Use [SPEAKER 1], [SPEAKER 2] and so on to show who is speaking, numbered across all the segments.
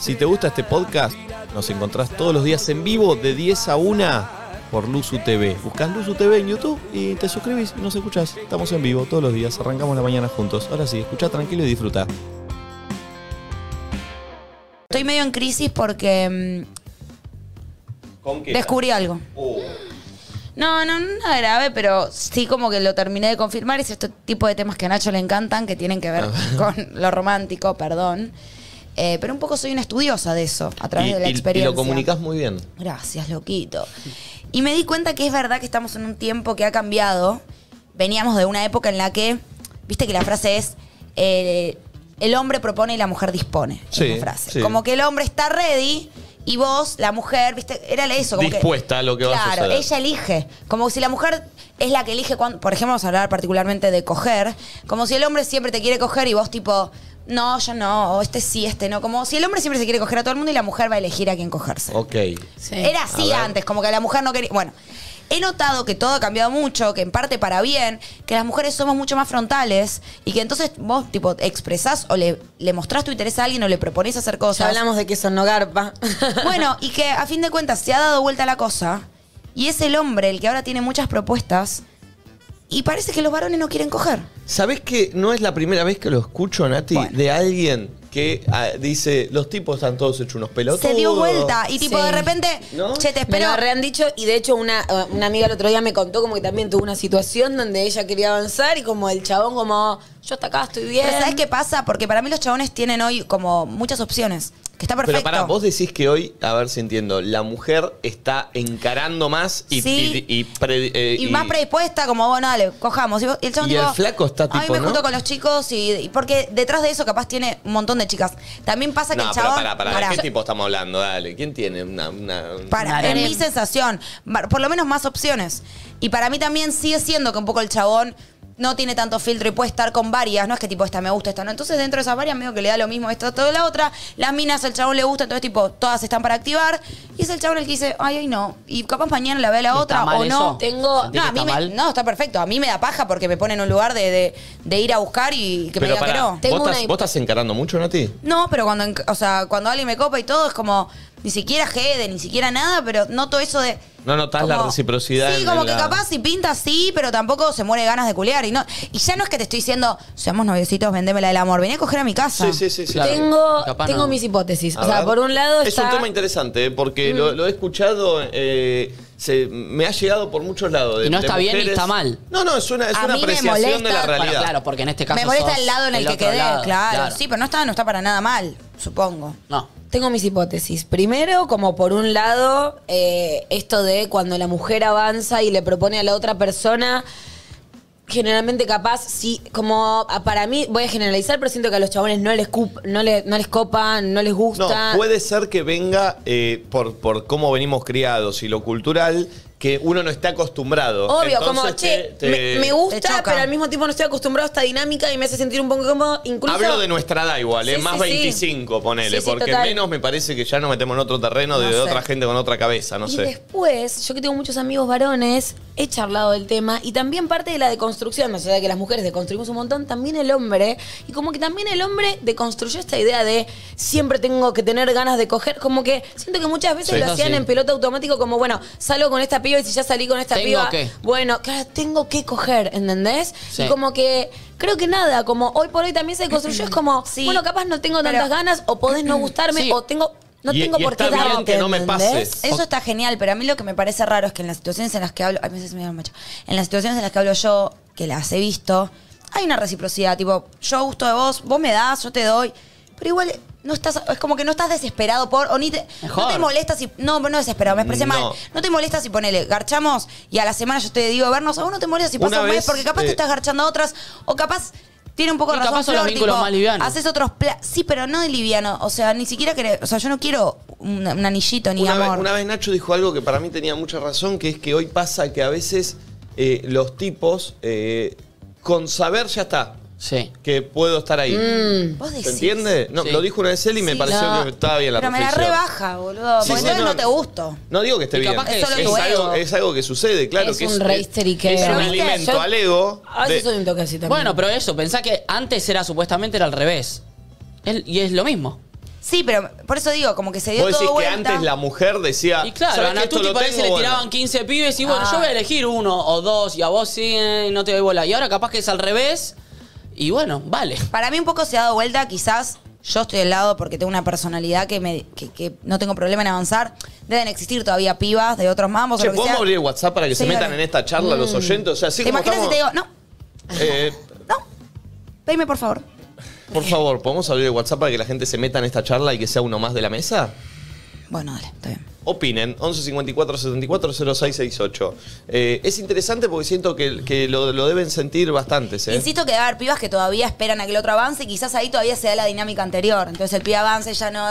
[SPEAKER 1] Si te gusta este podcast, nos encontrás todos los días en vivo de 10 a 1 por Luzu TV. Buscás Luzu TV en YouTube y te suscribís y nos escuchás. Estamos en vivo todos los días, arrancamos la mañana juntos. Ahora sí, escucha tranquilo y disfruta.
[SPEAKER 2] Estoy medio en crisis porque mm,
[SPEAKER 1] ¿Con qué?
[SPEAKER 2] descubrí algo. No, no, nada grave, pero sí como que lo terminé de confirmar. Es este tipo de temas que a Nacho le encantan, que tienen que ver
[SPEAKER 1] Ah.
[SPEAKER 2] con lo romántico, perdón. Eh, pero un poco soy una estudiosa de eso, a través
[SPEAKER 1] y,
[SPEAKER 2] de la
[SPEAKER 1] y- y
[SPEAKER 2] experiencia.
[SPEAKER 1] lo comunicás muy bien.
[SPEAKER 2] Gracias, loquito. Y me di cuenta que es verdad que estamos en un tiempo que ha cambiado. Veníamos de una época en la que, viste que la frase es, eh, el hombre propone y la mujer dispone. es
[SPEAKER 1] Sí,
[SPEAKER 2] la frase.
[SPEAKER 1] sí.
[SPEAKER 2] Como que el hombre está ready y vos, la mujer, viste, era eso. Como
[SPEAKER 1] Dispuesta a lo que va a
[SPEAKER 2] Claro,
[SPEAKER 1] suceder.
[SPEAKER 2] ella elige. Como si la mujer es la que elige, cuando, por ejemplo, vamos a hablar particularmente de coger, como si el hombre siempre te quiere coger y vos tipo... No, yo no, o este sí, este no. Como si el hombre siempre se quiere coger a todo el mundo y la mujer va a elegir a quién cogerse.
[SPEAKER 1] Ok.
[SPEAKER 3] Sí.
[SPEAKER 2] Era
[SPEAKER 1] A
[SPEAKER 2] así
[SPEAKER 1] ver.
[SPEAKER 2] antes, como que la mujer no quería. Bueno, he notado que todo ha cambiado mucho, que en parte para bien, que las mujeres somos mucho más frontales y que entonces vos, tipo, expresás o le, le mostrás tu interés a alguien o le proponés hacer
[SPEAKER 3] Ya
[SPEAKER 2] cosas.
[SPEAKER 3] hablamos de que eso no garpa.
[SPEAKER 2] Bueno, y que a fin de cuentas se ha dado vuelta la cosa y es el hombre el que ahora tiene muchas propuestas y parece que los varones no quieren coger.
[SPEAKER 1] ¿Sabés que no es la primera vez que lo escucho, Nati,
[SPEAKER 2] Bueno.
[SPEAKER 1] de alguien que ah, dice, los tipos están todos hechos unos pelotudos?
[SPEAKER 2] se dio vuelta y tipo
[SPEAKER 3] Sí.
[SPEAKER 2] de repente,
[SPEAKER 1] ¿No?
[SPEAKER 2] che, te
[SPEAKER 3] Pero
[SPEAKER 2] espero.
[SPEAKER 3] me lo re han dicho, y de hecho una, eh, una amiga el otro día me contó como que también tuvo una situación donde ella quería avanzar y como el chabón como, yo hasta acá estoy bien.
[SPEAKER 2] Pero ¿sabes qué pasa? Porque para mí los chabones tienen hoy como muchas opciones, que está perfecto.
[SPEAKER 1] Pero para vos decís que hoy, a ver si entiendo, la mujer está encarando más y,
[SPEAKER 2] Sí.
[SPEAKER 1] y- y pre- eh,
[SPEAKER 2] y más predispuesta, como, bueno, dale, cojamos. Y, vos- el chabón
[SPEAKER 1] Y el
[SPEAKER 2] tipo,
[SPEAKER 1] flaco está
[SPEAKER 2] Ay,
[SPEAKER 1] tipo,
[SPEAKER 2] me
[SPEAKER 1] ¿no?
[SPEAKER 2] junto con los chicos y, y Porque detrás de eso capaz tiene un montón de chicas. También pasa que
[SPEAKER 1] No,
[SPEAKER 2] el
[SPEAKER 1] pero
[SPEAKER 2] chabón...
[SPEAKER 1] pará, pará,
[SPEAKER 2] Pará.
[SPEAKER 1] ¿de qué tipo estamos hablando? Dale, ¿quién tiene una...? una-
[SPEAKER 2] Para,
[SPEAKER 3] Dale.
[SPEAKER 2] es mi sensación. Mar- Por lo menos más opciones. Y para mí también sigue siendo que un poco el chabón no tiene tanto filtro y puede estar con varias. No es que tipo esta me gusta, esta no. Entonces dentro de esas varias medio que le da lo mismo esta, toda la otra. Las minas al chabón le gusta, entonces tipo todas están para activar. Y es el chabón el que dice, ay, ay, no. Y capaz mañana la ve a la
[SPEAKER 4] ¿No
[SPEAKER 2] otra
[SPEAKER 4] está mal
[SPEAKER 2] o no.
[SPEAKER 4] eso?
[SPEAKER 3] Tengo-
[SPEAKER 4] ¿Sentís
[SPEAKER 2] No,
[SPEAKER 4] que
[SPEAKER 2] a mí
[SPEAKER 4] está
[SPEAKER 2] me-
[SPEAKER 4] mal?
[SPEAKER 2] no, está perfecto. A mí me da paja porque me pone en un lugar de, de- de ir a buscar y que
[SPEAKER 1] Pero
[SPEAKER 2] me diga
[SPEAKER 1] pará,
[SPEAKER 2] que no.
[SPEAKER 1] ¿vos,
[SPEAKER 3] Tengo
[SPEAKER 1] estás,
[SPEAKER 3] una-
[SPEAKER 1] vos estás encarando mucho, Nati?
[SPEAKER 2] No, pero cuando, en- o sea, cuando alguien me copa y todo es como ni siquiera jede, ni siquiera nada, pero noto eso de.
[SPEAKER 1] No notás la reciprocidad
[SPEAKER 2] Sí,
[SPEAKER 1] en-
[SPEAKER 2] como
[SPEAKER 1] en
[SPEAKER 2] que
[SPEAKER 1] la-
[SPEAKER 2] capaz si pinta sí, pero tampoco se muere de ganas de culear. Y no y ya no es que te estoy diciendo, seamos noviecitos, vendémela del amor. Vení a coger a mi casa.
[SPEAKER 1] sí.
[SPEAKER 4] Claro.
[SPEAKER 3] Tengo,
[SPEAKER 4] Capaz
[SPEAKER 3] tengo
[SPEAKER 4] no.
[SPEAKER 3] mis hipótesis.
[SPEAKER 1] A
[SPEAKER 3] o sea,
[SPEAKER 1] ver.
[SPEAKER 3] por un lado
[SPEAKER 1] Es
[SPEAKER 3] está... Mm.
[SPEAKER 1] un tema interesante, eh, porque lo, lo he escuchado, eh, se- me ha llegado por muchos lados. de-
[SPEAKER 4] Y no
[SPEAKER 1] de
[SPEAKER 4] está bien ni
[SPEAKER 1] mujeres.
[SPEAKER 4] está mal.
[SPEAKER 1] No, no, es una, es
[SPEAKER 3] A
[SPEAKER 1] una
[SPEAKER 3] mí me
[SPEAKER 1] apreciación de la
[SPEAKER 3] molesta-
[SPEAKER 1] realidad.
[SPEAKER 4] Bueno, claro, porque en este caso
[SPEAKER 2] Me molesta
[SPEAKER 4] sos
[SPEAKER 2] el lado en el, que
[SPEAKER 4] otro
[SPEAKER 2] quedé,
[SPEAKER 4] lado,
[SPEAKER 2] claro. Sí, pero no está, no está para nada mal, supongo.
[SPEAKER 4] No.
[SPEAKER 3] Tengo mis hipótesis. Primero, como por un lado, eh, esto de cuando la mujer avanza y le propone a la otra persona, generalmente capaz, sí, como a- para mí, voy a generalizar, pero siento que a los chabones no les, cup- no le- no les copan, no les
[SPEAKER 1] No,
[SPEAKER 3] gusta.
[SPEAKER 1] puede ser que venga eh, por, por cómo venimos criados y lo cultural, que uno no está acostumbrado.
[SPEAKER 3] Obvio,
[SPEAKER 1] Entonces
[SPEAKER 3] como,
[SPEAKER 1] te-
[SPEAKER 3] che,
[SPEAKER 1] te-
[SPEAKER 3] me, me
[SPEAKER 2] Te
[SPEAKER 3] gusta,
[SPEAKER 2] choca.
[SPEAKER 3] pero al mismo tiempo no estoy acostumbrado a esta dinámica y me hace sentir un poco incómodo. Incluso,
[SPEAKER 1] Hablo de nuestra edad igual, eh,
[SPEAKER 3] Sí,
[SPEAKER 1] más
[SPEAKER 3] sí, sí.
[SPEAKER 1] 25, ponele,
[SPEAKER 3] Sí, sí,
[SPEAKER 1] porque
[SPEAKER 3] total.
[SPEAKER 1] menos me parece que ya nos metemos en otro terreno de
[SPEAKER 2] No sé.
[SPEAKER 1] otra gente con otra cabeza, no
[SPEAKER 3] y
[SPEAKER 1] sé.
[SPEAKER 3] después, yo que tengo muchos amigos varones, he charlado del tema y también parte de la deconstrucción, más allá de que las mujeres deconstruimos un montón, también el hombre, y como que también el hombre deconstruyó esta idea de siempre tengo que tener ganas de coger, como que siento que muchas veces
[SPEAKER 1] Sí.
[SPEAKER 3] lo
[SPEAKER 4] Eso
[SPEAKER 3] hacían
[SPEAKER 4] sí.
[SPEAKER 3] en piloto automático, como bueno, salgo con esta piba y si ya salí con esta
[SPEAKER 4] Tengo
[SPEAKER 3] piba,
[SPEAKER 4] que.
[SPEAKER 3] bueno, claro, tengo que coger, ¿entendés?
[SPEAKER 4] Sí.
[SPEAKER 3] Y como que creo que nada, como hoy por hoy también se construyó, es como,
[SPEAKER 2] Sí.
[SPEAKER 3] bueno, capaz no tengo tantas
[SPEAKER 2] Pero-
[SPEAKER 3] ganas, o podés no gustarme,
[SPEAKER 4] Sí.
[SPEAKER 3] o tengo, no
[SPEAKER 1] Y-
[SPEAKER 3] tengo
[SPEAKER 1] y
[SPEAKER 3] por qué
[SPEAKER 1] está bien
[SPEAKER 3] darte,
[SPEAKER 1] que no me pase.
[SPEAKER 3] ¿entendés?
[SPEAKER 2] Eso está genial, pero a mí lo que me parece raro es que en las situaciones en las que hablo, ay, me hace- me da un macho. en las situaciones en las que hablo yo, que las he visto, hay una reciprocidad, tipo, yo gusto de vos, vos me das, yo te doy, pero igual no estás, es como que no estás desesperado por, o ni te, no
[SPEAKER 4] Mejor.
[SPEAKER 2] te molesta si, no, no desesperado, me expresé mal,
[SPEAKER 1] No.
[SPEAKER 2] no te molesta si ponele, garchamos y a la semana yo te digo vernos, a vos no te molesta si
[SPEAKER 1] Una
[SPEAKER 2] pasa un mes,
[SPEAKER 1] vez,
[SPEAKER 2] porque capaz
[SPEAKER 1] eh,
[SPEAKER 2] te estás garchando a otras, o capaz tiene un poco
[SPEAKER 4] Y
[SPEAKER 2] razón,
[SPEAKER 4] capaz son los
[SPEAKER 2] Flor,
[SPEAKER 4] vínculos
[SPEAKER 2] tipo,
[SPEAKER 4] más livianos.
[SPEAKER 2] haces otros pla- sí, pero no de liviano, o sea, ni siquiera querés, o sea, yo no quiero un, un anillito ni
[SPEAKER 1] una,
[SPEAKER 2] amor.
[SPEAKER 1] vez, una vez Nacho dijo algo que para mí tenía mucha razón, que es que hoy pasa que a veces eh, los tipos, eh, con saber ya está,
[SPEAKER 4] Sí.
[SPEAKER 1] que puedo estar ahí.
[SPEAKER 2] ¿Vos decís?
[SPEAKER 1] ¿Se entiende? No,
[SPEAKER 4] Sí.
[SPEAKER 1] lo dijo una vez él y me
[SPEAKER 2] Sí,
[SPEAKER 1] pareció
[SPEAKER 3] no.
[SPEAKER 1] que estaba bien la
[SPEAKER 2] Pero me la
[SPEAKER 1] reflexión.
[SPEAKER 2] rebaja, boludo.
[SPEAKER 1] Sí,
[SPEAKER 2] porque
[SPEAKER 1] sí,
[SPEAKER 2] entonces
[SPEAKER 1] no.
[SPEAKER 2] no te gusto.
[SPEAKER 1] No digo que esté
[SPEAKER 4] Y
[SPEAKER 1] bien.
[SPEAKER 4] capaz que
[SPEAKER 1] es,
[SPEAKER 4] es solo tu
[SPEAKER 1] algo,
[SPEAKER 3] ego.
[SPEAKER 1] es algo que sucede, claro.
[SPEAKER 3] Es
[SPEAKER 1] que
[SPEAKER 3] un reister y que-
[SPEAKER 1] Es
[SPEAKER 3] Pero
[SPEAKER 1] un
[SPEAKER 3] viste,
[SPEAKER 1] alimento
[SPEAKER 3] Ah, yo-
[SPEAKER 1] al ego.
[SPEAKER 3] A
[SPEAKER 1] de-
[SPEAKER 3] veces soy un toque así también.
[SPEAKER 4] Bueno, pero eso, pensá que antes era supuestamente era al revés. El- y es lo mismo.
[SPEAKER 2] Sí, pero por eso digo, como que se dio
[SPEAKER 5] Vos decís
[SPEAKER 2] todo
[SPEAKER 5] que
[SPEAKER 2] vuelta.
[SPEAKER 5] antes la mujer decía.
[SPEAKER 4] Y claro,
[SPEAKER 5] Ah, "¿Sabés
[SPEAKER 4] a
[SPEAKER 5] que esto
[SPEAKER 4] Natuti
[SPEAKER 5] lo
[SPEAKER 4] parece
[SPEAKER 5] tengo?
[SPEAKER 4] le
[SPEAKER 5] Bueno".
[SPEAKER 4] tiraban 15 pibes y bueno,
[SPEAKER 2] Ah.
[SPEAKER 4] yo voy a elegir uno o dos y a vos sí, eh, no te doy bola. Y ahora capaz que es al revés y bueno, vale.
[SPEAKER 2] Para mí un poco se ha dado vuelta, quizás yo estoy del lado porque tengo una personalidad que, me, que, que no tengo problema en avanzar. Deben existir todavía pibas de otros mambos o
[SPEAKER 5] Che,
[SPEAKER 2] lo que
[SPEAKER 5] ¿podemos
[SPEAKER 2] sea.
[SPEAKER 5] abrir el WhatsApp para que
[SPEAKER 2] Sí,
[SPEAKER 5] se metan
[SPEAKER 2] dale.
[SPEAKER 5] en esta charla los oyentes? O sea, así
[SPEAKER 2] ¿Te
[SPEAKER 5] como
[SPEAKER 2] imaginas si te digo,
[SPEAKER 5] estamos-
[SPEAKER 2] no,
[SPEAKER 5] Eh,
[SPEAKER 2] no, pedime por favor?
[SPEAKER 5] por favor, ¿podemos abrir el WhatsApp para que la gente se meta en esta charla y que sea uno más de la mesa?
[SPEAKER 2] Bueno, dale, está bien.
[SPEAKER 5] Opinen, 11 54 74 06 68. Eh, es interesante porque siento que, que lo, lo deben sentir bastantes. ¿eh?
[SPEAKER 2] Insisto que debe haber pibas que todavía esperan a que el otro avance y quizás ahí todavía se da la dinámica anterior. Entonces el pibe avanza y ya no.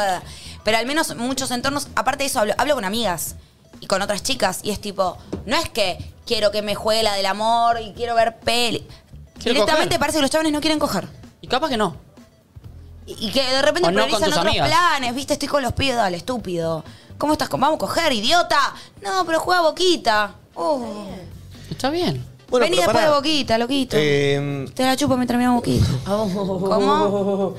[SPEAKER 2] Pero al menos muchos entornos, aparte de eso, hablo, hablo con amigas y con otras chicas y es tipo, no es que quiero que me juegue la del amor y quiero ver peli.
[SPEAKER 4] Quiero
[SPEAKER 2] Directamente
[SPEAKER 4] coger.
[SPEAKER 2] parece que los chavales no quieren coger.
[SPEAKER 4] Y capaz que no.
[SPEAKER 2] Y y que de repente
[SPEAKER 4] O no con
[SPEAKER 2] priorizan
[SPEAKER 4] tus
[SPEAKER 2] otros
[SPEAKER 4] amigas.
[SPEAKER 2] planes, viste, estoy con los pibes, dale, estúpido. ¿Cómo estás con? Vamos a coger, idiota. No, pero juega boquita. Uh.
[SPEAKER 4] Está bien.
[SPEAKER 5] Bueno,
[SPEAKER 2] Vení
[SPEAKER 5] pero
[SPEAKER 2] después
[SPEAKER 5] pará.
[SPEAKER 2] de boquita, loquito.
[SPEAKER 5] Eh,
[SPEAKER 2] Te la chupo mientras miramos boquita. ¿Cómo?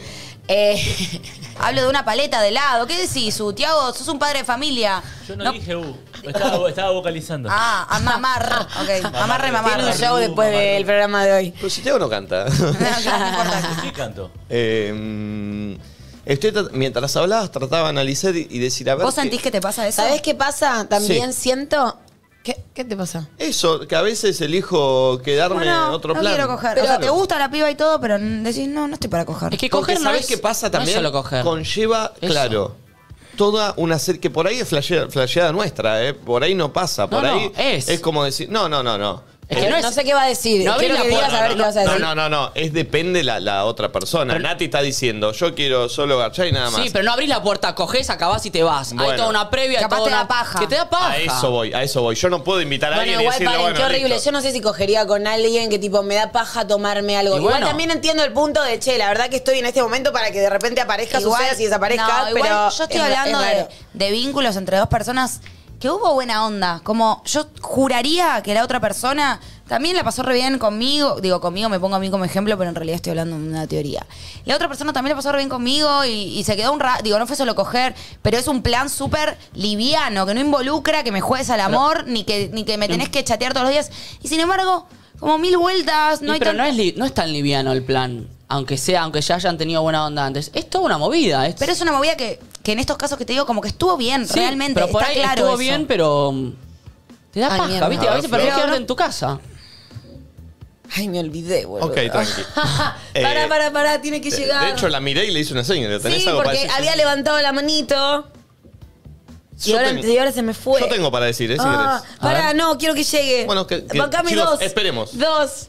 [SPEAKER 3] Eh,
[SPEAKER 2] Hablo de una paleta de helado. ¿Qué decís, U? Tiago, sos un padre de familia.
[SPEAKER 6] Yo no,
[SPEAKER 2] No-
[SPEAKER 6] dije "Uh". U, estaba, estaba vocalizando.
[SPEAKER 2] Ah, a mamar. Ok, amarre,
[SPEAKER 3] tiene un
[SPEAKER 2] mamarre.
[SPEAKER 3] show después del programa de hoy.
[SPEAKER 5] pero si Tiago no canta.
[SPEAKER 2] No, ya, no importa.
[SPEAKER 6] ¿Qué canto?
[SPEAKER 5] Eh, estoy tra- mientras hablabas, trataba de analizar y y decir, a ver.
[SPEAKER 2] ¿Vos
[SPEAKER 5] qué-
[SPEAKER 2] sentís que te pasa eso?
[SPEAKER 3] ¿Sabés qué pasa? También
[SPEAKER 5] Sí.
[SPEAKER 3] siento... ¿Qué, qué te pasa?
[SPEAKER 5] Eso, que a veces elijo quedarme
[SPEAKER 2] Bueno,
[SPEAKER 5] en otro
[SPEAKER 2] no
[SPEAKER 5] plan.
[SPEAKER 2] quiero coger. O sea, te gusta la piba y todo, pero n- decís, no, no estoy para coger.
[SPEAKER 4] Es que
[SPEAKER 5] Porque
[SPEAKER 4] coger no
[SPEAKER 5] ¿sabés
[SPEAKER 4] es,
[SPEAKER 5] qué pasa
[SPEAKER 4] no es
[SPEAKER 5] también?
[SPEAKER 4] solo coger.
[SPEAKER 5] Conlleva,
[SPEAKER 4] Eso.
[SPEAKER 5] claro, toda una serie que por ahí es flashe- flasheada nuestra, ¿eh? Por ahí no pasa, por
[SPEAKER 4] No, no,
[SPEAKER 5] ahí
[SPEAKER 4] es.
[SPEAKER 5] como decir, no, no, no, no.
[SPEAKER 4] Es que no es-
[SPEAKER 3] sé qué va a decir.
[SPEAKER 4] No
[SPEAKER 3] Quiero
[SPEAKER 4] abrí
[SPEAKER 3] que
[SPEAKER 4] la
[SPEAKER 3] digas
[SPEAKER 4] puerta,
[SPEAKER 3] a ver
[SPEAKER 4] no,
[SPEAKER 3] qué vas a
[SPEAKER 5] No,
[SPEAKER 3] decir.
[SPEAKER 5] no, no, no, es depende la, la otra persona. Nati está diciendo, yo quiero solo garchar y nada más.
[SPEAKER 4] Sí, pero no abrís la puerta, coges, acabás y te vas.
[SPEAKER 5] Bueno.
[SPEAKER 4] Hay toda una previa, hay
[SPEAKER 2] Capaz
[SPEAKER 4] toda
[SPEAKER 2] te da
[SPEAKER 4] una-
[SPEAKER 2] paja.
[SPEAKER 4] Que te da paja.
[SPEAKER 5] A eso voy, a eso voy. Yo no puedo invitar a
[SPEAKER 3] Bueno,
[SPEAKER 5] alguien
[SPEAKER 3] igual,
[SPEAKER 5] y decirle,
[SPEAKER 3] paren,
[SPEAKER 5] bueno,
[SPEAKER 3] qué horrible.
[SPEAKER 5] listo.
[SPEAKER 3] Yo no sé si cogería con alguien que, tipo, me da paja tomarme algo.
[SPEAKER 4] Y
[SPEAKER 3] igual
[SPEAKER 4] bueno.
[SPEAKER 3] también entiendo el punto de, che, la verdad que estoy en este momento para que de repente aparezca, suceda, si desaparezca,
[SPEAKER 2] no,
[SPEAKER 3] pero...
[SPEAKER 2] igual yo estoy
[SPEAKER 3] es-
[SPEAKER 2] hablando
[SPEAKER 3] es
[SPEAKER 2] de,
[SPEAKER 3] raro.
[SPEAKER 2] de vínculos entre dos personas que hubo buena onda. Como yo juraría que la otra persona también la pasó re bien conmigo. Digo, conmigo me pongo a mí como ejemplo, pero en realidad estoy hablando de una teoría. La otra persona también la pasó re bien conmigo y, y se quedó un rato. Digo, no fue solo coger, pero es un plan súper liviano, que no involucra que me juegues al amor, ni, que, ni que me tenés que chatear todos los días. Y sin embargo, como mil vueltas,
[SPEAKER 4] Y
[SPEAKER 2] no hay
[SPEAKER 4] pero
[SPEAKER 2] tan-
[SPEAKER 4] no, es li- no es tan liviano el plan, aunque sea, aunque ya hayan tenido buena onda antes. Es toda una movida. Es,
[SPEAKER 2] Pero es una movida que, que en estos casos que te digo, como que estuvo bien,
[SPEAKER 4] Sí,
[SPEAKER 2] realmente.
[SPEAKER 4] Pero por
[SPEAKER 2] está
[SPEAKER 4] ahí
[SPEAKER 2] claro
[SPEAKER 4] estuvo
[SPEAKER 2] eso.
[SPEAKER 4] bien, pero. mm, Te da
[SPEAKER 3] Ay,
[SPEAKER 4] paja,
[SPEAKER 3] mierda.
[SPEAKER 4] ¿viste?
[SPEAKER 5] A
[SPEAKER 4] A
[SPEAKER 5] ver,
[SPEAKER 4] veces perdés
[SPEAKER 5] Flor.
[SPEAKER 4] quedarte en tu casa.
[SPEAKER 3] Ay, me olvidé, boludo.
[SPEAKER 5] Ok, tranqui. Eh,
[SPEAKER 3] Pará, pará, pará, tiene que
[SPEAKER 5] De-
[SPEAKER 3] llegar.
[SPEAKER 5] De hecho, la miré y le hice una seña. ¿le ¿Tenés
[SPEAKER 3] sí,
[SPEAKER 5] algo para
[SPEAKER 3] porque
[SPEAKER 5] decir?
[SPEAKER 3] había levantado la manito y
[SPEAKER 5] Yo
[SPEAKER 3] ahora,
[SPEAKER 5] tengo-
[SPEAKER 3] y ahora se me fue.
[SPEAKER 5] Yo tengo para decir, ¿eh? Si
[SPEAKER 3] Ah,
[SPEAKER 5] querés.
[SPEAKER 4] A
[SPEAKER 3] pará,
[SPEAKER 4] ver.
[SPEAKER 3] no, quiero que llegue.
[SPEAKER 5] Bueno, que- que-
[SPEAKER 3] Bancame
[SPEAKER 5] chicos,
[SPEAKER 3] dos.
[SPEAKER 5] esperemos.
[SPEAKER 3] Dos.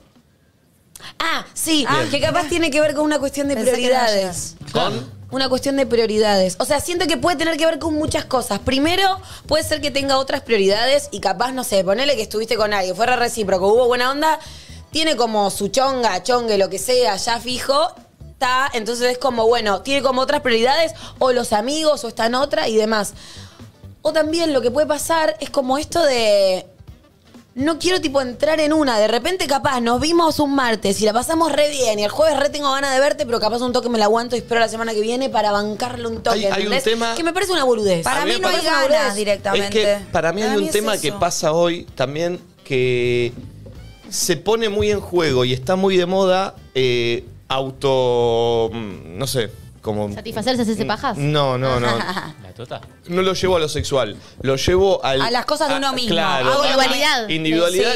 [SPEAKER 3] Ah, sí,
[SPEAKER 5] Bien.
[SPEAKER 3] que capaz tiene que ver con una cuestión de
[SPEAKER 2] Pensé que no
[SPEAKER 3] prioridades.
[SPEAKER 5] Con.
[SPEAKER 3] Una cuestión de prioridades. O sea, siento que puede tener que ver con muchas cosas. Primero, puede ser que tenga otras prioridades y capaz, no sé, ponele que estuviste con alguien, fuera recíproco, hubo buena onda, tiene como su chonga, chongue, lo que sea, ya fijo. Está, entonces es como, bueno, tiene como otras prioridades, o los amigos, o está en otra y demás. O también lo que puede pasar es como esto de. No quiero tipo entrar en una. De repente, capaz, nos vimos un martes y la pasamos re bien. Y el jueves re tengo ganas de verte, pero capaz un toque me la aguanto y espero la semana que viene para bancarle un toque.
[SPEAKER 5] Hay- hay un
[SPEAKER 3] ¿entendés?
[SPEAKER 5] tema-
[SPEAKER 3] Que me parece una boludez.
[SPEAKER 5] A
[SPEAKER 2] Para
[SPEAKER 5] mí
[SPEAKER 2] mí
[SPEAKER 5] me
[SPEAKER 2] no hay
[SPEAKER 5] parece
[SPEAKER 3] una
[SPEAKER 2] ganas
[SPEAKER 3] boludez.
[SPEAKER 5] Es
[SPEAKER 2] directamente.
[SPEAKER 5] que para mí hay un
[SPEAKER 2] es
[SPEAKER 5] tema
[SPEAKER 2] eso.
[SPEAKER 5] que pasa hoy también que se pone muy en juego y está muy de moda eh, auto. mm, No sé, como.
[SPEAKER 7] ¿Satisfacerse ese pajas?
[SPEAKER 5] No, no, no.
[SPEAKER 6] La tota.
[SPEAKER 5] No lo llevo a lo sexual, lo llevo al-
[SPEAKER 2] A las cosas de uno mismo,
[SPEAKER 5] Claro,
[SPEAKER 7] a
[SPEAKER 5] individualidad.
[SPEAKER 7] individualidad.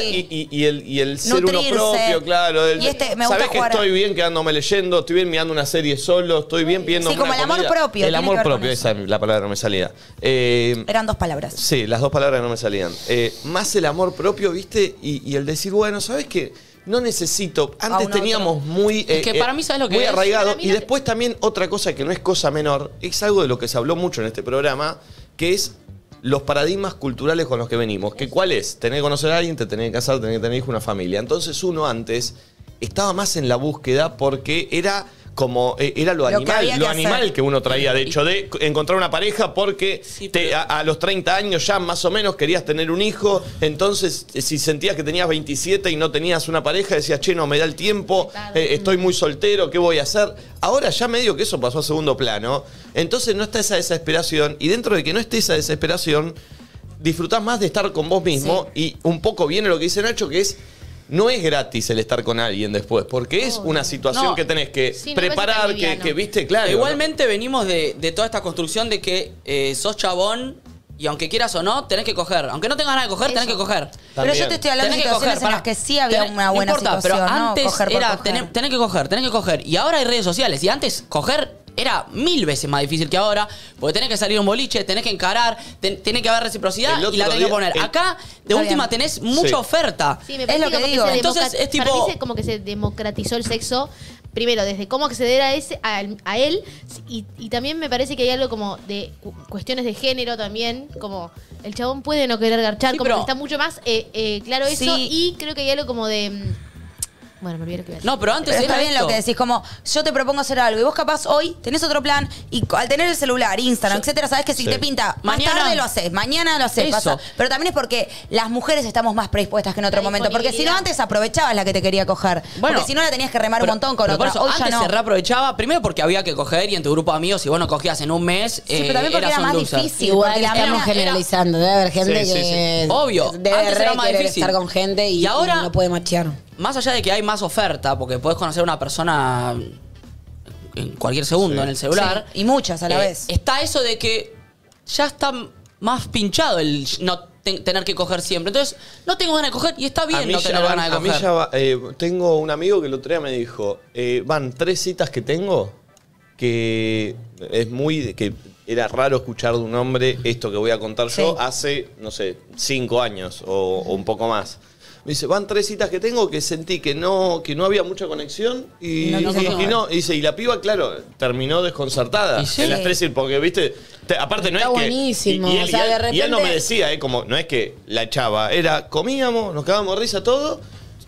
[SPEAKER 5] Individualidad
[SPEAKER 2] Sí.
[SPEAKER 5] y, y- y el, y el ser uno
[SPEAKER 2] Nutrirse.
[SPEAKER 5] propio, claro. El,
[SPEAKER 2] Y este, me gusta
[SPEAKER 5] sabés que
[SPEAKER 2] jugar a-
[SPEAKER 5] estoy bien quedándome leyendo, estoy bien mirando una serie solo, estoy bien pidiendo
[SPEAKER 2] Sí, como
[SPEAKER 5] una
[SPEAKER 2] el amor
[SPEAKER 5] comida.
[SPEAKER 2] propio, tiene
[SPEAKER 5] El
[SPEAKER 2] que
[SPEAKER 5] amor
[SPEAKER 2] ver con
[SPEAKER 5] propio,
[SPEAKER 2] eso.
[SPEAKER 5] esa es la palabra que no me salía. Eh,
[SPEAKER 2] Eran dos palabras.
[SPEAKER 5] Sí, las dos palabras no me salían. Eh, más el amor propio, ¿viste? Y, y el decir, bueno, ¿sabes qué? No necesito.
[SPEAKER 2] A
[SPEAKER 5] Antes
[SPEAKER 2] un
[SPEAKER 5] teníamos muy. eh,
[SPEAKER 4] Es que para mí, ¿sabes lo que
[SPEAKER 5] Muy
[SPEAKER 4] es?
[SPEAKER 5] arraigado.
[SPEAKER 7] Para mí
[SPEAKER 5] Y
[SPEAKER 7] lo que-
[SPEAKER 5] después también otra cosa que no es cosa menor, es algo de lo que se habló mucho en este programa, que es los paradigmas culturales con los que venimos. Que cuál es? Tener que conocer a alguien, te tener que casar, tener que tener hijo, una familia. Entonces uno antes estaba más en la búsqueda porque era
[SPEAKER 1] como eh, era lo
[SPEAKER 2] que
[SPEAKER 1] animal,
[SPEAKER 2] había que
[SPEAKER 1] lo
[SPEAKER 2] hacer.
[SPEAKER 1] animal que uno traía, de hecho, de encontrar una pareja porque te- a, a los 30 años ya más o menos querías tener un hijo, entonces eh, si sentías que tenías 27 y no tenías una pareja, decías, che, no me da el tiempo, eh, estoy muy soltero, ¿qué voy a hacer? Ahora ya medio que eso pasó a segundo plano, entonces no está esa desesperación y dentro de que no esté esa desesperación, disfrutás más de estar con vos mismo y un poco viene lo que dice Nacho, que es... No es gratis el estar con alguien después, porque es una situación
[SPEAKER 4] No.
[SPEAKER 1] que tenés que
[SPEAKER 7] Sí, no
[SPEAKER 1] preparar,
[SPEAKER 7] parece tan
[SPEAKER 1] que,
[SPEAKER 7] liviano.
[SPEAKER 1] que viste, claro.
[SPEAKER 4] Igualmente venimos de, de toda esta construcción de que eh, sos chabón y aunque quieras o no, tenés que coger. Aunque no tengas ganas de coger, tenés
[SPEAKER 7] Eso.
[SPEAKER 4] que coger.
[SPEAKER 2] Pero
[SPEAKER 1] También.
[SPEAKER 2] yo te estoy hablando de
[SPEAKER 4] Tenés que
[SPEAKER 2] situaciones
[SPEAKER 4] coger,
[SPEAKER 2] en
[SPEAKER 4] pará.
[SPEAKER 2] las que sí había
[SPEAKER 4] Tenés-
[SPEAKER 2] una buena
[SPEAKER 4] no importa,
[SPEAKER 2] situación,
[SPEAKER 4] pero
[SPEAKER 2] ¿no?
[SPEAKER 4] antes
[SPEAKER 2] Coger por
[SPEAKER 4] era
[SPEAKER 2] coger.
[SPEAKER 4] tener- tenés que coger, tenés que coger. Y ahora hay redes sociales. Y antes coger era mil veces más difícil que ahora. Porque tenés que salir a un boliche, tenés que encarar, ten- tiene que haber reciprocidad
[SPEAKER 1] El otro
[SPEAKER 4] y la tenés
[SPEAKER 1] día-
[SPEAKER 4] que poner.
[SPEAKER 1] el-
[SPEAKER 4] Acá, de
[SPEAKER 2] Está
[SPEAKER 4] última,
[SPEAKER 2] bien.
[SPEAKER 4] tenés mucha
[SPEAKER 1] Sí.
[SPEAKER 4] oferta.
[SPEAKER 7] Sí, me
[SPEAKER 2] Es
[SPEAKER 7] parece
[SPEAKER 2] lo que digo.
[SPEAKER 7] se
[SPEAKER 4] Entonces,
[SPEAKER 7] democra-
[SPEAKER 4] es tipo-
[SPEAKER 7] para mí se- como que se democratizó el sexo, primero, desde cómo acceder a, ese, a, a él, y, y también me parece que hay algo como de cu- cuestiones de género también, como el chabón puede no querer garchar,
[SPEAKER 4] Sí,
[SPEAKER 7] como
[SPEAKER 4] pero-
[SPEAKER 7] que está mucho más eh, eh, claro eso,
[SPEAKER 2] Sí.
[SPEAKER 7] y creo que hay algo como de... mm, Bueno, me olvidé lo que iba a decir.
[SPEAKER 4] No, pero antes
[SPEAKER 2] Pero está
[SPEAKER 4] era
[SPEAKER 2] bien
[SPEAKER 4] esto.
[SPEAKER 2] lo que decís, como yo te propongo hacer algo y vos capaz hoy tenés otro plan y co- al tener el celular, Instagram, etcétera, sabes que si
[SPEAKER 1] Sí.
[SPEAKER 2] te pinta
[SPEAKER 4] Mañana-
[SPEAKER 2] más tarde lo haces, mañana lo haces,
[SPEAKER 4] Eso.
[SPEAKER 2] pasa. Pero también es porque las mujeres estamos más predispuestas que en otro
[SPEAKER 7] La
[SPEAKER 2] momento, porque si no
[SPEAKER 7] disponibilidad.
[SPEAKER 2] antes aprovechabas la que te quería coger,
[SPEAKER 4] Bueno,
[SPEAKER 2] porque si no la tenías que remar
[SPEAKER 4] Pero-
[SPEAKER 2] un montón con
[SPEAKER 4] pero por
[SPEAKER 2] otra,
[SPEAKER 4] eso,
[SPEAKER 2] hoy ya
[SPEAKER 4] antes
[SPEAKER 2] no.
[SPEAKER 4] se reaprovechaba, primero porque había que coger y en tu grupo de amigos, si vos no cogías en un mes,
[SPEAKER 2] Sí,
[SPEAKER 4] eh,
[SPEAKER 2] pero también porque
[SPEAKER 4] eras
[SPEAKER 2] era
[SPEAKER 4] un
[SPEAKER 2] más
[SPEAKER 4] loser.
[SPEAKER 2] difícil.
[SPEAKER 3] Igual
[SPEAKER 2] porque la
[SPEAKER 3] estamos
[SPEAKER 2] mina era-
[SPEAKER 3] generalizando. Debe haber gente
[SPEAKER 1] Sí, sí,
[SPEAKER 3] que.
[SPEAKER 4] sí. Obvio.
[SPEAKER 3] Debe
[SPEAKER 4] Antes
[SPEAKER 3] re
[SPEAKER 4] era más
[SPEAKER 3] querer
[SPEAKER 4] difícil.
[SPEAKER 3] estar con gente y,
[SPEAKER 4] Y ahora-
[SPEAKER 3] y no puede machear.
[SPEAKER 4] Más allá de que hay más oferta, porque podés conocer a una persona en cualquier segundo en el celular.
[SPEAKER 2] Sí, y muchas a la
[SPEAKER 4] eh,
[SPEAKER 2] vez.
[SPEAKER 4] Está eso de que ya está más pinchado el no te- tener que coger siempre. Entonces, no tengo ganas de coger y está
[SPEAKER 1] A
[SPEAKER 4] bien
[SPEAKER 1] mí
[SPEAKER 4] no
[SPEAKER 1] ya
[SPEAKER 4] tener
[SPEAKER 1] van-
[SPEAKER 4] ganas de
[SPEAKER 1] a mí
[SPEAKER 4] coger.
[SPEAKER 1] ya va- eh, tengo un amigo que el otro día me dijo, eh, van tres citas que tengo que es muy de- que era raro escuchar de un hombre esto que voy a contar
[SPEAKER 2] Sí.
[SPEAKER 1] yo hace no sé cinco años o, o un poco más. Me dice van tres citas que tengo que sentí que no que no había mucha conexión y
[SPEAKER 4] No, no,
[SPEAKER 1] y-
[SPEAKER 4] no,
[SPEAKER 1] y
[SPEAKER 4] no.
[SPEAKER 1] no. Y dice y la piba claro terminó desconcertada
[SPEAKER 4] Y sí.
[SPEAKER 1] en las tres citas, porque viste te- aparte no
[SPEAKER 3] Está
[SPEAKER 1] es que
[SPEAKER 3] buenísimo,
[SPEAKER 1] y, y él,
[SPEAKER 3] o sea,
[SPEAKER 1] y él-
[SPEAKER 3] de
[SPEAKER 1] y él no me
[SPEAKER 3] repente-
[SPEAKER 1] decía decía, ¿eh? Como, no es que la echaba, era comíamos, nos cagábamos de risa todo.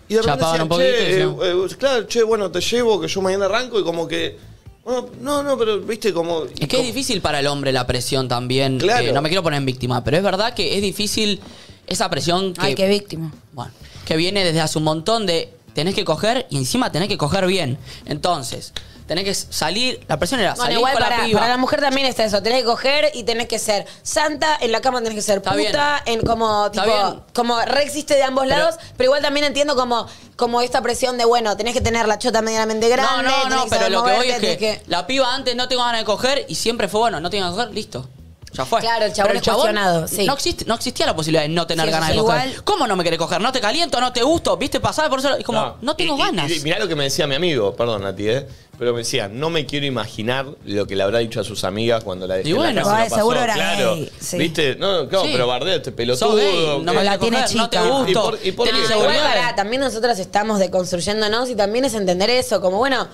[SPEAKER 1] Y de repente
[SPEAKER 4] Chapaban un
[SPEAKER 1] decían,
[SPEAKER 4] poquito,
[SPEAKER 1] che, eh, eh, claro, che, bueno, te llevo, que yo mañana arranco y como que. Bueno, no, no, pero viste como.
[SPEAKER 4] Es que es difícil para el hombre la presión también.
[SPEAKER 1] Claro.
[SPEAKER 4] Eh, no me quiero poner en víctima, pero es verdad que es difícil esa presión que,
[SPEAKER 2] Ay, qué víctima.
[SPEAKER 4] bueno, que viene desde hace un montón de tenés que coger y encima tenés que coger bien. Entonces, tenés que salir, la presión era
[SPEAKER 3] Bueno,
[SPEAKER 4] salir
[SPEAKER 3] igual
[SPEAKER 4] con
[SPEAKER 3] para,
[SPEAKER 4] la piba.
[SPEAKER 3] para la mujer también está eso. Tenés que coger y tenés que ser santa, en la cama tenés que ser
[SPEAKER 4] Está
[SPEAKER 3] puta, en como
[SPEAKER 4] Está
[SPEAKER 3] tipo,
[SPEAKER 4] bien.
[SPEAKER 3] como re existe de ambos
[SPEAKER 4] Pero-
[SPEAKER 3] lados, pero igual también entiendo como, como esta presión de bueno, tenés que tener la chota medianamente grande.
[SPEAKER 4] no,
[SPEAKER 3] tenés
[SPEAKER 4] no, no,
[SPEAKER 3] saber
[SPEAKER 4] pero lo que voy es
[SPEAKER 3] moverte,
[SPEAKER 4] que,
[SPEAKER 3] tenés
[SPEAKER 4] la piba antes no tengo ganas de coger y siempre fue bueno, no tengo ganas de coger, listo. Ya fue.
[SPEAKER 3] Claro, el chabón
[SPEAKER 4] Pero
[SPEAKER 3] es cuestionado, sí.
[SPEAKER 4] No, existe- no existía la posibilidad de no tener
[SPEAKER 2] Sí,
[SPEAKER 4] ganas de
[SPEAKER 2] sí,
[SPEAKER 4] coger.
[SPEAKER 2] igual-
[SPEAKER 4] ¿Cómo no me querés coger? ¿No te caliento? ¿No te gusto? ¿Viste? Pasaba por eso. Es como, no, tengo
[SPEAKER 1] Y- y-
[SPEAKER 4] ganas.
[SPEAKER 1] y mirá lo que me decía mi amigo, perdón a ti, ¿eh? Pero me decía, no me quiero imaginar lo que le habrá dicho a sus amigas cuando la dejé
[SPEAKER 4] Y
[SPEAKER 1] en la
[SPEAKER 4] bueno.
[SPEAKER 1] casa,
[SPEAKER 2] Ah,
[SPEAKER 1] la pasó,
[SPEAKER 2] seguro era
[SPEAKER 1] claro.
[SPEAKER 2] gay, sí.
[SPEAKER 1] ¿Viste? No, claro,
[SPEAKER 4] Sí.
[SPEAKER 1] pero bardea este pelotudo.
[SPEAKER 4] Sos gay, no me
[SPEAKER 1] eh,
[SPEAKER 2] La
[SPEAKER 4] querés
[SPEAKER 2] tiene
[SPEAKER 4] coger, no
[SPEAKER 2] chica.
[SPEAKER 4] te gusto.
[SPEAKER 1] ¿Y por- y por
[SPEAKER 4] tenés
[SPEAKER 1] qué?
[SPEAKER 3] que- Igual
[SPEAKER 4] inseguridades.
[SPEAKER 3] pará, también nosotros estamos deconstruyéndonos y también es entender eso, como bueno,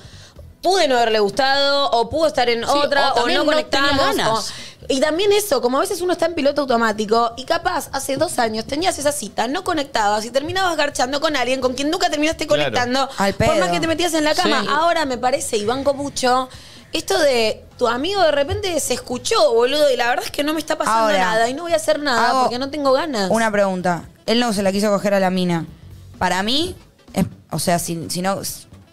[SPEAKER 3] pude no haberle gustado, o pudo estar en otra,
[SPEAKER 4] o
[SPEAKER 3] o,
[SPEAKER 4] también
[SPEAKER 3] no
[SPEAKER 4] no
[SPEAKER 3] conectamos.
[SPEAKER 4] tenía ganas.
[SPEAKER 3] o- y también eso, como a veces uno está en piloto automático y capaz hace dos años tenías esa cita, no conectabas y terminabas garchando con alguien con quien nunca terminaste
[SPEAKER 1] Claro.
[SPEAKER 3] conectando,
[SPEAKER 2] Al
[SPEAKER 3] por
[SPEAKER 2] pedo.
[SPEAKER 3] más que te metías en la cama.
[SPEAKER 4] Sí.
[SPEAKER 3] Ahora me parece, Iván Copucho, esto de tu amigo de repente se escuchó, boludo, y la verdad es que no me está pasando
[SPEAKER 2] Ahora,
[SPEAKER 3] nada y no voy a hacer nada
[SPEAKER 2] hago
[SPEAKER 3] porque no tengo ganas.
[SPEAKER 2] Una pregunta. Él no se la quiso coger a la mina. Para mí, es- o sea, si, si no,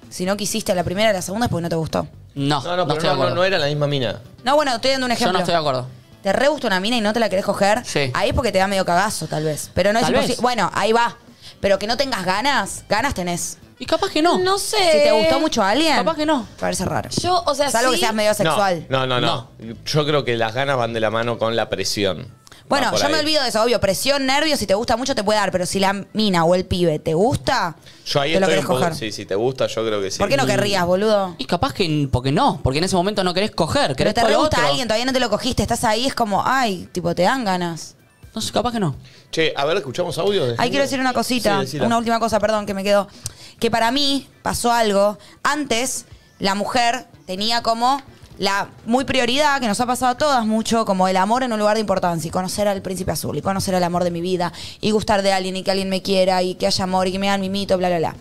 [SPEAKER 2] si no quisiste a la primera, a la segunda es porque no te gustó.
[SPEAKER 4] No,
[SPEAKER 1] No, no,
[SPEAKER 4] no
[SPEAKER 1] pero
[SPEAKER 4] estoy de
[SPEAKER 1] no, no,
[SPEAKER 4] acuerdo.
[SPEAKER 1] no era la misma mina.
[SPEAKER 2] No, bueno, estoy dando un
[SPEAKER 4] Yo
[SPEAKER 2] ejemplo.
[SPEAKER 4] no estoy de acuerdo.
[SPEAKER 2] te re gusta una mina y no te la querés coger,
[SPEAKER 4] Sí.
[SPEAKER 2] ahí es porque te da medio cagazo, tal vez. Pero no es
[SPEAKER 4] Tal vez.
[SPEAKER 2] imposible. Bueno, ahí va. Pero que no tengas ganas, ganas tenés.
[SPEAKER 4] Y capaz que no.
[SPEAKER 3] No sé.
[SPEAKER 2] Si te gustó mucho a alguien,
[SPEAKER 4] Capaz que no.
[SPEAKER 2] Parece raro.
[SPEAKER 3] Yo, o sea,
[SPEAKER 2] Salvo
[SPEAKER 3] sí,
[SPEAKER 2] que seas medio sexual.
[SPEAKER 1] No, no, no, no. Yo creo que las ganas van de la mano con la presión. Va
[SPEAKER 2] Bueno,
[SPEAKER 1] por
[SPEAKER 2] yo me
[SPEAKER 1] ahí.
[SPEAKER 2] olvido de eso, obvio. Presión, nervios, si te gusta mucho te puede dar, pero si la mina o el pibe te gusta,
[SPEAKER 1] Yo ahí
[SPEAKER 2] te lo
[SPEAKER 1] estoy
[SPEAKER 2] querés
[SPEAKER 1] un poco.
[SPEAKER 2] coger.
[SPEAKER 1] Sí, si te gusta, yo creo que sí.
[SPEAKER 2] ¿Por qué no querrías, boludo?
[SPEAKER 4] Y capaz que porque no, porque en ese momento no querés coger,
[SPEAKER 2] Pero
[SPEAKER 4] querés
[SPEAKER 2] te
[SPEAKER 4] todo
[SPEAKER 2] re
[SPEAKER 4] lo
[SPEAKER 2] gusta
[SPEAKER 4] otro.
[SPEAKER 2] alguien, todavía no te lo cogiste, estás ahí, es como, ay, tipo, te dan ganas.
[SPEAKER 4] No sé, capaz que no.
[SPEAKER 1] Che, a ver, escuchamos audio. de
[SPEAKER 2] Ahí
[SPEAKER 1] gente?
[SPEAKER 2] quiero decir una cosita,
[SPEAKER 1] Sí, decila.
[SPEAKER 2] una última cosa, perdón, que me quedó. Que para mí pasó algo. Antes, la mujer tenía como la muy prioridad, que nos ha pasado a todas mucho, como el amor en un lugar de importancia, y conocer al príncipe azul, y conocer al amor de mi vida, y gustar de alguien, y que alguien me quiera, y que haya amor, y que me hagan mi mito, bla, bla, bla.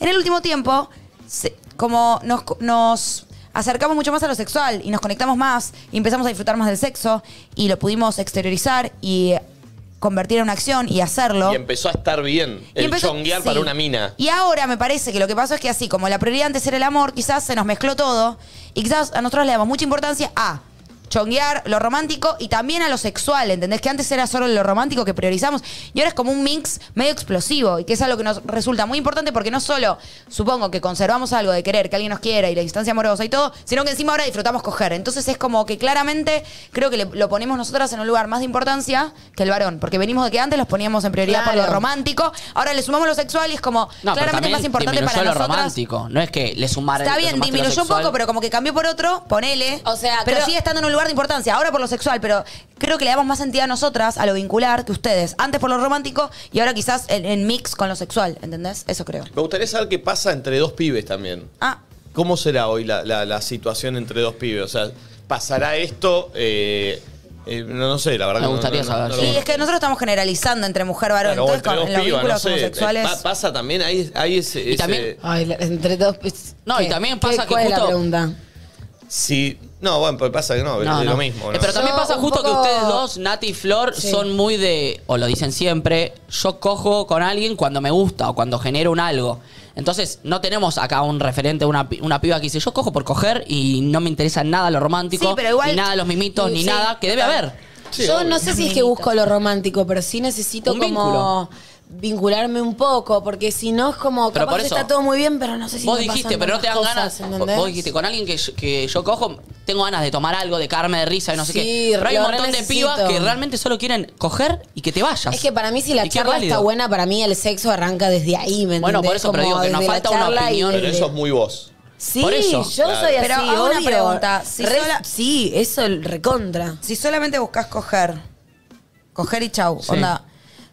[SPEAKER 2] En el último tiempo, se- como nos, nos acercamos mucho más a lo sexual y nos conectamos más y empezamos a disfrutar más del sexo y lo pudimos exteriorizar y convertir en una acción y hacerlo.
[SPEAKER 5] Y empezó a estar bien.
[SPEAKER 2] Y
[SPEAKER 5] el
[SPEAKER 2] empezó-
[SPEAKER 5] chonguear
[SPEAKER 2] sí.
[SPEAKER 5] para una mina.
[SPEAKER 2] Y ahora me parece que lo que pasó es que así, como la prioridad antes era el amor, quizás se nos mezcló todo. Y quizás a nosotros le damos mucha importancia a chonguear, lo romántico y también a lo sexual, ¿entendés? Que antes era solo lo romántico que priorizamos y ahora es como un mix medio explosivo y que es algo que nos resulta muy importante porque no solo supongo que conservamos algo de querer, que alguien nos quiera y la instancia amorosa y todo, sino que encima ahora disfrutamos coger. Entonces es como que claramente creo que le- lo ponemos nosotras en un lugar más de importancia que el varón, porque venimos de que antes los poníamos en prioridad por lo
[SPEAKER 3] Claro.
[SPEAKER 2] romántico, ahora le sumamos lo sexual y es como
[SPEAKER 4] No, pero
[SPEAKER 2] claramente
[SPEAKER 4] también
[SPEAKER 2] más importante
[SPEAKER 4] disminuyó
[SPEAKER 2] para
[SPEAKER 4] lo
[SPEAKER 2] nosotras.
[SPEAKER 4] romántico. No es que le sumaron
[SPEAKER 2] Está bien, disminuyó un poco, pero como que cambió por otro, ponele.
[SPEAKER 3] O sea,
[SPEAKER 2] pero
[SPEAKER 3] creo-
[SPEAKER 2] sigue estando en un lugar de importancia, ahora por lo sexual, pero creo que le damos más sentido a nosotras, a lo vincular, que ustedes. Antes por lo romántico y ahora quizás en, en mix con lo sexual, ¿entendés? Eso creo.
[SPEAKER 5] Me gustaría saber qué pasa entre dos pibes también.
[SPEAKER 2] Ah,
[SPEAKER 5] ¿Cómo será hoy la, la- la situación entre dos pibes? O sea, ¿pasará esto? Eh, eh, no, no sé, la verdad.
[SPEAKER 4] Me
[SPEAKER 5] que no-
[SPEAKER 4] gustaría
[SPEAKER 5] no- no-
[SPEAKER 4] saber,
[SPEAKER 5] no-
[SPEAKER 4] sí.
[SPEAKER 2] y es que nosotros estamos generalizando entre mujer varón,
[SPEAKER 5] Claro, o
[SPEAKER 2] entonces
[SPEAKER 5] entre
[SPEAKER 2] con,
[SPEAKER 5] dos
[SPEAKER 2] en los
[SPEAKER 5] pibas,
[SPEAKER 2] vínculos
[SPEAKER 5] no sé,
[SPEAKER 2] homosexuales.
[SPEAKER 5] pa- pasa también, hay, hay ese,
[SPEAKER 4] Y también-
[SPEAKER 5] ese-
[SPEAKER 3] Ay, la- entre dos. pues,
[SPEAKER 4] No, y
[SPEAKER 3] ¿Qué?
[SPEAKER 4] también pasa
[SPEAKER 3] ¿Qué-
[SPEAKER 4] que
[SPEAKER 3] ¿Cuál es la
[SPEAKER 4] justo-
[SPEAKER 3] pregunta?
[SPEAKER 5] si- no, bueno, pero pasa que no,
[SPEAKER 4] No,
[SPEAKER 5] Pues es
[SPEAKER 4] no.
[SPEAKER 5] lo mismo.
[SPEAKER 4] Eh,
[SPEAKER 5] ¿no?
[SPEAKER 4] Pero también
[SPEAKER 3] Yo
[SPEAKER 4] pasa
[SPEAKER 3] un
[SPEAKER 4] justo que
[SPEAKER 3] poco-
[SPEAKER 4] ustedes dos, Nati y Flor,
[SPEAKER 3] Sí.
[SPEAKER 4] son muy de, o lo dicen siempre, yo cojo con alguien cuando me gusta o cuando genero un algo. Entonces, no tenemos acá un referente, una, pi- una piba que dice, yo cojo por coger y no me interesa nada lo romántico,
[SPEAKER 2] Sí, pero igual-
[SPEAKER 4] ni nada los mimitos,
[SPEAKER 3] Sí,
[SPEAKER 4] ni
[SPEAKER 3] sí,
[SPEAKER 4] nada, que debe haber.
[SPEAKER 5] Sí,
[SPEAKER 3] Yo
[SPEAKER 5] obvio.
[SPEAKER 3] no sé si es que busco lo romántico, pero sí necesito
[SPEAKER 4] Un
[SPEAKER 3] como vincularme un poco, porque si no es como
[SPEAKER 4] Pero
[SPEAKER 3] capaz
[SPEAKER 4] por eso-
[SPEAKER 3] está todo muy bien, pero no sé si
[SPEAKER 4] vos
[SPEAKER 3] me pasan
[SPEAKER 4] dijiste, pero no te dan
[SPEAKER 3] tantas
[SPEAKER 4] ganas.
[SPEAKER 3] cosas, ¿entendés?
[SPEAKER 4] Vos dijiste, con alguien que yo, que yo cojo, tengo ganas de tomar algo, de carne de risa y no sé
[SPEAKER 3] Sí,
[SPEAKER 4] qué. Pero hay
[SPEAKER 3] lo
[SPEAKER 4] un montón de
[SPEAKER 3] necesito.
[SPEAKER 4] pibas que realmente solo quieren coger y que te vayas.
[SPEAKER 3] Es que para mí si la
[SPEAKER 4] Y qué
[SPEAKER 3] charla
[SPEAKER 4] válido.
[SPEAKER 3] está buena, para mí el sexo arranca desde ahí, ¿me
[SPEAKER 4] Bueno,
[SPEAKER 3] entendés?
[SPEAKER 4] por eso, pero digo que nos
[SPEAKER 3] desde la
[SPEAKER 4] falta una
[SPEAKER 3] charla y
[SPEAKER 4] opinión.
[SPEAKER 5] Pero
[SPEAKER 3] desde-
[SPEAKER 5] eso es muy vos.
[SPEAKER 3] Sí,
[SPEAKER 4] Por eso.
[SPEAKER 3] yo soy así,
[SPEAKER 2] Pero hago una
[SPEAKER 3] obvio.
[SPEAKER 2] pregunta, si
[SPEAKER 3] Re-
[SPEAKER 2] sola-
[SPEAKER 3] Sí, eso el recontra.
[SPEAKER 2] Si solamente buscas coger, coger y chau,
[SPEAKER 4] Sí.
[SPEAKER 2] onda,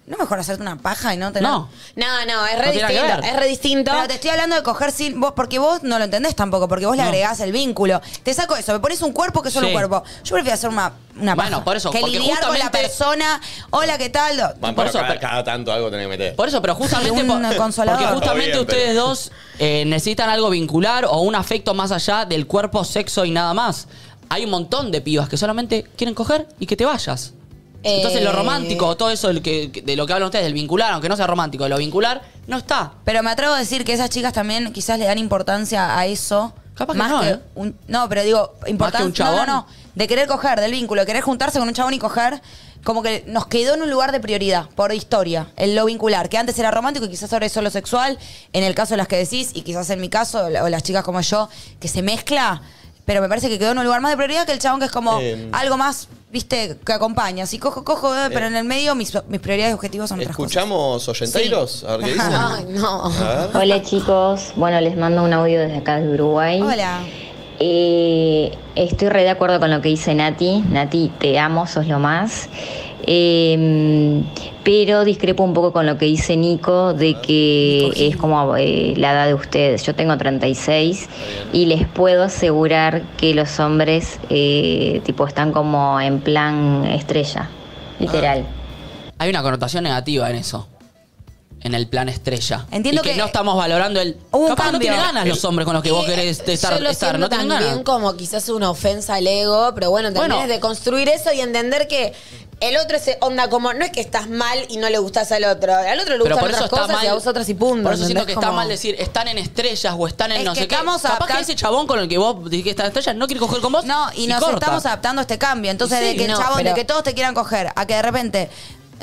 [SPEAKER 2] ¿no mejor hacerte una paja y no tener...?
[SPEAKER 4] No.
[SPEAKER 3] No, no, es re
[SPEAKER 4] No tiene nada que
[SPEAKER 3] distinto,
[SPEAKER 4] ver.
[SPEAKER 3] es re distinto.
[SPEAKER 2] Pero te estoy hablando de coger sin vos, porque vos no lo entendés tampoco, porque vos le
[SPEAKER 4] No.
[SPEAKER 2] agregás el vínculo. Te saco eso, me pones un cuerpo que es solo
[SPEAKER 4] Sí.
[SPEAKER 2] un cuerpo. Yo prefiero hacer una, una
[SPEAKER 4] Bueno,
[SPEAKER 2] paja.
[SPEAKER 4] por eso,
[SPEAKER 2] que
[SPEAKER 4] porque
[SPEAKER 2] lidiar con la
[SPEAKER 4] justamente-
[SPEAKER 2] persona. Hola, ¿qué tal?
[SPEAKER 5] Bueno,
[SPEAKER 4] Por
[SPEAKER 5] pero
[SPEAKER 4] eso,
[SPEAKER 5] cada,
[SPEAKER 4] pero-
[SPEAKER 5] cada tanto algo tenés que meter.
[SPEAKER 4] Por eso, pero justamente.
[SPEAKER 2] Sí, un
[SPEAKER 4] por-
[SPEAKER 2] consolador.
[SPEAKER 4] Porque justamente
[SPEAKER 5] Está bien, pero-
[SPEAKER 4] ustedes dos eh, necesitan algo vincular o un afecto más allá del cuerpo, sexo y nada más. Hay un montón de pibas que solamente quieren coger y que te vayas.
[SPEAKER 3] Eh.
[SPEAKER 4] Entonces, lo romántico, todo eso del que- de lo que hablan ustedes, del vincular, aunque no sea romántico, de lo vincular, no está.
[SPEAKER 2] Pero me atrevo a decir que esas chicas también quizás le dan importancia a eso.
[SPEAKER 4] Capaz que
[SPEAKER 2] más
[SPEAKER 4] no, ¿eh?
[SPEAKER 2] un- no, pero digo, importancia.
[SPEAKER 4] un chabón.
[SPEAKER 2] No, no, no. De querer coger, del vínculo, de querer juntarse con un chabón y coger, como que nos quedó en un lugar de prioridad, por historia, el lo vincular, que antes era romántico y quizás ahora es solo sexual, en el caso de las que decís, y quizás en mi caso, o la- o las chicas como yo, que se mezcla, pero me parece que quedó en un lugar más de prioridad que el chabón que es como
[SPEAKER 5] Eh,
[SPEAKER 2] algo más, viste, que acompaña. Si cojo, cojo, eh, pero en el medio mis, mis prioridades y objetivos son otras cosas.
[SPEAKER 5] ¿Escuchamos oyenteiros? A ver qué dicen.
[SPEAKER 3] Ay, no.
[SPEAKER 5] A ver.
[SPEAKER 8] Hola chicos, bueno les mando un audio desde acá de Uruguay.
[SPEAKER 2] Hola.
[SPEAKER 8] Eh, estoy re de acuerdo con lo que dice Nati. Nati, te amo, sos lo más. Eh, pero discrepo un poco con lo que dice Nico de que es como eh, la edad de ustedes. Yo tengo 36 y les puedo asegurar que los hombres eh, tipo están como en plan estrella, literal.
[SPEAKER 4] Hay una connotación negativa en eso. En el plan estrella.
[SPEAKER 2] Entiendo
[SPEAKER 4] Y que,
[SPEAKER 2] que-
[SPEAKER 4] no estamos valorando el.
[SPEAKER 2] Hubo un
[SPEAKER 4] capaz no
[SPEAKER 2] cambio.
[SPEAKER 4] tienen ganas los hombres con los que vos
[SPEAKER 3] Sí,
[SPEAKER 4] querés
[SPEAKER 3] eh,
[SPEAKER 4] estar.
[SPEAKER 3] yo lo
[SPEAKER 4] estar,
[SPEAKER 3] siento
[SPEAKER 4] no tienen
[SPEAKER 3] también
[SPEAKER 4] ganas.
[SPEAKER 3] como quizás una ofensa al ego, pero bueno, tenés
[SPEAKER 4] Bueno.
[SPEAKER 3] de construir eso y entender que el otro es onda como no es que estás mal y no le gustas al otro, al otro le
[SPEAKER 4] Pero
[SPEAKER 3] gustan
[SPEAKER 4] por
[SPEAKER 3] otras
[SPEAKER 4] eso está
[SPEAKER 3] cosas
[SPEAKER 4] mal.
[SPEAKER 3] y a vos otras y punto.
[SPEAKER 4] Por eso siento que
[SPEAKER 3] ¿entendés?
[SPEAKER 4] está
[SPEAKER 3] Como-
[SPEAKER 4] mal decir están en estrellas o están en
[SPEAKER 2] Es
[SPEAKER 4] no
[SPEAKER 2] que
[SPEAKER 4] sé qué.
[SPEAKER 2] estamos
[SPEAKER 4] Capaz
[SPEAKER 2] adaptando-
[SPEAKER 4] que ese chabón con el que vos dijiste que está en estrellas no quiere coger con vos.
[SPEAKER 2] No, y nos
[SPEAKER 4] corta.
[SPEAKER 2] estamos adaptando a este cambio. Entonces,
[SPEAKER 3] Sí,
[SPEAKER 2] de que el
[SPEAKER 3] no,
[SPEAKER 2] chabón,
[SPEAKER 3] pero-
[SPEAKER 2] de que todos te quieran coger, a que de repente,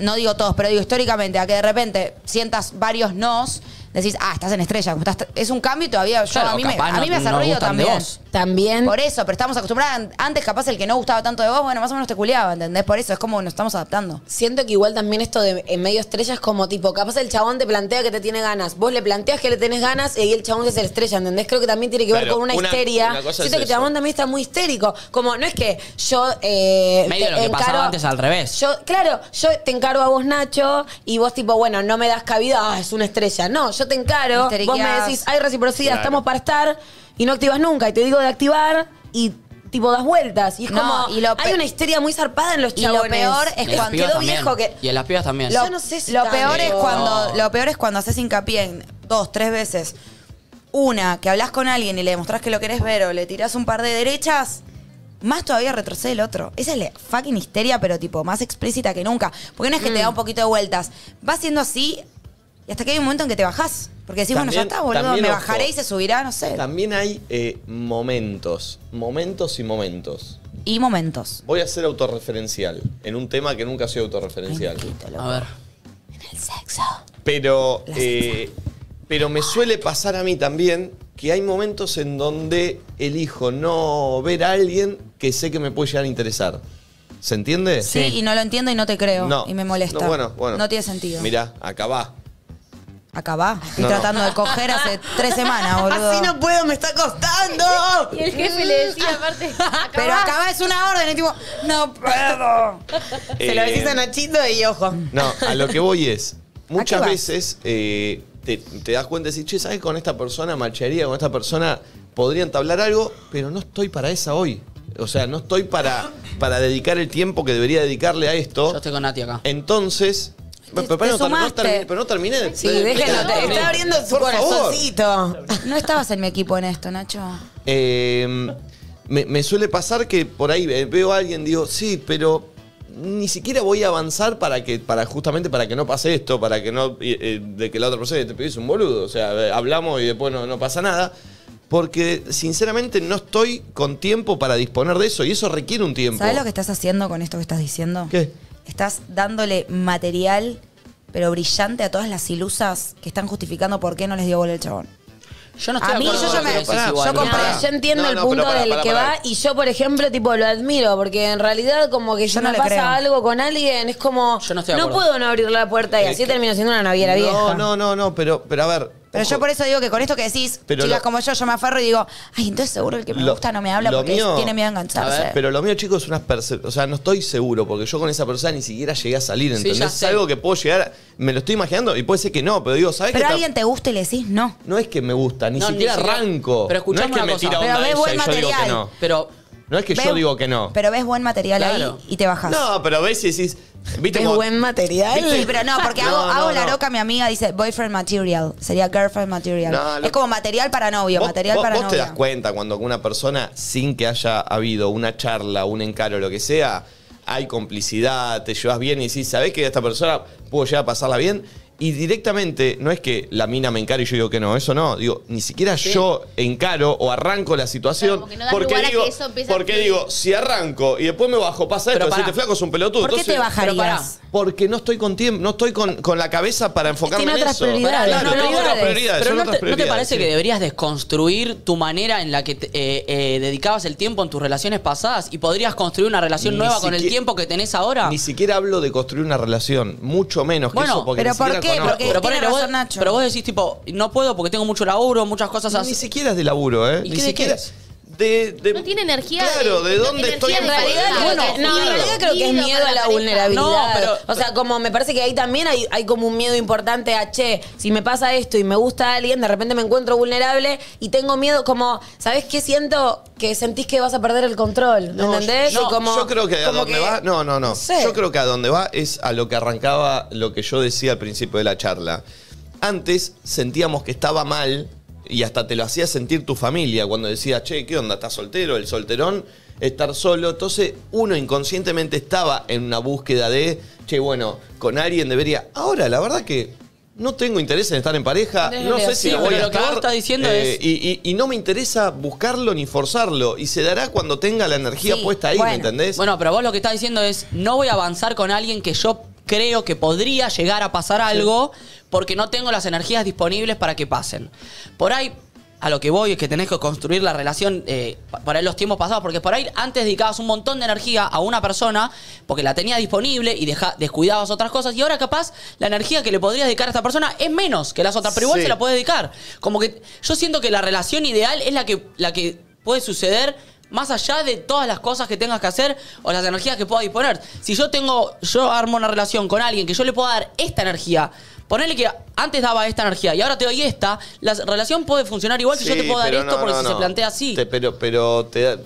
[SPEAKER 2] no digo todos, pero digo históricamente, a que de repente sientas varios nos, decís, ah, estás en estrella. como estás- es un cambio y todavía yo
[SPEAKER 4] Claro,
[SPEAKER 2] a mí me,
[SPEAKER 4] capaz
[SPEAKER 2] a mí
[SPEAKER 4] no-
[SPEAKER 2] me hace
[SPEAKER 4] no
[SPEAKER 2] ruido
[SPEAKER 4] gustan de
[SPEAKER 2] también.
[SPEAKER 4] vos.
[SPEAKER 3] También
[SPEAKER 2] Por eso, pero estamos acostumbrados. Antes, capaz, el que no gustaba tanto de vos, bueno, más o menos te culeaba, ¿entendés? Por eso es como nos estamos adaptando.
[SPEAKER 3] siento que igual también esto de en medio estrella es como tipo, capaz el chabón te plantea que te tiene ganas, vos le planteas que le tenés ganas y ahí el chabón es el estrella, ¿entendés? Creo que también tiene que ver
[SPEAKER 5] Claro,
[SPEAKER 3] con una,
[SPEAKER 5] una-
[SPEAKER 3] histeria.
[SPEAKER 5] una cosa es
[SPEAKER 3] siento que el
[SPEAKER 5] eso.
[SPEAKER 3] chabón también está muy histérico. Como, no es que yo eh,
[SPEAKER 4] Medio
[SPEAKER 3] te
[SPEAKER 4] lo que pasaba antes al revés.
[SPEAKER 3] Yo, claro, yo te encargo a vos, Nacho, y vos tipo, bueno, no me das cabida, ah, es una estrella. No, yo te encaro, vos me
[SPEAKER 2] Histeriqueás.
[SPEAKER 3] decís, hay reciprocidad,
[SPEAKER 5] Claro.
[SPEAKER 3] estamos para estar, y no activas nunca, y te digo de activar, y tipo das vueltas. Y es
[SPEAKER 2] No,
[SPEAKER 3] como,
[SPEAKER 2] y lo
[SPEAKER 3] hay
[SPEAKER 2] pe-
[SPEAKER 3] una histeria muy zarpada en los
[SPEAKER 2] Y lo
[SPEAKER 3] chabones.
[SPEAKER 2] peor es
[SPEAKER 4] Y en las
[SPEAKER 2] cuando
[SPEAKER 4] pibas
[SPEAKER 3] quedó
[SPEAKER 4] también.
[SPEAKER 3] viejo que...
[SPEAKER 4] Y en las pibas también.
[SPEAKER 3] Lo-
[SPEAKER 2] Lo,
[SPEAKER 3] Yo no sé si
[SPEAKER 2] lo
[SPEAKER 3] tanto.
[SPEAKER 2] peor es cuando lo peor es cuando haces hincapié en dos, tres veces una que hablas con alguien y le demostrás que lo querés ver o le tirás un par de derechas, más todavía retrocede el otro. Esa es la fucking histeria, pero tipo, más explícita que nunca. Porque no es que
[SPEAKER 3] Mm.
[SPEAKER 2] te da un poquito de vueltas. Va siendo así y hasta que hay un momento en que te bajás. Porque decís, bueno, ya
[SPEAKER 5] También-
[SPEAKER 2] está, boludo,
[SPEAKER 5] también,
[SPEAKER 2] me
[SPEAKER 5] ojo,
[SPEAKER 2] bajaré y se subirá, no sé.
[SPEAKER 5] También hay eh, momentos, momentos y momentos.
[SPEAKER 2] Y momentos.
[SPEAKER 5] Voy a ser autorreferencial en un tema que nunca soy autorreferencial.
[SPEAKER 4] A ver.
[SPEAKER 5] Pero, eh, pero me suele pasar a mí también que hay momentos en donde elijo no ver a alguien que sé que me puede llegar a interesar. ¿Se entiende?
[SPEAKER 2] Sí, y no lo entiendo y no te creo.
[SPEAKER 5] No.
[SPEAKER 2] Y me molesta.
[SPEAKER 5] No, bueno, bueno.
[SPEAKER 2] No tiene sentido.
[SPEAKER 5] Mirá, acá va.
[SPEAKER 2] Acá va. Estoy
[SPEAKER 5] No, no.
[SPEAKER 2] tratando de coger hace tres semanas, boludo.
[SPEAKER 3] Así no puedo, me está costando.
[SPEAKER 7] Y el jefe le decía, aparte, acá
[SPEAKER 2] Pero
[SPEAKER 7] va.
[SPEAKER 2] acá va, es una orden. Y tipo, no puedo.
[SPEAKER 3] Se lo
[SPEAKER 5] Eh,
[SPEAKER 3] decís a Nachito y ojo.
[SPEAKER 5] No, a lo que voy
[SPEAKER 2] ¿A
[SPEAKER 5] es,
[SPEAKER 2] qué
[SPEAKER 5] muchas
[SPEAKER 2] vas?
[SPEAKER 5] veces eh, te, te das cuenta y decís, che, ¿sabes? Con esta persona marcharía, con esta persona podría entablar algo, pero no estoy para esa hoy. O sea, no estoy para, para dedicar el tiempo que debería dedicarle a
[SPEAKER 4] Yo
[SPEAKER 5] esto.
[SPEAKER 4] estoy con Nati acá.
[SPEAKER 5] Entonces... Pero,
[SPEAKER 2] te
[SPEAKER 5] no, ter- no
[SPEAKER 2] sumaste.
[SPEAKER 5] terminé- pero no terminé. de-
[SPEAKER 3] Sí,
[SPEAKER 5] de-
[SPEAKER 3] déjenlo.
[SPEAKER 5] de-
[SPEAKER 3] te- Está abriendo su
[SPEAKER 5] Por favor.
[SPEAKER 3] corazoncito.
[SPEAKER 2] No estabas en mi equipo en esto, Nacho.
[SPEAKER 5] Eh, me, me suele pasar que por ahí ve- veo a alguien, digo, sí, pero ni siquiera voy a avanzar para que, para justamente para que no pase esto, para que no, eh, eh, de que la otra persona te pides un boludo. O sea, eh, hablamos y después no, no pasa nada. Porque sinceramente no estoy con tiempo para disponer de eso y eso requiere un tiempo.
[SPEAKER 2] ¿Sabes lo que estás haciendo con esto que estás diciendo?
[SPEAKER 5] ¿Qué?
[SPEAKER 2] Estás dándole material, pero brillante, a todas las ilusas que están justificando por qué no les dio bola el chabón.
[SPEAKER 4] Yo no
[SPEAKER 2] A
[SPEAKER 4] estoy de
[SPEAKER 2] mí
[SPEAKER 4] acuerdo
[SPEAKER 2] yo
[SPEAKER 4] con
[SPEAKER 2] ya
[SPEAKER 4] lo
[SPEAKER 2] me-
[SPEAKER 4] que decís
[SPEAKER 5] yo
[SPEAKER 4] igual.
[SPEAKER 2] compré.
[SPEAKER 5] Pará.
[SPEAKER 3] Yo entiendo
[SPEAKER 5] No,
[SPEAKER 3] el
[SPEAKER 5] no,
[SPEAKER 3] punto
[SPEAKER 5] pero pará,
[SPEAKER 3] del
[SPEAKER 5] pará,
[SPEAKER 3] que
[SPEAKER 5] pará.
[SPEAKER 3] va y yo, por ejemplo, tipo lo admiro porque en realidad como que
[SPEAKER 2] Yo
[SPEAKER 3] yo
[SPEAKER 2] no
[SPEAKER 3] no
[SPEAKER 2] le
[SPEAKER 3] me pasa
[SPEAKER 2] creo.
[SPEAKER 3] algo con alguien, es como
[SPEAKER 4] Yo no estoy de acuerdo.
[SPEAKER 3] puedo no abrir la puerta y
[SPEAKER 5] Eh,
[SPEAKER 3] así
[SPEAKER 5] que-
[SPEAKER 3] termino siendo una naviera
[SPEAKER 5] no,
[SPEAKER 3] vieja.
[SPEAKER 5] no, no, no, pero, pero a ver.
[SPEAKER 2] Pero yo
[SPEAKER 5] ojo,
[SPEAKER 2] por eso digo que con esto que decís,
[SPEAKER 5] Pero
[SPEAKER 2] chicas
[SPEAKER 5] lo-
[SPEAKER 2] como yo, yo me aferro y digo, ay, entonces seguro el que me
[SPEAKER 5] Lo-
[SPEAKER 2] gusta no me habla
[SPEAKER 5] lo
[SPEAKER 2] porque es-
[SPEAKER 5] mío-
[SPEAKER 2] tiene miedo a engancharse.
[SPEAKER 4] A ver,
[SPEAKER 5] Pero lo mío, chicos, es una percepción. O sea, no estoy seguro, porque yo con esa persona ni siquiera llegué a salir,
[SPEAKER 4] Sí, ya
[SPEAKER 5] ¿entendés? es
[SPEAKER 4] sé.
[SPEAKER 5] algo que puedo llegar. a- Me lo estoy imaginando y puede ser que no, pero digo, ¿sabes
[SPEAKER 2] Pero
[SPEAKER 5] que ta-
[SPEAKER 2] alguien te gusta y le decís no.
[SPEAKER 5] No es que me gusta, ni
[SPEAKER 4] No, ni
[SPEAKER 5] siquiera
[SPEAKER 4] siquiera-
[SPEAKER 5] arranco.
[SPEAKER 4] pero
[SPEAKER 5] no
[SPEAKER 4] escuchame
[SPEAKER 5] es que
[SPEAKER 4] una
[SPEAKER 5] me
[SPEAKER 4] cosa.
[SPEAKER 5] tira
[SPEAKER 2] Pero
[SPEAKER 5] onda
[SPEAKER 2] ves
[SPEAKER 5] esa
[SPEAKER 2] buen
[SPEAKER 5] y yo digo que
[SPEAKER 2] material.
[SPEAKER 5] no.
[SPEAKER 4] Pero
[SPEAKER 5] No es que yo
[SPEAKER 2] Ves-
[SPEAKER 5] digo que no.
[SPEAKER 2] Pero ves buen material
[SPEAKER 4] Claro.
[SPEAKER 2] ahí y te bajás.
[SPEAKER 5] no, pero ves y decís. ¿Viste
[SPEAKER 3] Es
[SPEAKER 5] cómo-
[SPEAKER 3] buen material.
[SPEAKER 5] ¿Viste?
[SPEAKER 2] Sí, pero no, porque
[SPEAKER 5] No,
[SPEAKER 2] hago,
[SPEAKER 5] no,
[SPEAKER 2] hago la
[SPEAKER 5] no.
[SPEAKER 2] loca, mi amiga dice boyfriend material. Sería girlfriend material.
[SPEAKER 5] No, lo-
[SPEAKER 2] es como material para novio,
[SPEAKER 5] Vos-
[SPEAKER 2] material
[SPEAKER 5] vos-
[SPEAKER 2] para
[SPEAKER 5] vos
[SPEAKER 2] novio.
[SPEAKER 5] te das cuenta cuando una persona, sin que haya habido una charla, un encaro, lo que sea, hay complicidad, te llevas bien y decís, ¿sabés que esta persona puedo llegar a pasarla bien? Y directamente, no es que la mina me encare y yo digo que no, eso no. Digo, ni siquiera yo encaro o arranco la situación.
[SPEAKER 7] Claro, porque no das
[SPEAKER 5] porque
[SPEAKER 7] lugar a
[SPEAKER 5] digo,
[SPEAKER 7] que eso empiece a
[SPEAKER 5] porque
[SPEAKER 7] fluir.
[SPEAKER 5] digo, si arranco y después me bajo, pasa
[SPEAKER 4] Pero
[SPEAKER 5] esto, si te
[SPEAKER 4] pará.
[SPEAKER 5] flaco es un pelotudo.
[SPEAKER 2] ¿Por qué
[SPEAKER 5] Entonces-
[SPEAKER 2] te
[SPEAKER 4] pero pará.
[SPEAKER 2] bajarías?
[SPEAKER 5] Porque no estoy con tiempo, no estoy con, con la cabeza para enfocarme en
[SPEAKER 3] otras
[SPEAKER 5] eso.
[SPEAKER 3] prioridades,
[SPEAKER 5] Claro,
[SPEAKER 4] no,
[SPEAKER 5] tengo otras
[SPEAKER 3] prioridades.
[SPEAKER 5] prioridades,
[SPEAKER 4] Pero
[SPEAKER 5] son
[SPEAKER 4] no
[SPEAKER 5] otras
[SPEAKER 4] te, ¿no te
[SPEAKER 5] prioridades,
[SPEAKER 4] parece
[SPEAKER 5] sí.
[SPEAKER 4] que deberías desconstruir tu manera en la que te- eh, eh, dedicabas el tiempo en tus relaciones pasadas y podrías construir una relación
[SPEAKER 5] Ni
[SPEAKER 4] nueva con el
[SPEAKER 5] siquiera-
[SPEAKER 4] tiempo que tenés ahora?
[SPEAKER 5] Ni siquiera hablo de construir una relación, mucho menos que
[SPEAKER 4] Bueno,
[SPEAKER 5] eso, porque
[SPEAKER 2] pero
[SPEAKER 5] ni
[SPEAKER 2] ¿por
[SPEAKER 5] siquiera
[SPEAKER 2] qué?
[SPEAKER 5] conozco.
[SPEAKER 2] Porque-
[SPEAKER 4] pero,
[SPEAKER 2] tiene
[SPEAKER 4] ponele, vos,
[SPEAKER 2] razón Nacho.
[SPEAKER 4] pero vos decís, tipo, no puedo porque tengo mucho laburo, muchas cosas
[SPEAKER 5] ni
[SPEAKER 4] así.
[SPEAKER 5] siquiera es de laburo, ¿eh?
[SPEAKER 4] ¿Y
[SPEAKER 5] ni
[SPEAKER 4] qué de
[SPEAKER 5] siquiera
[SPEAKER 4] qué es?
[SPEAKER 5] de, de-
[SPEAKER 7] No tiene energía
[SPEAKER 5] Claro,
[SPEAKER 7] de-
[SPEAKER 5] de,
[SPEAKER 7] no
[SPEAKER 5] dónde
[SPEAKER 7] tiene
[SPEAKER 5] estoy
[SPEAKER 7] energía de
[SPEAKER 3] En realidad,
[SPEAKER 7] Bueno,
[SPEAKER 3] creo que, no, en
[SPEAKER 7] claro.
[SPEAKER 3] realidad creo que es
[SPEAKER 7] Miedo
[SPEAKER 3] miedo a
[SPEAKER 7] para
[SPEAKER 3] la
[SPEAKER 7] la
[SPEAKER 3] vulnerabilidad.
[SPEAKER 4] No, pero-
[SPEAKER 3] o sea, como me parece que ahí también hay, hay como un miedo importante a, che, si me pasa esto y me gusta alguien, de repente me encuentro vulnerable y tengo miedo como, ¿sabes qué siento? Que sentís que vas a perder el control,
[SPEAKER 5] No,
[SPEAKER 3] ¿entendés?
[SPEAKER 5] yo-
[SPEAKER 3] Y como-
[SPEAKER 5] yo creo que a
[SPEAKER 3] como
[SPEAKER 5] donde
[SPEAKER 3] que-
[SPEAKER 5] va, no, no, no.
[SPEAKER 3] sé.
[SPEAKER 5] Yo creo que a donde va es a lo que arrancaba lo que yo decía al principio de la charla. Antes sentíamos que estaba mal y hasta te lo hacía sentir tu familia cuando decía, che, ¿qué onda? ¿Estás soltero? El solterón, estar solo. Entonces uno inconscientemente estaba en una búsqueda de, che, bueno, con alguien debería. Ahora, la verdad que. No tengo interés en estar en pareja,
[SPEAKER 3] Desde
[SPEAKER 5] no sé
[SPEAKER 3] Brasil.
[SPEAKER 5] si lo
[SPEAKER 4] Sí,
[SPEAKER 5] voy
[SPEAKER 4] pero
[SPEAKER 5] a
[SPEAKER 4] lo que vos
[SPEAKER 5] estar. eh,
[SPEAKER 4] estás diciendo es-
[SPEAKER 5] Y, y- y no me interesa buscarlo ni forzarlo. Y se dará cuando tenga la energía
[SPEAKER 2] Sí,
[SPEAKER 5] puesta ahí,
[SPEAKER 2] bueno.
[SPEAKER 5] ¿me entendés?
[SPEAKER 4] Bueno, pero vos lo que estás diciendo es, no voy a avanzar con alguien que yo creo que podría llegar a pasar algo porque no tengo las energías disponibles para que pasen. Por ahí, a lo que voy es que tenés que construir la relación eh, pa- para los tiempos pasados, porque por ahí antes dedicabas un montón de energía a una persona porque la tenías disponible y deja, descuidabas otras cosas y ahora capaz la energía que le podrías dedicar a esta persona es menos que las otras, pero igual
[SPEAKER 5] Sí.
[SPEAKER 4] se la puedes dedicar. Como que yo siento que la relación ideal es la que, la que puede suceder más allá de todas las cosas que tengas que hacer o las energías que puedas disponer. Si yo tengo, yo armo una relación con alguien que yo le pueda dar esta energía, ponerle que antes daba esta energía y ahora te doy esta, la relación puede funcionar igual que yo te
[SPEAKER 5] Sí,
[SPEAKER 4] puedo dar
[SPEAKER 5] pero
[SPEAKER 4] esto
[SPEAKER 5] no,
[SPEAKER 4] porque
[SPEAKER 5] no,
[SPEAKER 4] si
[SPEAKER 5] no.
[SPEAKER 4] se plantea así.
[SPEAKER 5] Te- pero pero te da-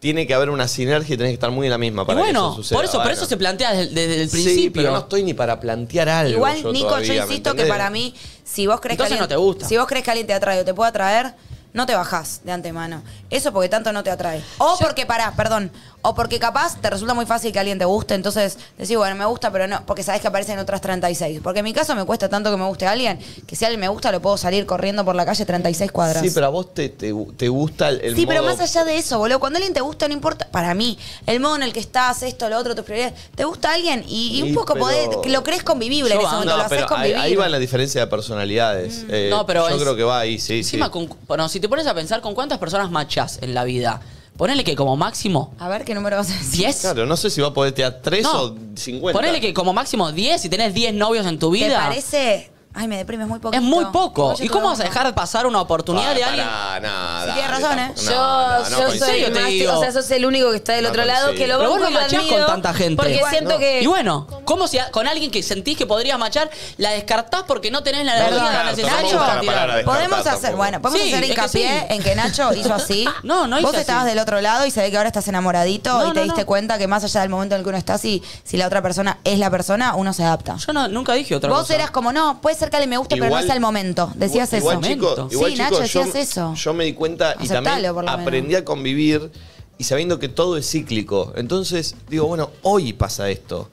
[SPEAKER 5] tiene que haber una sinergia y tenés que estar muy en la misma
[SPEAKER 4] Y
[SPEAKER 5] para que
[SPEAKER 4] bueno,
[SPEAKER 5] eso suceda.
[SPEAKER 4] por eso, por
[SPEAKER 5] Bueno.
[SPEAKER 4] eso se plantea desde, desde el
[SPEAKER 5] Sí,
[SPEAKER 4] principio.
[SPEAKER 5] pero no estoy ni para plantear algo.
[SPEAKER 2] Igual,
[SPEAKER 5] yo
[SPEAKER 2] Nico,
[SPEAKER 5] todavía,
[SPEAKER 2] yo
[SPEAKER 5] ¿me
[SPEAKER 2] insisto que
[SPEAKER 5] entendés?
[SPEAKER 2] para mí, si vos crees que
[SPEAKER 4] Entonces
[SPEAKER 2] alguien,
[SPEAKER 4] no te gusta.
[SPEAKER 2] Si vos crees que alguien te atrae o te puede atraer, no te bajás de antemano. Eso porque tanto no te atrae. O porque, pará, perdón. O porque capaz te resulta muy fácil que alguien te guste, entonces decís, bueno, me gusta, pero no, porque sabés que aparecen otras 36. Porque en mi caso me cuesta tanto que me guste alguien, que si alguien me gusta, lo puedo salir corriendo por la calle 36 cuadras.
[SPEAKER 5] Sí, pero a vos te, te, te gusta el, el
[SPEAKER 2] Sí, pero
[SPEAKER 5] modo-
[SPEAKER 2] más allá de eso, boludo, cuando alguien te gusta, no importa, para mí, el modo en el que estás, esto, lo otro, tus prioridades, te gusta alguien y, y un
[SPEAKER 5] Sí,
[SPEAKER 2] poco
[SPEAKER 5] pero-
[SPEAKER 2] podés- que lo crees convivible en
[SPEAKER 4] Yo
[SPEAKER 2] ese
[SPEAKER 4] amo.
[SPEAKER 2] momento,
[SPEAKER 5] No,
[SPEAKER 2] lo haces
[SPEAKER 5] pero ahí,
[SPEAKER 2] convivir.
[SPEAKER 5] ahí va la diferencia de personalidades. Eh,
[SPEAKER 4] Mm. No, pero
[SPEAKER 5] yo
[SPEAKER 4] es-
[SPEAKER 5] creo que va ahí, sí. sí.
[SPEAKER 4] Encima, con- bueno, si te pones a pensar con cuántas personas machás en la vida, ponele que como máximo
[SPEAKER 2] A ver qué número vas a decir.
[SPEAKER 4] 10.
[SPEAKER 5] Claro, no sé si va a poder tener 3
[SPEAKER 4] No.
[SPEAKER 5] o 50.
[SPEAKER 4] Ponele que como máximo 10 si tenés 10 novios en tu
[SPEAKER 2] ¿Te
[SPEAKER 4] vida.
[SPEAKER 2] parece? Ay, me deprime, es muy poco.
[SPEAKER 4] es muy poco. ¿Y cómo vas a dejar pasar una oportunidad de alguien?
[SPEAKER 5] Para, nada.
[SPEAKER 2] Sí, tienes
[SPEAKER 5] dale,
[SPEAKER 2] razón,
[SPEAKER 5] tampoco.
[SPEAKER 2] ¿eh?
[SPEAKER 5] No,
[SPEAKER 3] yo
[SPEAKER 5] no, no
[SPEAKER 3] yo
[SPEAKER 5] coincido.
[SPEAKER 3] soy
[SPEAKER 4] Yo te
[SPEAKER 3] más,
[SPEAKER 4] digo.
[SPEAKER 3] o sea, sos el único que está del
[SPEAKER 5] No
[SPEAKER 3] otro lado
[SPEAKER 5] coincido.
[SPEAKER 3] que lo
[SPEAKER 4] Pero
[SPEAKER 3] banco
[SPEAKER 4] vos no
[SPEAKER 3] y lo
[SPEAKER 4] machás
[SPEAKER 3] admiro,
[SPEAKER 4] con tanta gente.
[SPEAKER 3] Porque
[SPEAKER 4] Igual
[SPEAKER 3] siento
[SPEAKER 5] no.
[SPEAKER 3] que
[SPEAKER 4] Y bueno, ¿cómo si a- con alguien que sentís que podrías machar, la descartás porque no tenés la
[SPEAKER 5] Perdón,
[SPEAKER 4] energía
[SPEAKER 5] descarto,
[SPEAKER 4] necesaria
[SPEAKER 2] Nacho,
[SPEAKER 4] para
[SPEAKER 5] la palabra
[SPEAKER 4] tirar?
[SPEAKER 5] descartar
[SPEAKER 2] Podemos hacer,
[SPEAKER 5] tampoco.
[SPEAKER 2] bueno, podemos
[SPEAKER 4] Sí,
[SPEAKER 2] hacer
[SPEAKER 4] es que
[SPEAKER 2] hincapié
[SPEAKER 4] sí.
[SPEAKER 2] en que Nacho hizo así.
[SPEAKER 4] No, no hizo
[SPEAKER 2] Vos
[SPEAKER 4] así.
[SPEAKER 2] estabas del otro lado y se ve que ahora estás enamoradito
[SPEAKER 4] No,
[SPEAKER 2] y te
[SPEAKER 4] no,
[SPEAKER 2] diste
[SPEAKER 4] no.
[SPEAKER 2] cuenta que más allá del momento en el que uno está, si, si la otra persona es la persona, uno se adapta.
[SPEAKER 4] Yo no- nunca dije otra
[SPEAKER 2] Vos
[SPEAKER 4] cosa.
[SPEAKER 2] eras como, no, puede ser que le me guste, pero
[SPEAKER 5] Igual-
[SPEAKER 2] no es el momento. Decías
[SPEAKER 5] igual,
[SPEAKER 2] eso.
[SPEAKER 5] Igual, chico,
[SPEAKER 4] Momento.
[SPEAKER 5] igual,
[SPEAKER 2] Sí,
[SPEAKER 5] chico,
[SPEAKER 2] Nacho,
[SPEAKER 5] yo,
[SPEAKER 2] decías eso.
[SPEAKER 5] Yo me di cuenta y
[SPEAKER 2] Aceptalo,
[SPEAKER 5] también
[SPEAKER 2] por lo menos.
[SPEAKER 5] aprendí a convivir y sabiendo que todo es cíclico. Entonces, digo, bueno, hoy pasa esto.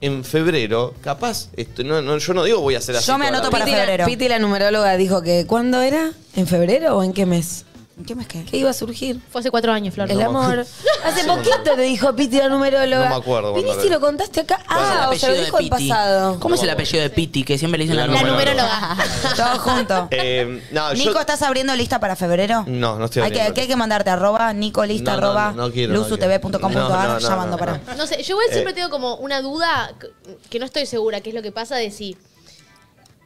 [SPEAKER 5] En febrero, capaz, esto, no, no, yo no digo voy a hacer así.
[SPEAKER 2] Yo me
[SPEAKER 5] toda la
[SPEAKER 2] anoto
[SPEAKER 5] vida.
[SPEAKER 2] para
[SPEAKER 3] Piti, la,
[SPEAKER 2] febrero.
[SPEAKER 3] Piti, la numeróloga, dijo que ¿cuándo era? ¿En febrero o en qué mes?
[SPEAKER 2] ¿Qué más que?
[SPEAKER 3] ¿Qué iba a surgir?
[SPEAKER 7] Fue hace cuatro años, Flor.
[SPEAKER 3] El amor. Hace poquito le dijo Piti la numeróloga.
[SPEAKER 5] No me acuerdo cuándo
[SPEAKER 3] Viniste y
[SPEAKER 5] era.
[SPEAKER 3] lo contaste acá.
[SPEAKER 4] ¿Cuál es el
[SPEAKER 3] Ah, o sea, lo
[SPEAKER 4] apellido de
[SPEAKER 3] dijo el
[SPEAKER 4] Piti?
[SPEAKER 3] pasado.
[SPEAKER 4] ¿Cómo es el apellido de Piti que siempre le dicen
[SPEAKER 5] La
[SPEAKER 4] la,
[SPEAKER 7] La
[SPEAKER 4] numeróloga?
[SPEAKER 7] numeróloga.
[SPEAKER 2] Todo junto.
[SPEAKER 5] Eh, no, yo-
[SPEAKER 2] Nico, ¿estás abriendo lista para febrero?
[SPEAKER 5] No, no estoy
[SPEAKER 2] Hay que,
[SPEAKER 5] abriendo.
[SPEAKER 2] que hay que mandarte arroba nicolista
[SPEAKER 5] No, no,
[SPEAKER 2] arroba
[SPEAKER 5] no, no quiero, no
[SPEAKER 2] luzutv.com.ar
[SPEAKER 5] quiero. No, no, no,
[SPEAKER 2] llamando
[SPEAKER 5] no,
[SPEAKER 2] para.
[SPEAKER 5] no.
[SPEAKER 7] No sé, yo igual siempre
[SPEAKER 5] Eh.
[SPEAKER 7] tengo como una duda que- que no estoy segura, que es lo que pasa de si.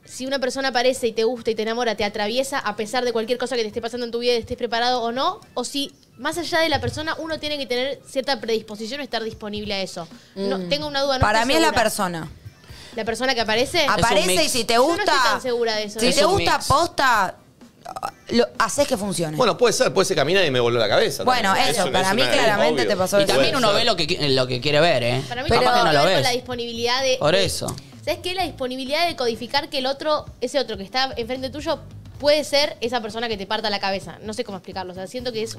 [SPEAKER 7] Si una persona aparece y te gusta y te enamora, te atraviesa a pesar de cualquier cosa que te esté pasando en tu vida, estés preparado o no, o si más allá de la persona uno tiene que tener cierta predisposición o estar disponible a eso. No,
[SPEAKER 4] Mm.
[SPEAKER 7] tengo una duda. No
[SPEAKER 2] Para
[SPEAKER 7] estoy
[SPEAKER 2] mí es la
[SPEAKER 7] segura.
[SPEAKER 2] persona.
[SPEAKER 7] La persona que aparece.
[SPEAKER 4] un
[SPEAKER 2] Aparece
[SPEAKER 4] mix.
[SPEAKER 2] y si te
[SPEAKER 7] Yo no
[SPEAKER 2] gusta.
[SPEAKER 7] estoy tan segura de eso,
[SPEAKER 2] Si
[SPEAKER 7] ¿eh?
[SPEAKER 2] te
[SPEAKER 4] Es un
[SPEAKER 2] gusta
[SPEAKER 4] mix.
[SPEAKER 2] posta, lo haces que funcione.
[SPEAKER 5] Bueno, puede ser, puede ser caminar y me voló la cabeza.
[SPEAKER 2] Bueno,
[SPEAKER 5] también.
[SPEAKER 2] eso,
[SPEAKER 5] un-
[SPEAKER 2] para mí
[SPEAKER 5] una-
[SPEAKER 2] claramente
[SPEAKER 5] obvio.
[SPEAKER 2] te pasó
[SPEAKER 4] Y también
[SPEAKER 5] Puede
[SPEAKER 4] uno
[SPEAKER 5] ser.
[SPEAKER 4] ve lo que, qui- lo que quiere ver, ¿eh?
[SPEAKER 7] Para mí
[SPEAKER 4] Capaz
[SPEAKER 7] tiene
[SPEAKER 4] que no
[SPEAKER 7] que
[SPEAKER 4] lo
[SPEAKER 7] ver con la
[SPEAKER 4] ves.
[SPEAKER 7] disponibilidad de.
[SPEAKER 4] Por
[SPEAKER 7] de-
[SPEAKER 4] eso.
[SPEAKER 7] ¿Sabes qué? La disponibilidad de codificar que el otro, ese otro que está enfrente tuyo, puede ser esa persona que te parta la cabeza. No sé cómo explicarlo. O sea, siento que es.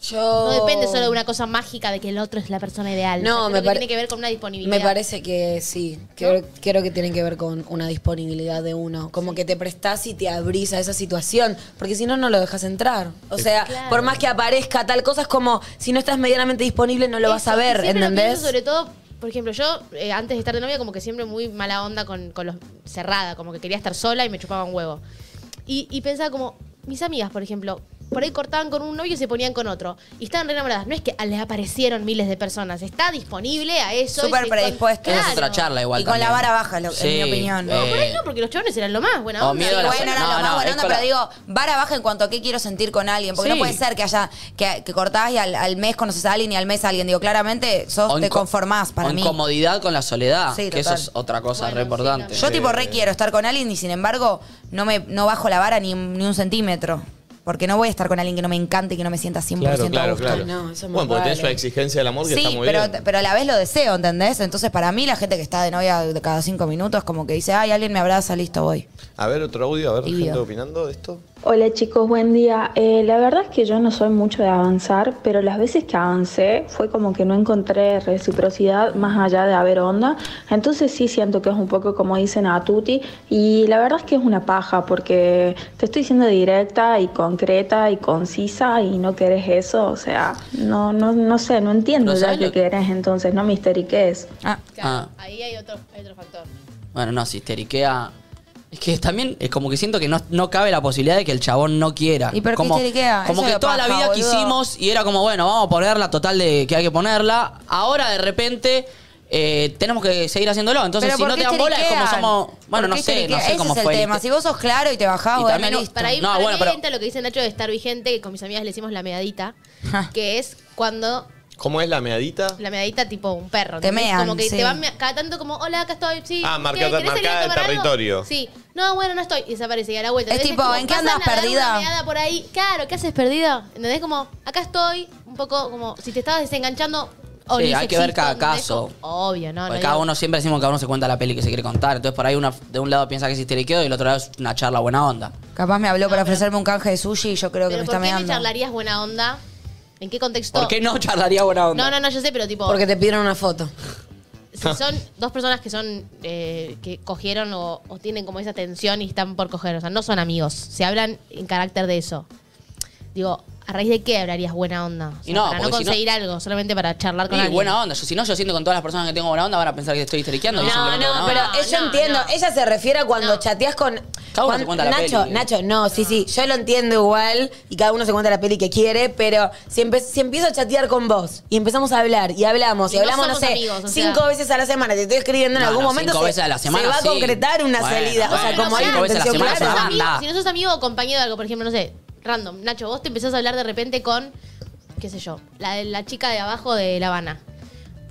[SPEAKER 3] Yo...
[SPEAKER 7] No depende solo de una cosa mágica de que el otro es la persona ideal.
[SPEAKER 3] No,
[SPEAKER 7] O sea,
[SPEAKER 3] me
[SPEAKER 7] creo que
[SPEAKER 3] pare-
[SPEAKER 7] tiene que ver con una disponibilidad.
[SPEAKER 3] Me parece que sí. Creo, creo que tiene que ver con una disponibilidad de uno. Como que te prestás y te abrís a esa situación. Porque si no, no lo dejas entrar. O sea,
[SPEAKER 7] Claro.
[SPEAKER 3] por más que aparezca tal cosa, es como si no estás medianamente disponible, no lo vas
[SPEAKER 7] Eso,
[SPEAKER 3] a
[SPEAKER 7] y
[SPEAKER 3] ver.
[SPEAKER 7] siempre lo
[SPEAKER 3] ¿Entendés?
[SPEAKER 7] pienso sobre todo, por ejemplo, yo eh, antes de estar de novia, como que siempre muy mala onda con, con los. cerrada, como que quería estar sola y me chupaba un huevo. Y, y pensaba como, mis amigas, por ejemplo, por ahí cortaban con un novio y se ponían con otro. Y estaban re enamoradas. No es que a- les aparecieron miles de personas. Está disponible a eso. y
[SPEAKER 2] Súper
[SPEAKER 7] se-
[SPEAKER 2] predispuesto.
[SPEAKER 4] Esa
[SPEAKER 7] Claro.
[SPEAKER 4] Es otra charla igual
[SPEAKER 2] Y con la
[SPEAKER 4] también.
[SPEAKER 2] vara baja, lo- en mi opinión.
[SPEAKER 7] No, por ahí
[SPEAKER 4] eh,
[SPEAKER 7] no, porque los chavales eran lo más buena
[SPEAKER 4] o
[SPEAKER 7] onda.
[SPEAKER 4] Oh, miedo a la
[SPEAKER 2] Sí, bueno,
[SPEAKER 4] zona.
[SPEAKER 2] era
[SPEAKER 4] No,
[SPEAKER 2] lo más
[SPEAKER 4] no,
[SPEAKER 2] buena
[SPEAKER 4] es
[SPEAKER 2] onda,
[SPEAKER 4] para-
[SPEAKER 2] pero digo, vara baja en cuanto a qué quiero sentir con alguien. Porque
[SPEAKER 4] Sí.
[SPEAKER 2] no puede ser que haya, que, que cortás y al, al mes conoces a alguien y al mes a alguien. Digo, claramente sos,
[SPEAKER 4] o
[SPEAKER 2] te
[SPEAKER 4] inco-
[SPEAKER 2] conformás para
[SPEAKER 4] o
[SPEAKER 2] mí.
[SPEAKER 4] incomodidad con la soledad,
[SPEAKER 2] Sí,
[SPEAKER 4] que eso
[SPEAKER 2] total.
[SPEAKER 4] es otra cosa
[SPEAKER 7] Bueno,
[SPEAKER 4] re
[SPEAKER 7] sí,
[SPEAKER 4] importante.
[SPEAKER 7] también.
[SPEAKER 2] Yo tipo re quiero estar con alguien y sin embargo no me no bajo la vara ni, ni un centímetro. Porque no voy a estar con alguien que no me encante y que no me sienta 100%
[SPEAKER 5] Claro,
[SPEAKER 2] a
[SPEAKER 5] claro,
[SPEAKER 2] gusto.
[SPEAKER 5] claro.
[SPEAKER 3] Ay, no, eso es muy
[SPEAKER 5] bueno, porque tenés
[SPEAKER 3] vale.
[SPEAKER 5] una exigencia del amor que está
[SPEAKER 2] Sí,
[SPEAKER 5] muy
[SPEAKER 2] pero,
[SPEAKER 5] bien.
[SPEAKER 2] pero a la vez lo deseo, ¿entendés? Entonces para mí la gente que está de novia de cada cinco minutos como que dice, ay, alguien me abraza, listo, voy.
[SPEAKER 5] A ver, otro audio, a ver,
[SPEAKER 2] Tibio.
[SPEAKER 5] gente opinando de esto.
[SPEAKER 9] Hola chicos, buen día. Eh, la verdad es que yo no soy mucho de avanzar, pero las veces que avancé fue como que no encontré reciprocidad más allá de haber onda. Entonces sí siento que es un poco como dicen a Tuti y la verdad es que es una paja porque te estoy siendo directa y concreta y concisa y no querés eso. O sea, no, no, no sé, no entiendo
[SPEAKER 4] Pero
[SPEAKER 9] ya
[SPEAKER 4] ¿sabes
[SPEAKER 9] qué
[SPEAKER 4] lo-
[SPEAKER 9] querés entonces, no me histeriques.
[SPEAKER 2] Ah,
[SPEAKER 7] Claro,
[SPEAKER 4] Ah.
[SPEAKER 7] Ahí hay otro, hay otro factor.
[SPEAKER 4] Bueno, no, si histeriquea. Es que también es como que siento que no, no cabe la posibilidad de que el chabón no quiera.
[SPEAKER 2] ¿Y por qué
[SPEAKER 4] como,
[SPEAKER 2] histeriquea?
[SPEAKER 4] Como
[SPEAKER 2] Eso
[SPEAKER 4] que
[SPEAKER 2] es
[SPEAKER 4] toda la
[SPEAKER 2] paja,
[SPEAKER 4] vida
[SPEAKER 2] boludo.
[SPEAKER 4] quisimos y era como, bueno, vamos a ponerla total de que hay que ponerla. Ahora de repente eh, tenemos que seguir haciéndolo. Entonces,
[SPEAKER 2] pero
[SPEAKER 4] si
[SPEAKER 2] ¿por
[SPEAKER 4] no
[SPEAKER 2] qué
[SPEAKER 4] te dan bola, es como
[SPEAKER 2] histeriquean?
[SPEAKER 4] somos. Bueno,
[SPEAKER 2] ¿Por
[SPEAKER 4] no
[SPEAKER 2] qué
[SPEAKER 4] sé, no
[SPEAKER 2] histeriquean?
[SPEAKER 4] sé cómo
[SPEAKER 2] Ese
[SPEAKER 4] fue.
[SPEAKER 2] es el tema. Si vos sos claro y te bajás,
[SPEAKER 4] Y
[SPEAKER 2] bueno,
[SPEAKER 4] también-
[SPEAKER 2] listo.
[SPEAKER 7] Para ir
[SPEAKER 4] No,
[SPEAKER 7] para
[SPEAKER 4] bueno,
[SPEAKER 7] mí
[SPEAKER 4] pero-
[SPEAKER 7] entra lo que dice Nacho de estar vigente, que con mis amigas le decimos la meadita,
[SPEAKER 2] Ja.
[SPEAKER 7] que es cuando
[SPEAKER 5] ¿Cómo es la meadita?
[SPEAKER 7] la meadita tipo un perro.
[SPEAKER 2] Te
[SPEAKER 7] ¿entendés?
[SPEAKER 2] mean,
[SPEAKER 7] Como que
[SPEAKER 2] sí.
[SPEAKER 7] te van mea- cada tanto como, hola, acá estoy, sí.
[SPEAKER 5] Ah,
[SPEAKER 7] ¿qué?
[SPEAKER 5] marca-
[SPEAKER 7] ¿Querés salir a
[SPEAKER 5] marcada el
[SPEAKER 7] tomar algo?
[SPEAKER 5] territorio.
[SPEAKER 7] Sí. No, bueno, no estoy. Y desaparece y a la vuelta.
[SPEAKER 2] Es
[SPEAKER 7] Entonces
[SPEAKER 2] tipo, ¿en qué
[SPEAKER 7] pasan
[SPEAKER 2] andas
[SPEAKER 7] a dar
[SPEAKER 2] perdida?
[SPEAKER 7] Una meada por ahí. Claro, ¿qué haces perdido? ¿Entendés? Como, acá estoy, un un poco como si te estabas desenganchando. o ni
[SPEAKER 4] hay que ver cada
[SPEAKER 7] sexista, ni
[SPEAKER 4] caso.
[SPEAKER 7] lejos. Obvio, no. no
[SPEAKER 4] Porque cada
[SPEAKER 7] digo-
[SPEAKER 4] uno siempre decimos que cada uno se cuenta la peli que se quiere contar. Entonces, por ahí uno de un lado piensa que es histeriqueo y del otro lado es una charla buena onda.
[SPEAKER 2] Capaz me habló para ofrecerme un canje de sushi y yo creo que me
[SPEAKER 7] Pero
[SPEAKER 2] está
[SPEAKER 7] ¿por qué me
[SPEAKER 2] meando.
[SPEAKER 7] charlarías buena onda? ¿En qué contexto?
[SPEAKER 4] ¿Por qué no charlaría buena onda?
[SPEAKER 7] No, no, no, yo sé, pero tipo,
[SPEAKER 3] Porque te pidieron una foto.
[SPEAKER 7] si son dos personas que son, eh, que cogieron o, o tienen como esa tensión y están por coger, o sea, no son amigos, se hablan en carácter de eso. Digo, ¿a raíz de qué hablarías buena onda? O sea,
[SPEAKER 4] Y no,
[SPEAKER 7] para no
[SPEAKER 4] porque si no-
[SPEAKER 7] conseguir algo, solamente para charlar con
[SPEAKER 4] Sí,
[SPEAKER 7] alguien.
[SPEAKER 4] buena onda. Yo, si no, yo siento que con todas las personas que tengo buena onda van a pensar que estoy histeriqueando. y
[SPEAKER 7] No,
[SPEAKER 4] simplemente
[SPEAKER 7] no,
[SPEAKER 4] buena
[SPEAKER 3] Pero
[SPEAKER 4] onda.
[SPEAKER 7] No,
[SPEAKER 3] yo
[SPEAKER 7] no,
[SPEAKER 3] entiendo,
[SPEAKER 7] no.
[SPEAKER 3] ella se refiere a cuando
[SPEAKER 7] No. Ah.
[SPEAKER 3] chateas con.
[SPEAKER 4] Cada uno
[SPEAKER 3] cuan-
[SPEAKER 4] se cuenta la
[SPEAKER 3] Nacho,
[SPEAKER 4] peli. eh.
[SPEAKER 3] Nacho, no, sí, sí, yo lo entiendo igual y cada uno se cuenta la peli que quiere, pero si, empe- si empiezo a chatear con vos y empezamos a hablar y hablamos y,
[SPEAKER 7] Y no
[SPEAKER 3] hablamos, no,
[SPEAKER 7] somos
[SPEAKER 3] sé,
[SPEAKER 7] amigos, o sea.
[SPEAKER 3] cinco veces a la semana, te estoy escribiendo en
[SPEAKER 4] No,
[SPEAKER 3] algún
[SPEAKER 4] no,
[SPEAKER 3] momento.
[SPEAKER 4] cinco
[SPEAKER 3] se,
[SPEAKER 4] veces a la semana,
[SPEAKER 3] se va
[SPEAKER 4] sí.
[SPEAKER 3] a concretar una
[SPEAKER 4] Bueno,
[SPEAKER 3] salida. o sea,
[SPEAKER 4] bueno,
[SPEAKER 3] como hay
[SPEAKER 4] cinco
[SPEAKER 3] una
[SPEAKER 4] veces a la
[SPEAKER 3] intención
[SPEAKER 7] si no
[SPEAKER 4] semana se
[SPEAKER 7] sos
[SPEAKER 3] clara.
[SPEAKER 4] va.
[SPEAKER 7] amigo-
[SPEAKER 4] Anda.
[SPEAKER 7] si no sos amigo o compañero de algo, por ejemplo, no sé, random, Nacho, vos te empezás a hablar de repente con, qué sé yo, la, de- la chica de abajo de La Habana.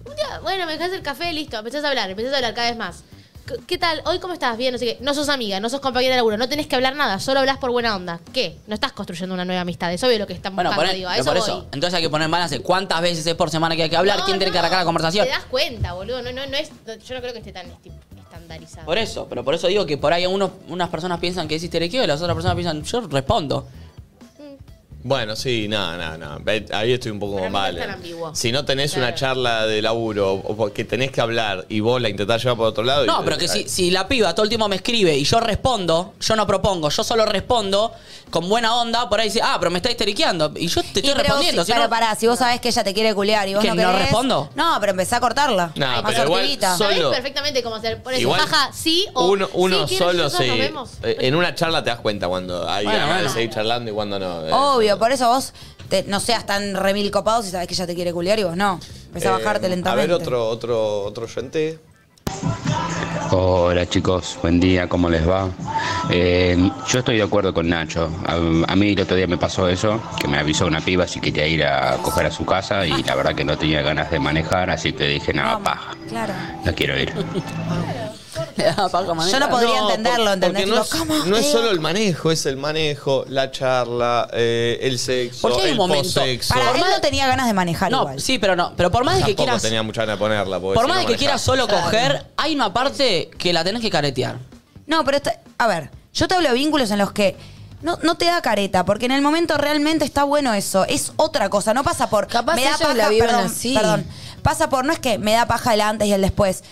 [SPEAKER 7] Un día, Bueno, me dejás el café, listo, empezás a hablar, empezás a hablar cada vez más. ¿Qué- ¿Qué tal? ¿Hoy cómo estás? Bien, no sé qué. No sos amiga, no sos compañera de laburo, no tenés que hablar nada, solo hablas por buena onda. ¿Qué? No estás construyendo una nueva amistad, es obvio lo que están
[SPEAKER 4] Bueno,
[SPEAKER 7] buscando,
[SPEAKER 4] poné-
[SPEAKER 7] digo, a
[SPEAKER 4] pero
[SPEAKER 7] eso
[SPEAKER 4] por
[SPEAKER 7] voy.
[SPEAKER 4] eso. Entonces hay que poner en balance cuántas veces es por semana que hay que hablar,
[SPEAKER 7] No,
[SPEAKER 4] quién tiene que
[SPEAKER 7] no,
[SPEAKER 4] arrancar la conversación.
[SPEAKER 7] Te das cuenta, boludo, no, no, no es, no, yo no creo que esté tan esti- estandarizado.
[SPEAKER 4] Por eso, pero por eso digo que por ahí uno- unas personas piensan que es histeriqueo y las otras personas piensan, yo respondo.
[SPEAKER 5] Bueno, sí, no, no, no. Ve- Ahí estoy un poco
[SPEAKER 7] Para mí no
[SPEAKER 5] mal. eh.
[SPEAKER 7] es tan ambiguo.
[SPEAKER 5] Si no tenés
[SPEAKER 7] Claro.
[SPEAKER 5] una charla de laburo o porque tenés que hablar y vos la intentás llevar por otro lado. y-
[SPEAKER 4] No, pero que si, si la piba todo el tiempo me escribe y yo respondo, yo no propongo, yo solo respondo con buena onda, por ahí dice, ah, pero me está histeriqueando. Y yo te estoy
[SPEAKER 2] Y pero
[SPEAKER 4] respondiendo.
[SPEAKER 2] si-
[SPEAKER 4] si no-
[SPEAKER 2] pero pará, si vos sabés que ella te quiere culear y vos
[SPEAKER 4] ¿Que
[SPEAKER 2] no
[SPEAKER 4] no
[SPEAKER 2] querés...
[SPEAKER 4] respondo?
[SPEAKER 2] No, pero empezá a cortarla.
[SPEAKER 5] No,
[SPEAKER 2] Más
[SPEAKER 5] pero igual
[SPEAKER 2] sortidita.
[SPEAKER 5] soy-
[SPEAKER 7] Sabés
[SPEAKER 5] Solo.
[SPEAKER 7] perfectamente cómo hacer. Por eso,
[SPEAKER 5] Igual,
[SPEAKER 7] jaja, sí o
[SPEAKER 5] uno, uno
[SPEAKER 7] sí, quiero
[SPEAKER 5] solo
[SPEAKER 7] decir,
[SPEAKER 5] sí.
[SPEAKER 7] nos vemos.
[SPEAKER 5] Eh, En una charla te das cuenta cuando hay
[SPEAKER 4] Bueno,
[SPEAKER 5] ganas de
[SPEAKER 4] bueno.
[SPEAKER 5] seguir charlando y cuando no. eh.
[SPEAKER 2] Obvio, por eso vos te- no seas tan remil copado si sabés que ella te quiere culear y vos no. Empezá a
[SPEAKER 5] Eh,
[SPEAKER 2] bajarte lentamente.
[SPEAKER 5] A ver, otro, otro, otro oyente.
[SPEAKER 10] Hola chicos, buen día, ¿cómo les va? Eh, yo estoy de acuerdo con Nacho. A, a mí el otro día me pasó eso, que me avisó una piba si quería ir a coger a su casa y la verdad que no tenía ganas de manejar, así que dije, nada,
[SPEAKER 2] No,
[SPEAKER 10] paja,
[SPEAKER 2] Claro.
[SPEAKER 10] no quiero ir.
[SPEAKER 4] Le da paja manejar.
[SPEAKER 2] Yo no podría entenderlo,
[SPEAKER 5] por-
[SPEAKER 2] ¿entendés?
[SPEAKER 5] porque No
[SPEAKER 2] Tipo,
[SPEAKER 5] es,
[SPEAKER 2] ¿cómo?
[SPEAKER 5] no es
[SPEAKER 2] Eh,
[SPEAKER 5] solo el manejo, es el manejo, la charla, eh, el sexo,
[SPEAKER 4] Porque hay un
[SPEAKER 5] el
[SPEAKER 4] momento-
[SPEAKER 5] possexo.
[SPEAKER 2] Para él no tenía ganas de manejar
[SPEAKER 4] No,
[SPEAKER 2] igual.
[SPEAKER 4] sí, pero no. Pero por más de que
[SPEAKER 5] Tampoco
[SPEAKER 4] quieras.
[SPEAKER 5] tenía mucha ganas de ponerla. porque
[SPEAKER 4] Por
[SPEAKER 5] si
[SPEAKER 4] más
[SPEAKER 5] no
[SPEAKER 4] de que
[SPEAKER 5] manejaba.
[SPEAKER 4] quieras solo coger, hay una parte que la tenés que caretear.
[SPEAKER 2] No, pero está- a ver, yo te hablo de vínculos en los que no, no te da careta, porque en el momento realmente está bueno eso. Es otra cosa, no pasa por.
[SPEAKER 3] Capaz
[SPEAKER 2] me da
[SPEAKER 3] ellos la viven
[SPEAKER 2] perdón,
[SPEAKER 3] así.
[SPEAKER 2] perdón. Pasa por, no es que me da paja el antes y el después.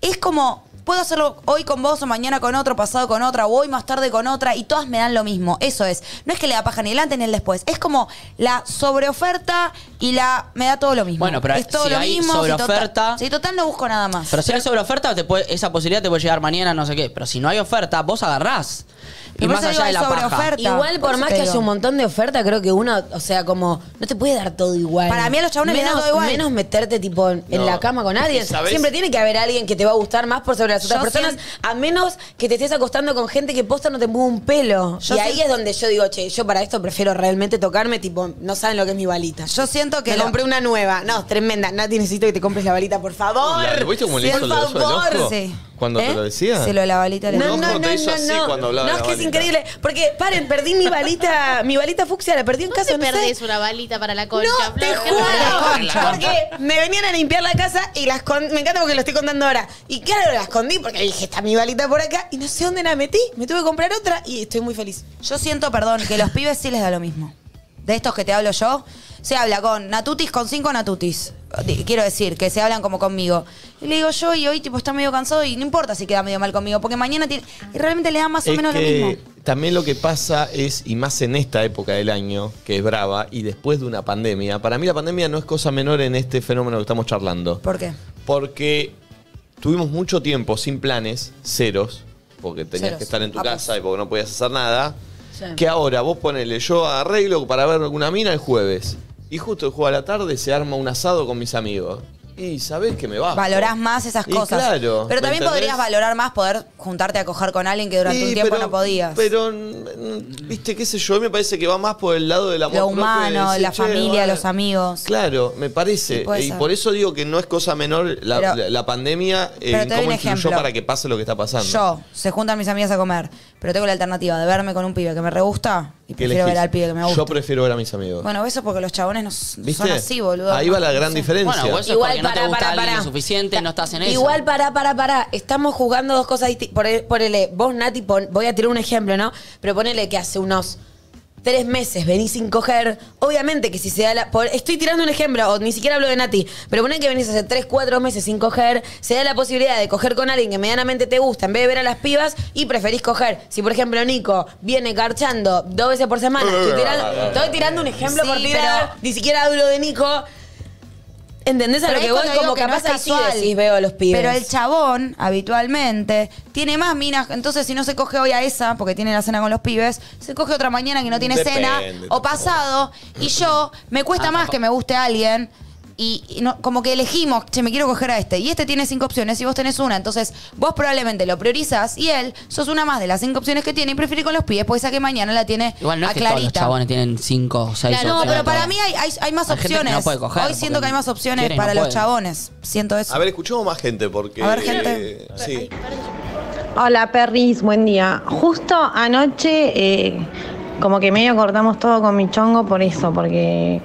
[SPEAKER 2] Es como, puedo hacerlo hoy con vos o mañana con otro, pasado con otra, o hoy más tarde con otra, y todas me dan lo mismo. Eso es. No es que le da paja ni el antes ni el después. Es como la sobreoferta y la. me da todo lo mismo.
[SPEAKER 4] Bueno, pero
[SPEAKER 2] es todo
[SPEAKER 4] si
[SPEAKER 2] lo
[SPEAKER 4] hay
[SPEAKER 2] mismo. si total-
[SPEAKER 4] sobreoferta-
[SPEAKER 2] Si total, no busco nada más.
[SPEAKER 4] Pero si hay sobreoferta, te puede- esa posibilidad te puede llegar mañana, no sé qué. Pero si no hay oferta, vos agarrás. Y
[SPEAKER 2] Pero por eso
[SPEAKER 4] más
[SPEAKER 2] digo,
[SPEAKER 4] allá de
[SPEAKER 2] hay
[SPEAKER 4] la paja.
[SPEAKER 2] sobreoferta.
[SPEAKER 3] Igual
[SPEAKER 2] Por
[SPEAKER 3] por
[SPEAKER 2] eso
[SPEAKER 3] más
[SPEAKER 2] te
[SPEAKER 3] que
[SPEAKER 2] digo.
[SPEAKER 3] haya un montón de oferta, creo que uno, o sea, como no te puede dar todo igual.
[SPEAKER 2] Para mí a los chabones les da
[SPEAKER 3] menos,
[SPEAKER 2] todo igual.
[SPEAKER 3] Menos meterte tipo en en
[SPEAKER 5] No.
[SPEAKER 3] la cama con alguien.
[SPEAKER 5] ¿Sabes?
[SPEAKER 3] Siempre tiene que haber alguien que te va a gustar más por sobre las otras
[SPEAKER 2] Yo
[SPEAKER 3] personas, a menos que te estés acostando con gente que posta no te mueve un pelo.
[SPEAKER 2] Yo
[SPEAKER 3] y ahí
[SPEAKER 2] siento-
[SPEAKER 3] es donde yo digo, "Che, yo para esto prefiero realmente tocarme, tipo, no saben lo que es mi balita."
[SPEAKER 2] Yo siento que
[SPEAKER 3] Me
[SPEAKER 2] lo-
[SPEAKER 3] compré una nueva. No, tremenda. Nati, necesito que te compres la balita, por favor.
[SPEAKER 5] La- ¿Viste cómo le hizo
[SPEAKER 3] por
[SPEAKER 5] el oso al
[SPEAKER 3] favor.
[SPEAKER 5] ojo?
[SPEAKER 2] Sí.
[SPEAKER 5] ¿Cuando
[SPEAKER 3] ¿Eh?
[SPEAKER 5] te lo decía?
[SPEAKER 2] Se lo de la balita le
[SPEAKER 5] Un
[SPEAKER 3] No,
[SPEAKER 5] ojo
[SPEAKER 3] no, no,
[SPEAKER 5] te hizo
[SPEAKER 3] no,
[SPEAKER 5] así
[SPEAKER 3] no.
[SPEAKER 5] cuando hablaba
[SPEAKER 3] No, es
[SPEAKER 5] de la
[SPEAKER 3] que es
[SPEAKER 5] balita.
[SPEAKER 3] increíble. Porque, paren, perdí mi balita, mi balita fucsia, la perdí en casa, no
[SPEAKER 7] ¿Dónde
[SPEAKER 3] sé.
[SPEAKER 7] perdés una balita para la concha?
[SPEAKER 3] No, te
[SPEAKER 7] Flor?
[SPEAKER 3] juro.
[SPEAKER 2] concha.
[SPEAKER 3] Porque me venían a limpiar la casa y las escon- me encanta porque lo estoy contando ahora. Y claro, la escondí porque dije, está mi balita por acá y no sé dónde la metí. Me tuve que comprar otra y estoy muy feliz.
[SPEAKER 2] Yo siento, perdón, que los pibes sí les da lo mismo. De estos que te hablo yo, se habla con natutis, con cinco natutis. Di- Quiero decir, que se hablan como conmigo. Y le digo yo, y hoy tipo está medio cansado y no importa si queda medio mal conmigo, porque mañana tiene. Y realmente le da más o
[SPEAKER 5] Es
[SPEAKER 2] menos
[SPEAKER 5] que
[SPEAKER 2] lo mismo.
[SPEAKER 5] También lo que pasa es, y más en esta época del año, que es brava, y después de una pandemia, para mí la pandemia no es cosa menor en este fenómeno que estamos charlando.
[SPEAKER 2] ¿Por qué?
[SPEAKER 5] Porque tuvimos mucho tiempo sin planes, ceros, porque tenías
[SPEAKER 2] Ceros.
[SPEAKER 5] que estar en tu
[SPEAKER 2] Ah, pues.
[SPEAKER 5] casa y porque no podías hacer nada. Que ahora vos ponele, yo arreglo para ver alguna mina el jueves. Y justo el jueves a la tarde se arma un asado con mis amigos. Y sabés que me bajo.
[SPEAKER 2] Valorás más esas
[SPEAKER 5] Ah, oh. Y
[SPEAKER 2] cosas.
[SPEAKER 5] claro,
[SPEAKER 2] pero
[SPEAKER 5] ¿me
[SPEAKER 2] también
[SPEAKER 5] entendés?
[SPEAKER 2] podrías valorar más poder juntarte a coger con alguien que durante
[SPEAKER 5] Sí,
[SPEAKER 2] un tiempo
[SPEAKER 5] pero-
[SPEAKER 2] no podías.
[SPEAKER 5] Pero, mm, viste, qué sé yo, me parece que va más por el lado del amor
[SPEAKER 2] lo
[SPEAKER 5] propio de
[SPEAKER 2] humano,
[SPEAKER 5] decir,
[SPEAKER 2] la
[SPEAKER 5] "Che,
[SPEAKER 2] familia,
[SPEAKER 5] bueno".
[SPEAKER 2] los amigos.
[SPEAKER 5] Claro, me parece.
[SPEAKER 2] Sí, puede
[SPEAKER 5] y
[SPEAKER 2] ser.
[SPEAKER 5] por eso digo que no es cosa menor la,
[SPEAKER 2] Pero-
[SPEAKER 5] la- la pandemia eh,
[SPEAKER 2] pero te
[SPEAKER 5] en
[SPEAKER 2] doy
[SPEAKER 5] cómo
[SPEAKER 2] un
[SPEAKER 5] influyó
[SPEAKER 2] ejemplo.
[SPEAKER 5] para que pase lo que está pasando.
[SPEAKER 2] Yo, se juntan mis amigas a comer, pero tengo la alternativa de verme con un pibe que me re gusta y
[SPEAKER 5] ¿Qué
[SPEAKER 2] prefiero
[SPEAKER 5] elegís?
[SPEAKER 2] ver al pibe que me gusta.
[SPEAKER 5] Yo prefiero ver a mis amigos.
[SPEAKER 2] Bueno, eso porque los chabones no s-
[SPEAKER 5] ¿Viste?
[SPEAKER 2] son así, boludo.
[SPEAKER 5] Ahí va la
[SPEAKER 2] No
[SPEAKER 5] gran
[SPEAKER 2] sé.
[SPEAKER 5] diferencia.
[SPEAKER 4] Bueno, vos eso
[SPEAKER 3] Igual,
[SPEAKER 4] es porque no
[SPEAKER 3] pará,
[SPEAKER 4] te gusta
[SPEAKER 3] pará,
[SPEAKER 4] alguien
[SPEAKER 3] pará.
[SPEAKER 4] lo suficiente, no estás en eso.
[SPEAKER 3] Igual, pará, pará, pará. Estamos jugando dos cosas distintas. Por, por el, eh, vos, Nati, pon- voy a tirar un ejemplo, ¿no? Pero ponele que hace unos tres meses venís sin coger. Obviamente que si se da la. por- estoy tirando un ejemplo, o ni siquiera hablo de Nati. Pero ponele que venís hace tres, cuatro meses sin coger. Se da la posibilidad de coger con alguien que medianamente te gusta en vez de ver a las pibas y preferís coger. Si, por ejemplo, Nico viene garchando dos veces por semana. Estoy tirando, estoy tirando un ejemplo
[SPEAKER 2] Sí,
[SPEAKER 3] por tirar.
[SPEAKER 2] pero-
[SPEAKER 3] Ni siquiera hablo de Nico. ¿Entendés a
[SPEAKER 2] Pero
[SPEAKER 3] lo
[SPEAKER 2] ahí
[SPEAKER 3] que voy?
[SPEAKER 2] cuando digo
[SPEAKER 3] Como
[SPEAKER 2] que no
[SPEAKER 3] capaz
[SPEAKER 2] es
[SPEAKER 3] ahí sí
[SPEAKER 2] casual.
[SPEAKER 3] decís, veo a los pibes.
[SPEAKER 2] Pero el chabón, habitualmente, tiene más minas. Entonces, si no se coge hoy a esa, porque tiene la cena con los pibes, se coge otra mañana que no tiene
[SPEAKER 5] Depende,
[SPEAKER 2] cena o
[SPEAKER 5] tampoco.
[SPEAKER 2] pasado. Y yo, me cuesta
[SPEAKER 4] Ah,
[SPEAKER 2] más
[SPEAKER 4] tampoco.
[SPEAKER 2] que me guste alguien. Y y no- como que elegimos, che, me quiero coger a este. Y este tiene cinco opciones y vos tenés una. Entonces, vos probablemente lo priorizás y él sos una más de las cinco opciones que tiene y prefiere con los pibes, pues esa que mañana la tiene
[SPEAKER 4] Igual no
[SPEAKER 2] a
[SPEAKER 4] es que todos los
[SPEAKER 2] Clarita.
[SPEAKER 4] chabones tienen 5 o 6
[SPEAKER 7] Claro,
[SPEAKER 2] no, pero
[SPEAKER 7] Claro.
[SPEAKER 2] para mí hay, hay- hay más
[SPEAKER 4] Hay gente que no
[SPEAKER 2] opciones.
[SPEAKER 4] puede coger
[SPEAKER 2] Hoy siento
[SPEAKER 4] porque
[SPEAKER 2] que hay más opciones
[SPEAKER 4] quiere y no
[SPEAKER 2] para los
[SPEAKER 4] puede.
[SPEAKER 2] chabones. Siento eso.
[SPEAKER 5] A ver, escuchemos más gente porque.
[SPEAKER 2] A ver, gente.
[SPEAKER 5] eh, sí.
[SPEAKER 9] Hola perris, buen día. Justo anoche eh, como que medio cortamos todo con mi chongo por eso, porque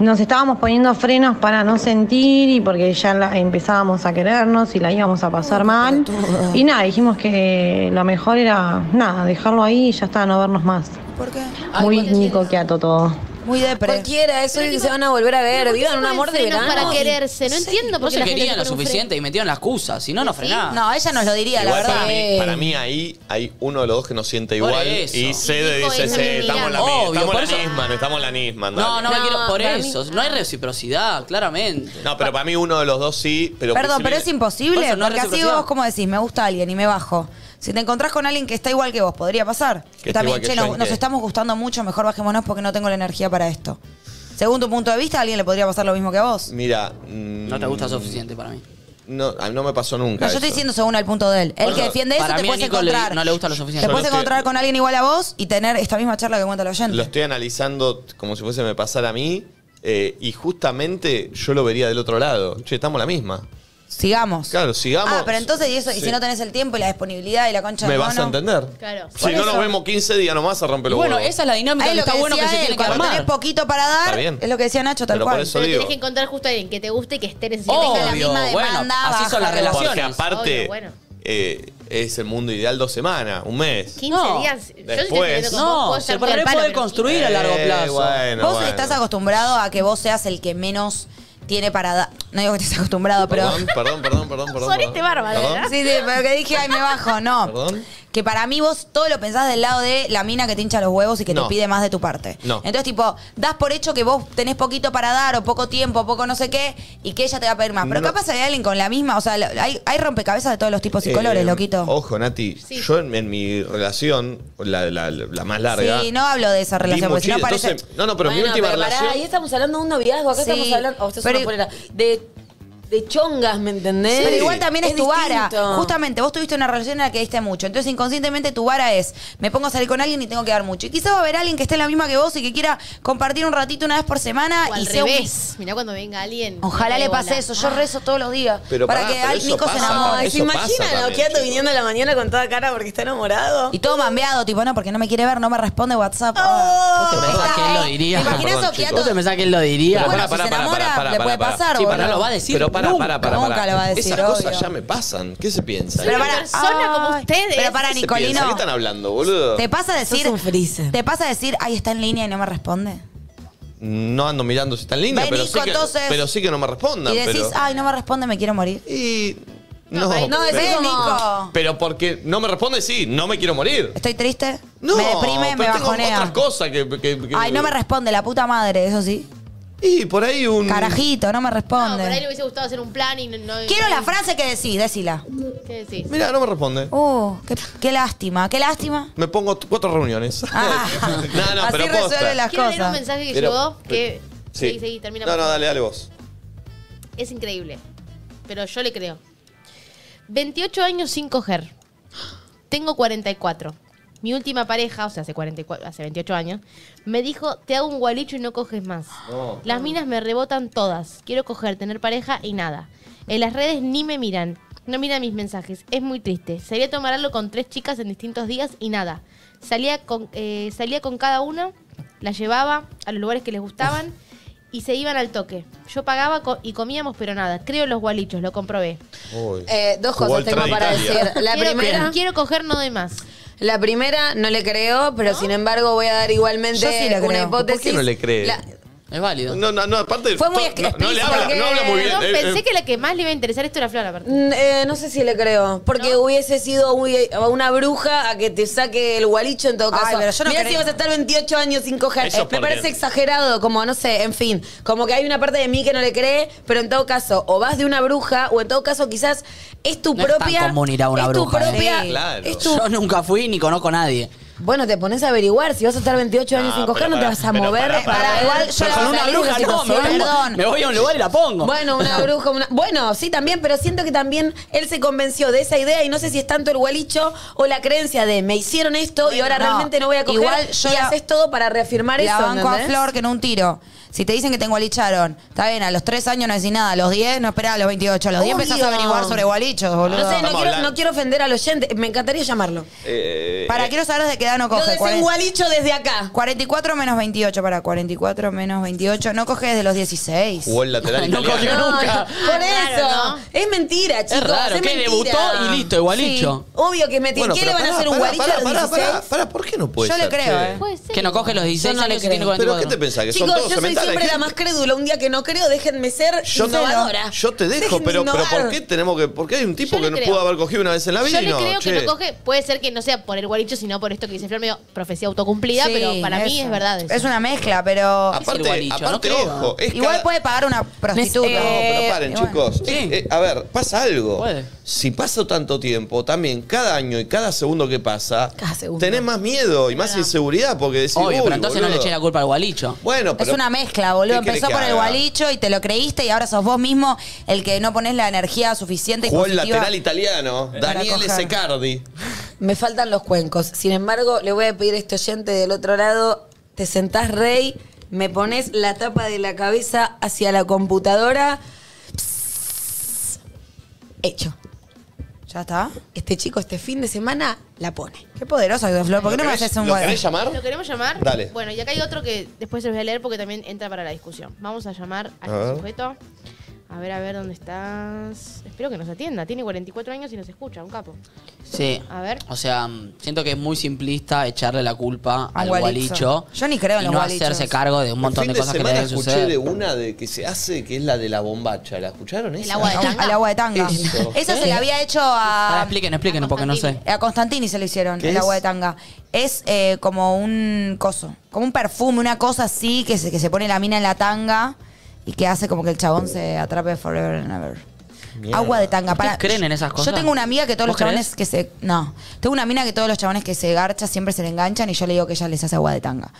[SPEAKER 9] nos estábamos poniendo frenos para no sentir y porque ya la- empezábamos a querernos y la íbamos a pasar mal. Y nada, dijimos que Eh, lo mejor era nada, dejarlo ahí y ya está, no vernos más.
[SPEAKER 2] ¿Por qué?
[SPEAKER 9] Muy Nico Queato todo.
[SPEAKER 2] Muy depre.
[SPEAKER 3] Cualquiera, eso es que se van a volver a ver. Vivan un amor de
[SPEAKER 7] frenos
[SPEAKER 3] verano.
[SPEAKER 7] Para
[SPEAKER 3] y-
[SPEAKER 7] quererse, no entiendo por
[SPEAKER 4] No
[SPEAKER 7] qué.
[SPEAKER 4] se
[SPEAKER 7] la gente
[SPEAKER 4] querían lo
[SPEAKER 7] pone un freno.
[SPEAKER 4] suficiente y metieron la excusa, si no, no
[SPEAKER 7] Sí,
[SPEAKER 4] frenaba.
[SPEAKER 2] No, ella nos lo diría, la
[SPEAKER 5] Igual
[SPEAKER 2] verdad.
[SPEAKER 5] para mí, para mí ahí hay uno de los dos que no siente
[SPEAKER 4] Por
[SPEAKER 5] igual
[SPEAKER 4] eso.
[SPEAKER 5] y Cede
[SPEAKER 7] Nico
[SPEAKER 5] dice,
[SPEAKER 7] es
[SPEAKER 5] sí,
[SPEAKER 7] un
[SPEAKER 5] estamos la
[SPEAKER 4] Obvio,
[SPEAKER 5] misma, estamos
[SPEAKER 4] por
[SPEAKER 5] la
[SPEAKER 4] eso-
[SPEAKER 5] misma, no estamos la misma. andale".
[SPEAKER 4] No, no, me
[SPEAKER 3] No,
[SPEAKER 4] quiero por
[SPEAKER 3] para
[SPEAKER 4] eso. No hay reciprocidad, claramente.
[SPEAKER 5] No, pero para mí uno de los dos sí, pero
[SPEAKER 2] Perdón, pero es
[SPEAKER 4] Por
[SPEAKER 2] imposible,
[SPEAKER 4] eso no
[SPEAKER 2] porque
[SPEAKER 4] es
[SPEAKER 2] así
[SPEAKER 4] reciprocidad.
[SPEAKER 2] vos como decís, me gusta alguien y me bajo. Si te encontrás con alguien que está igual que vos, podría pasar.
[SPEAKER 5] Que está
[SPEAKER 2] También,
[SPEAKER 5] igual que
[SPEAKER 2] che,
[SPEAKER 5] yo,
[SPEAKER 2] nos,
[SPEAKER 5] ¿en
[SPEAKER 2] nos
[SPEAKER 5] qué?
[SPEAKER 2] estamos gustando mucho, mejor bajémonos porque no tengo la energía para esto. Según tu punto de vista, a alguien le podría pasar lo mismo que a vos.
[SPEAKER 5] Mira, mm,
[SPEAKER 4] No te gusta suficiente para mí.
[SPEAKER 5] No, a mí no me pasó
[SPEAKER 2] No,
[SPEAKER 5] nunca.
[SPEAKER 2] yo estoy
[SPEAKER 5] eso.
[SPEAKER 2] diciendo según el punto de él. El
[SPEAKER 4] Bueno,
[SPEAKER 2] que defiende eso
[SPEAKER 4] para
[SPEAKER 2] te
[SPEAKER 4] mí a
[SPEAKER 2] puedes
[SPEAKER 4] Nico le-
[SPEAKER 2] encontrar.
[SPEAKER 4] no le gusta lo suficiente.
[SPEAKER 2] Te
[SPEAKER 5] Yo
[SPEAKER 2] puedes
[SPEAKER 5] lo estoy-
[SPEAKER 2] encontrar con alguien igual a vos y tener esta misma charla que cuenta el oyente.
[SPEAKER 5] Lo estoy analizando como si fuese me pasara a mí eh, y justamente yo lo vería del otro lado. Che, estamos la misma.
[SPEAKER 2] Sigamos.
[SPEAKER 5] Claro, sigamos.
[SPEAKER 2] Ah, pero entonces, y, eso, y
[SPEAKER 5] Sí.
[SPEAKER 2] si no tenés el tiempo y la disponibilidad y la concha
[SPEAKER 5] ¿Me
[SPEAKER 2] del
[SPEAKER 5] vas a
[SPEAKER 2] mono?
[SPEAKER 5] entender?
[SPEAKER 7] Claro.
[SPEAKER 5] Si
[SPEAKER 2] Por
[SPEAKER 5] no nos
[SPEAKER 2] eso.
[SPEAKER 5] vemos 15 días nomás a romper
[SPEAKER 4] Y
[SPEAKER 5] los
[SPEAKER 4] bueno,
[SPEAKER 5] huevos.
[SPEAKER 4] esa es la dinámica
[SPEAKER 2] Ahí
[SPEAKER 4] que
[SPEAKER 2] lo
[SPEAKER 4] está
[SPEAKER 2] que
[SPEAKER 4] bueno que
[SPEAKER 2] decía
[SPEAKER 4] se
[SPEAKER 2] él,
[SPEAKER 4] tiene que
[SPEAKER 2] cuando tenés
[SPEAKER 4] armar.
[SPEAKER 2] poquito para dar,
[SPEAKER 5] Está bien.
[SPEAKER 2] es lo que decía Nacho, tal
[SPEAKER 5] Pero por
[SPEAKER 2] cual.
[SPEAKER 5] eso-
[SPEAKER 7] Pero
[SPEAKER 5] digo.
[SPEAKER 7] tenés que encontrar justo a alguien que te guste y que esté en ese
[SPEAKER 2] tenga
[SPEAKER 4] Obvio,
[SPEAKER 2] la misma
[SPEAKER 4] bueno,
[SPEAKER 2] demanda,
[SPEAKER 4] así son las
[SPEAKER 2] bájalo.
[SPEAKER 4] relaciones.
[SPEAKER 5] Porque aparte
[SPEAKER 7] Obvio, bueno.
[SPEAKER 5] eh, es el mundo ideal dos semanas, un mes.
[SPEAKER 7] 15
[SPEAKER 4] No.
[SPEAKER 7] días.
[SPEAKER 5] Después.
[SPEAKER 4] No, se re puede construir a largo
[SPEAKER 5] Eh,
[SPEAKER 4] plazo.
[SPEAKER 5] bueno,
[SPEAKER 2] vos
[SPEAKER 5] bueno.
[SPEAKER 2] estás acostumbrado a que vos seas el que menos tiene para dar. No digo que estés acostumbrado, pero.
[SPEAKER 5] Perdón, perdón, perdón, perdón, perdón.
[SPEAKER 7] Soniste
[SPEAKER 5] perdón.
[SPEAKER 7] bárbaro,
[SPEAKER 5] Perdón.
[SPEAKER 7] ¿verdad?
[SPEAKER 2] Sí, sí, pero que dije, ay, me bajo, no.
[SPEAKER 5] ¿Perdón?
[SPEAKER 2] Que para mí vos todo lo pensás del lado de la mina que te hincha los huevos y que
[SPEAKER 5] No.
[SPEAKER 2] te pide más de tu parte.
[SPEAKER 5] No.
[SPEAKER 2] Entonces, tipo, das por hecho que vos tenés poquito para dar o poco tiempo, poco no sé qué, y que ella te va a pedir más. Pero
[SPEAKER 5] No.
[SPEAKER 2] capaz hay alguien con la misma, o sea, lo- hay, hay rompecabezas de todos los tipos y
[SPEAKER 5] Eh,
[SPEAKER 2] colores, loquito.
[SPEAKER 5] Ojo, Nati,
[SPEAKER 7] Sí.
[SPEAKER 5] yo en, en mi relación, la, la- la más larga.
[SPEAKER 2] Sí, no hablo de esa
[SPEAKER 5] di
[SPEAKER 2] relación, porque si no
[SPEAKER 5] mochila.
[SPEAKER 2] parece.
[SPEAKER 5] Entonces, no, no, pero mi
[SPEAKER 3] Bueno,
[SPEAKER 5] última
[SPEAKER 3] pará,
[SPEAKER 5] relación.
[SPEAKER 3] ahí estamos hablando de un noviazgo, acá
[SPEAKER 2] Sí,
[SPEAKER 3] estamos hablando. Oh, esto es
[SPEAKER 2] pero-
[SPEAKER 3] una polera. De, de chongas, ¿me entendés?
[SPEAKER 2] Eh, Pero igual también es, tu vara.
[SPEAKER 3] distinto.
[SPEAKER 2] Justamente, vos tuviste una relación en la que diste mucho. Entonces, inconscientemente, tu vara es: me pongo a salir con alguien y tengo que dar mucho. Y quizá va a haber alguien que esté en la misma que vos y que quiera compartir un ratito una vez por semana
[SPEAKER 7] O
[SPEAKER 2] y
[SPEAKER 7] al
[SPEAKER 2] sea un-
[SPEAKER 7] revés. Mirá cuando venga alguien.
[SPEAKER 2] Ojalá le
[SPEAKER 7] de bola.
[SPEAKER 2] pase eso. Yo rezo todos los días.
[SPEAKER 5] Pero
[SPEAKER 2] para
[SPEAKER 5] pará,
[SPEAKER 2] que
[SPEAKER 5] pero
[SPEAKER 2] al
[SPEAKER 5] eso
[SPEAKER 2] Nico se
[SPEAKER 5] pasa
[SPEAKER 2] enamore.
[SPEAKER 3] Ay,
[SPEAKER 5] también.
[SPEAKER 3] ¿se
[SPEAKER 5] Eso pasa
[SPEAKER 3] imaginan a
[SPEAKER 5] también,
[SPEAKER 3] Okiato
[SPEAKER 5] chicos.
[SPEAKER 3] viniendo a la mañana con toda cara porque está enamorado?
[SPEAKER 2] Y todo mambeado, tipo, no, porque no me quiere ver, no me responde WhatsApp. Ah,
[SPEAKER 3] Oh.
[SPEAKER 4] ¿Vos te pensás
[SPEAKER 2] Está
[SPEAKER 4] que él lo
[SPEAKER 2] ahí.
[SPEAKER 4] diría?
[SPEAKER 2] ¿Te imaginas eso?
[SPEAKER 5] Perdón,
[SPEAKER 2] Que a
[SPEAKER 5] chicos.
[SPEAKER 4] ¿Vos
[SPEAKER 2] todo-
[SPEAKER 4] te pensás que él lo diría?
[SPEAKER 2] Bueno,
[SPEAKER 5] Pará,
[SPEAKER 2] si
[SPEAKER 5] pará,
[SPEAKER 2] se
[SPEAKER 5] pará,
[SPEAKER 2] enamora,
[SPEAKER 5] pará, pará,
[SPEAKER 2] le puede
[SPEAKER 5] pará, pará.
[SPEAKER 2] pasar,
[SPEAKER 4] Sí, pará,
[SPEAKER 2] boludo.
[SPEAKER 4] lo va a decir.
[SPEAKER 5] Pero para, para, para.
[SPEAKER 2] Nunca lo va a decir,
[SPEAKER 5] Esas
[SPEAKER 2] obvio.
[SPEAKER 5] cosas ya me pasan. ¿Qué se piensa?
[SPEAKER 7] Pero
[SPEAKER 5] ¿Qué
[SPEAKER 7] para- persona como ustedes-
[SPEAKER 2] Pero para
[SPEAKER 5] se
[SPEAKER 2] Nicolino.
[SPEAKER 5] piensa? ¿Qué están hablando, boludo?
[SPEAKER 2] ¿Te pasa a decir.
[SPEAKER 3] Sos un freezer.
[SPEAKER 2] ¿Te pasa a decir, ay, está en línea y no me responde?
[SPEAKER 5] No ando mirando si están lindas,
[SPEAKER 2] Ven,
[SPEAKER 5] pero,
[SPEAKER 2] Nico,
[SPEAKER 5] sí que,
[SPEAKER 2] entonces.
[SPEAKER 5] pero sí que no me respondan.
[SPEAKER 2] y decís,
[SPEAKER 5] pero,
[SPEAKER 2] ay, no me responde, me quiero morir.
[SPEAKER 5] y.
[SPEAKER 7] No,
[SPEAKER 5] No,
[SPEAKER 7] ahí no
[SPEAKER 2] Ve,
[SPEAKER 5] pero,
[SPEAKER 3] como-
[SPEAKER 2] Nico.
[SPEAKER 5] pero porque no me responde, sí, no me quiero morir.
[SPEAKER 2] Estoy triste,
[SPEAKER 5] No,
[SPEAKER 2] me deprime, me
[SPEAKER 5] pero tengo
[SPEAKER 2] bajonea.
[SPEAKER 5] otras cosas que, que- que-
[SPEAKER 2] Ay, no me responde, la puta madre, eso sí.
[SPEAKER 5] Y por ahí un.
[SPEAKER 2] Carajito, no me
[SPEAKER 7] No, Ah, por ahí le
[SPEAKER 2] responde.
[SPEAKER 7] hubiese gustado hacer un plan y no. no-
[SPEAKER 2] Quiero la frase que decís, decila.
[SPEAKER 7] ¿Qué decís?
[SPEAKER 5] Mira, no me responde.
[SPEAKER 2] Uh, qué, qué lástima, qué lástima.
[SPEAKER 5] Me pongo t- cuatro reuniones.
[SPEAKER 2] Ah,
[SPEAKER 5] no, no,
[SPEAKER 2] así
[SPEAKER 5] pero
[SPEAKER 2] resuelve
[SPEAKER 5] posta.
[SPEAKER 2] las
[SPEAKER 7] Quiero leer un
[SPEAKER 2] cosas.
[SPEAKER 7] mensaje que
[SPEAKER 5] Pero- eh,
[SPEAKER 7] llegó que.
[SPEAKER 5] Sí.
[SPEAKER 7] Seguí, seguí, termina.
[SPEAKER 5] no,
[SPEAKER 7] por
[SPEAKER 5] no,
[SPEAKER 7] favor.
[SPEAKER 5] dale, dale vos.
[SPEAKER 7] es increíble. Pero yo le creo. 28 años sin coger. Tengo 44. Mi última pareja, o sea, hace, 44, hace 28 años, me dijo, te hago un gualicho y no coges más.
[SPEAKER 5] No.
[SPEAKER 7] Las minas me rebotan todas. Quiero coger, tener pareja y nada. En las redes ni me miran. No miran mis mensajes. Es muy triste. Salí a tomar algo con tres chicas en distintos días y nada. Salía con, eh, salía con cada una, la llevaba a los lugares que les gustaban y se iban al toque. Yo pagaba co- y comíamos, pero nada. Creo los gualichos, lo comprobé.
[SPEAKER 3] Eh, dos
[SPEAKER 5] Pues, Jugó
[SPEAKER 3] cosas
[SPEAKER 5] al
[SPEAKER 3] tengo
[SPEAKER 5] tren
[SPEAKER 3] para
[SPEAKER 5] Italia.
[SPEAKER 3] decir. La
[SPEAKER 7] quiero,
[SPEAKER 3] primera,
[SPEAKER 7] Quiero coger, no doy más.
[SPEAKER 3] la primera no le creo, pero sin embargo voy a dar igualmente
[SPEAKER 2] Yo sí le
[SPEAKER 3] una
[SPEAKER 2] creo.
[SPEAKER 3] hipótesis.
[SPEAKER 5] ¿Por qué no le cree?
[SPEAKER 3] La-
[SPEAKER 4] Es válido.
[SPEAKER 5] No, no, no, aparte.
[SPEAKER 3] Fue muy
[SPEAKER 5] no-
[SPEAKER 3] explícito
[SPEAKER 5] no, le habla,
[SPEAKER 3] porque-
[SPEAKER 5] no habla muy bien.
[SPEAKER 7] Perdón,
[SPEAKER 5] Eh,
[SPEAKER 7] pensé
[SPEAKER 5] eh,
[SPEAKER 7] que la que más le iba a interesar esto era Flor, aparte.
[SPEAKER 3] Mm, eh, no sé si le creo, porque hubiese sido uy- una bruja a que te saque el gualicho en todo
[SPEAKER 2] Ay,
[SPEAKER 3] caso.
[SPEAKER 2] pero yo no
[SPEAKER 3] Mirá
[SPEAKER 2] creo.
[SPEAKER 3] si vas a estar 28 años sin coger.
[SPEAKER 5] Eso
[SPEAKER 3] Eh, me
[SPEAKER 5] porque-
[SPEAKER 3] parece exagerado, como no sé, en fin. Como que hay una parte de mí que no le cree, pero en todo caso, o vas de una bruja, o en todo caso quizás es tu
[SPEAKER 4] No es tan
[SPEAKER 3] propia...
[SPEAKER 4] común ir a una
[SPEAKER 3] es tu
[SPEAKER 4] bruja, ¿eh?
[SPEAKER 3] propia...
[SPEAKER 2] Sí,
[SPEAKER 5] claro.
[SPEAKER 3] es tu-
[SPEAKER 4] Yo nunca fui ni conozco a nadie.
[SPEAKER 3] Bueno, te pones a averiguar, si vas a estar 28 años
[SPEAKER 5] Ah,
[SPEAKER 3] sin coger, no
[SPEAKER 5] pero
[SPEAKER 3] te
[SPEAKER 5] pará,
[SPEAKER 3] vas a
[SPEAKER 5] pero
[SPEAKER 3] mover.
[SPEAKER 5] pará, pará,
[SPEAKER 2] pará.
[SPEAKER 3] igual yo
[SPEAKER 2] Pero
[SPEAKER 3] la
[SPEAKER 2] con
[SPEAKER 3] voy
[SPEAKER 4] Con
[SPEAKER 3] a
[SPEAKER 4] una
[SPEAKER 3] salir de
[SPEAKER 4] bruja
[SPEAKER 3] esa
[SPEAKER 4] no, me voy,
[SPEAKER 3] situación.
[SPEAKER 4] a un- me voy a un lugar y la pongo.
[SPEAKER 3] Bueno, una bruja, una. Bueno, sí, también, pero siento que también él se convenció de esa idea y no sé si es tanto el gualicho o la creencia de me hicieron esto y ahora
[SPEAKER 2] No,
[SPEAKER 3] realmente no voy a coger.
[SPEAKER 2] igual yo
[SPEAKER 3] y
[SPEAKER 2] la-
[SPEAKER 3] haces todo para reafirmar
[SPEAKER 2] La
[SPEAKER 3] eso.
[SPEAKER 2] banco a
[SPEAKER 3] ¿entendés?
[SPEAKER 2] Flor que en un tiro. Si te dicen que te engualicharon, está bien, a los 3 años no decís nada, a los 10 no esperás a los 28, a los 10 empezás a
[SPEAKER 3] Obvio.
[SPEAKER 2] averiguar sobre gualichos, boludo.
[SPEAKER 3] No sé, no
[SPEAKER 5] Estamos
[SPEAKER 3] quiero,
[SPEAKER 5] hablando-
[SPEAKER 3] no quiero ofender al oyente. Me encantaría llamarlo.
[SPEAKER 5] eh,
[SPEAKER 2] Para, quiero saber de qué edad no
[SPEAKER 3] Lo
[SPEAKER 2] coge. Cuaren-
[SPEAKER 3] desengualicho desde acá.
[SPEAKER 2] 44 menos 28, para 44 menos 28. No coge desde los 16.
[SPEAKER 5] Jugó el lateral
[SPEAKER 4] No
[SPEAKER 5] italiano.
[SPEAKER 4] cogió nunca.
[SPEAKER 3] Por
[SPEAKER 7] Claro,
[SPEAKER 3] eso.
[SPEAKER 7] ¿no?
[SPEAKER 3] Es mentira, chicos.
[SPEAKER 4] es raro, que
[SPEAKER 3] mentira.
[SPEAKER 4] debutó y listo, igual dicho.
[SPEAKER 3] Obvio que me tiene.
[SPEAKER 5] Bueno,
[SPEAKER 3] ¿Qué
[SPEAKER 5] pero
[SPEAKER 3] le van
[SPEAKER 5] pará,
[SPEAKER 3] a hacer un
[SPEAKER 5] pará,
[SPEAKER 3] gualicho a los
[SPEAKER 5] pará,
[SPEAKER 3] 16?
[SPEAKER 5] pará, pará, ¿por qué no puede
[SPEAKER 2] Yo le
[SPEAKER 5] ser?
[SPEAKER 2] creo,
[SPEAKER 5] che?
[SPEAKER 2] ¿eh?
[SPEAKER 7] Puede ser.
[SPEAKER 4] Que no coge los 16
[SPEAKER 3] Yo no le
[SPEAKER 4] años y tiene
[SPEAKER 3] creo.
[SPEAKER 5] ¿Pero
[SPEAKER 4] 44.
[SPEAKER 5] qué te pensás? ¿Que Eh, son
[SPEAKER 3] Chicos,
[SPEAKER 5] todos
[SPEAKER 3] yo soy
[SPEAKER 5] sementales?
[SPEAKER 3] siempre la más crédula. Un día que no creo, déjenme ser
[SPEAKER 5] Yo te,
[SPEAKER 3] innovadora.
[SPEAKER 5] yo te dejo,
[SPEAKER 3] Déjenme
[SPEAKER 5] pero, pero
[SPEAKER 3] innovar.
[SPEAKER 5] ¿por qué tenemos que.? ¿Por qué hay un tipo
[SPEAKER 7] Yo le
[SPEAKER 5] que no
[SPEAKER 7] creo.
[SPEAKER 5] pudo haber cogido una vez en la vida?
[SPEAKER 7] Yo le
[SPEAKER 5] y no,
[SPEAKER 7] creo
[SPEAKER 5] che?
[SPEAKER 7] que no coge, puede ser que no sea por el guaricho, sino por esto que dice Flor, medio profecía autocumplida,
[SPEAKER 2] Sí,
[SPEAKER 7] pero para mí
[SPEAKER 2] eso.
[SPEAKER 7] es verdad. eso.
[SPEAKER 2] Es una mezcla, pero.
[SPEAKER 4] es el
[SPEAKER 5] Aparte,
[SPEAKER 4] gualicho? No
[SPEAKER 5] aparte
[SPEAKER 4] creo.
[SPEAKER 5] ojo. Ah, Es
[SPEAKER 2] Igual
[SPEAKER 5] cada-
[SPEAKER 2] puede pagar una prostituta.
[SPEAKER 5] No, pero paren,
[SPEAKER 2] Y bueno.
[SPEAKER 5] chicos.
[SPEAKER 4] Sí.
[SPEAKER 5] Eh, eh, a ver, pasa algo.
[SPEAKER 4] Puede.
[SPEAKER 5] Si pasa tanto tiempo, también cada año y cada segundo que pasa,
[SPEAKER 3] Cada segundo.
[SPEAKER 5] tenés más miedo y más inseguridad porque decís.
[SPEAKER 4] Obvio,
[SPEAKER 5] "Uy,
[SPEAKER 4] pero entonces no le
[SPEAKER 5] boludo".
[SPEAKER 4] eché la culpa al gualicho.
[SPEAKER 5] Bueno, pero.
[SPEAKER 2] Es una mezcla, boludo.
[SPEAKER 5] ¿qué querés
[SPEAKER 2] Empezó
[SPEAKER 5] que
[SPEAKER 2] por el
[SPEAKER 5] haga?
[SPEAKER 2] gualicho y te lo creíste y ahora sos vos mismo el que no pones la energía suficiente y
[SPEAKER 5] Jugó el
[SPEAKER 2] positiva.
[SPEAKER 5] lateral italiano, Daniel
[SPEAKER 2] coger.
[SPEAKER 5] Secardi.
[SPEAKER 3] Me faltan los cuencos. Sin embargo, le voy a pedir a este oyente del otro lado, te sentás rey, me pones la tapa de la cabeza hacia la computadora. Psss. Hecho.
[SPEAKER 2] ¿Ya está?
[SPEAKER 3] Este chico este fin de semana la pone.
[SPEAKER 2] Qué poderoso que es Flor. ¿Por qué no me
[SPEAKER 5] ¿Lo
[SPEAKER 2] haces un
[SPEAKER 5] ¿Lo
[SPEAKER 2] gualicho?
[SPEAKER 5] querés llamar?
[SPEAKER 7] ¿Lo queremos llamar?
[SPEAKER 5] Dale.
[SPEAKER 7] Bueno, y acá hay otro que después se los voy a leer porque también entra para la discusión. Vamos a llamar a,
[SPEAKER 5] A
[SPEAKER 7] este
[SPEAKER 5] ver.
[SPEAKER 7] sujeto. A ver, a ver, ¿dónde estás? Espero que nos atienda. Tiene 44 años y nos escucha, un capo.
[SPEAKER 4] Sí.
[SPEAKER 7] A ver.
[SPEAKER 4] O sea, mm, siento que es muy simplista echarle la culpa
[SPEAKER 2] A
[SPEAKER 4] al
[SPEAKER 2] gualicho.
[SPEAKER 4] gualicho.
[SPEAKER 2] Yo ni creo en
[SPEAKER 4] y
[SPEAKER 2] los
[SPEAKER 4] no
[SPEAKER 2] gualichos.
[SPEAKER 4] hacerse cargo de un montón
[SPEAKER 5] El fin
[SPEAKER 4] de cosas que le
[SPEAKER 5] semana
[SPEAKER 4] deben
[SPEAKER 5] escuché
[SPEAKER 4] suceder.
[SPEAKER 5] de una de que se hace, que es la de la bombacha. ¿La escucharon esa?
[SPEAKER 7] El agua de tanga.
[SPEAKER 2] Al agua de tanga.
[SPEAKER 5] Eso.
[SPEAKER 2] Eso, se le había hecho a.
[SPEAKER 4] Ahora expliquen,
[SPEAKER 2] ah,
[SPEAKER 4] expliquen, porque no sé.
[SPEAKER 2] A Constantini se lo hicieron,
[SPEAKER 5] ¿Qué
[SPEAKER 2] el
[SPEAKER 5] es?
[SPEAKER 2] agua de tanga. Es eh, como un coso, como un perfume, una cosa así que se, que se pone la mina en la tanga y que hace como que el chabón se atrape forever and ever.
[SPEAKER 5] Mierda.
[SPEAKER 2] Agua de tanga.
[SPEAKER 4] ¿Ustedes
[SPEAKER 2] Para,
[SPEAKER 4] creen en esas cosas?
[SPEAKER 2] Yo tengo una amiga que todos los
[SPEAKER 4] ¿Vos crees?
[SPEAKER 2] chabones que se. No. Tengo una mina que todos los chabones que se garcha siempre se le enganchan y yo le digo que ella les hace agua de tanga.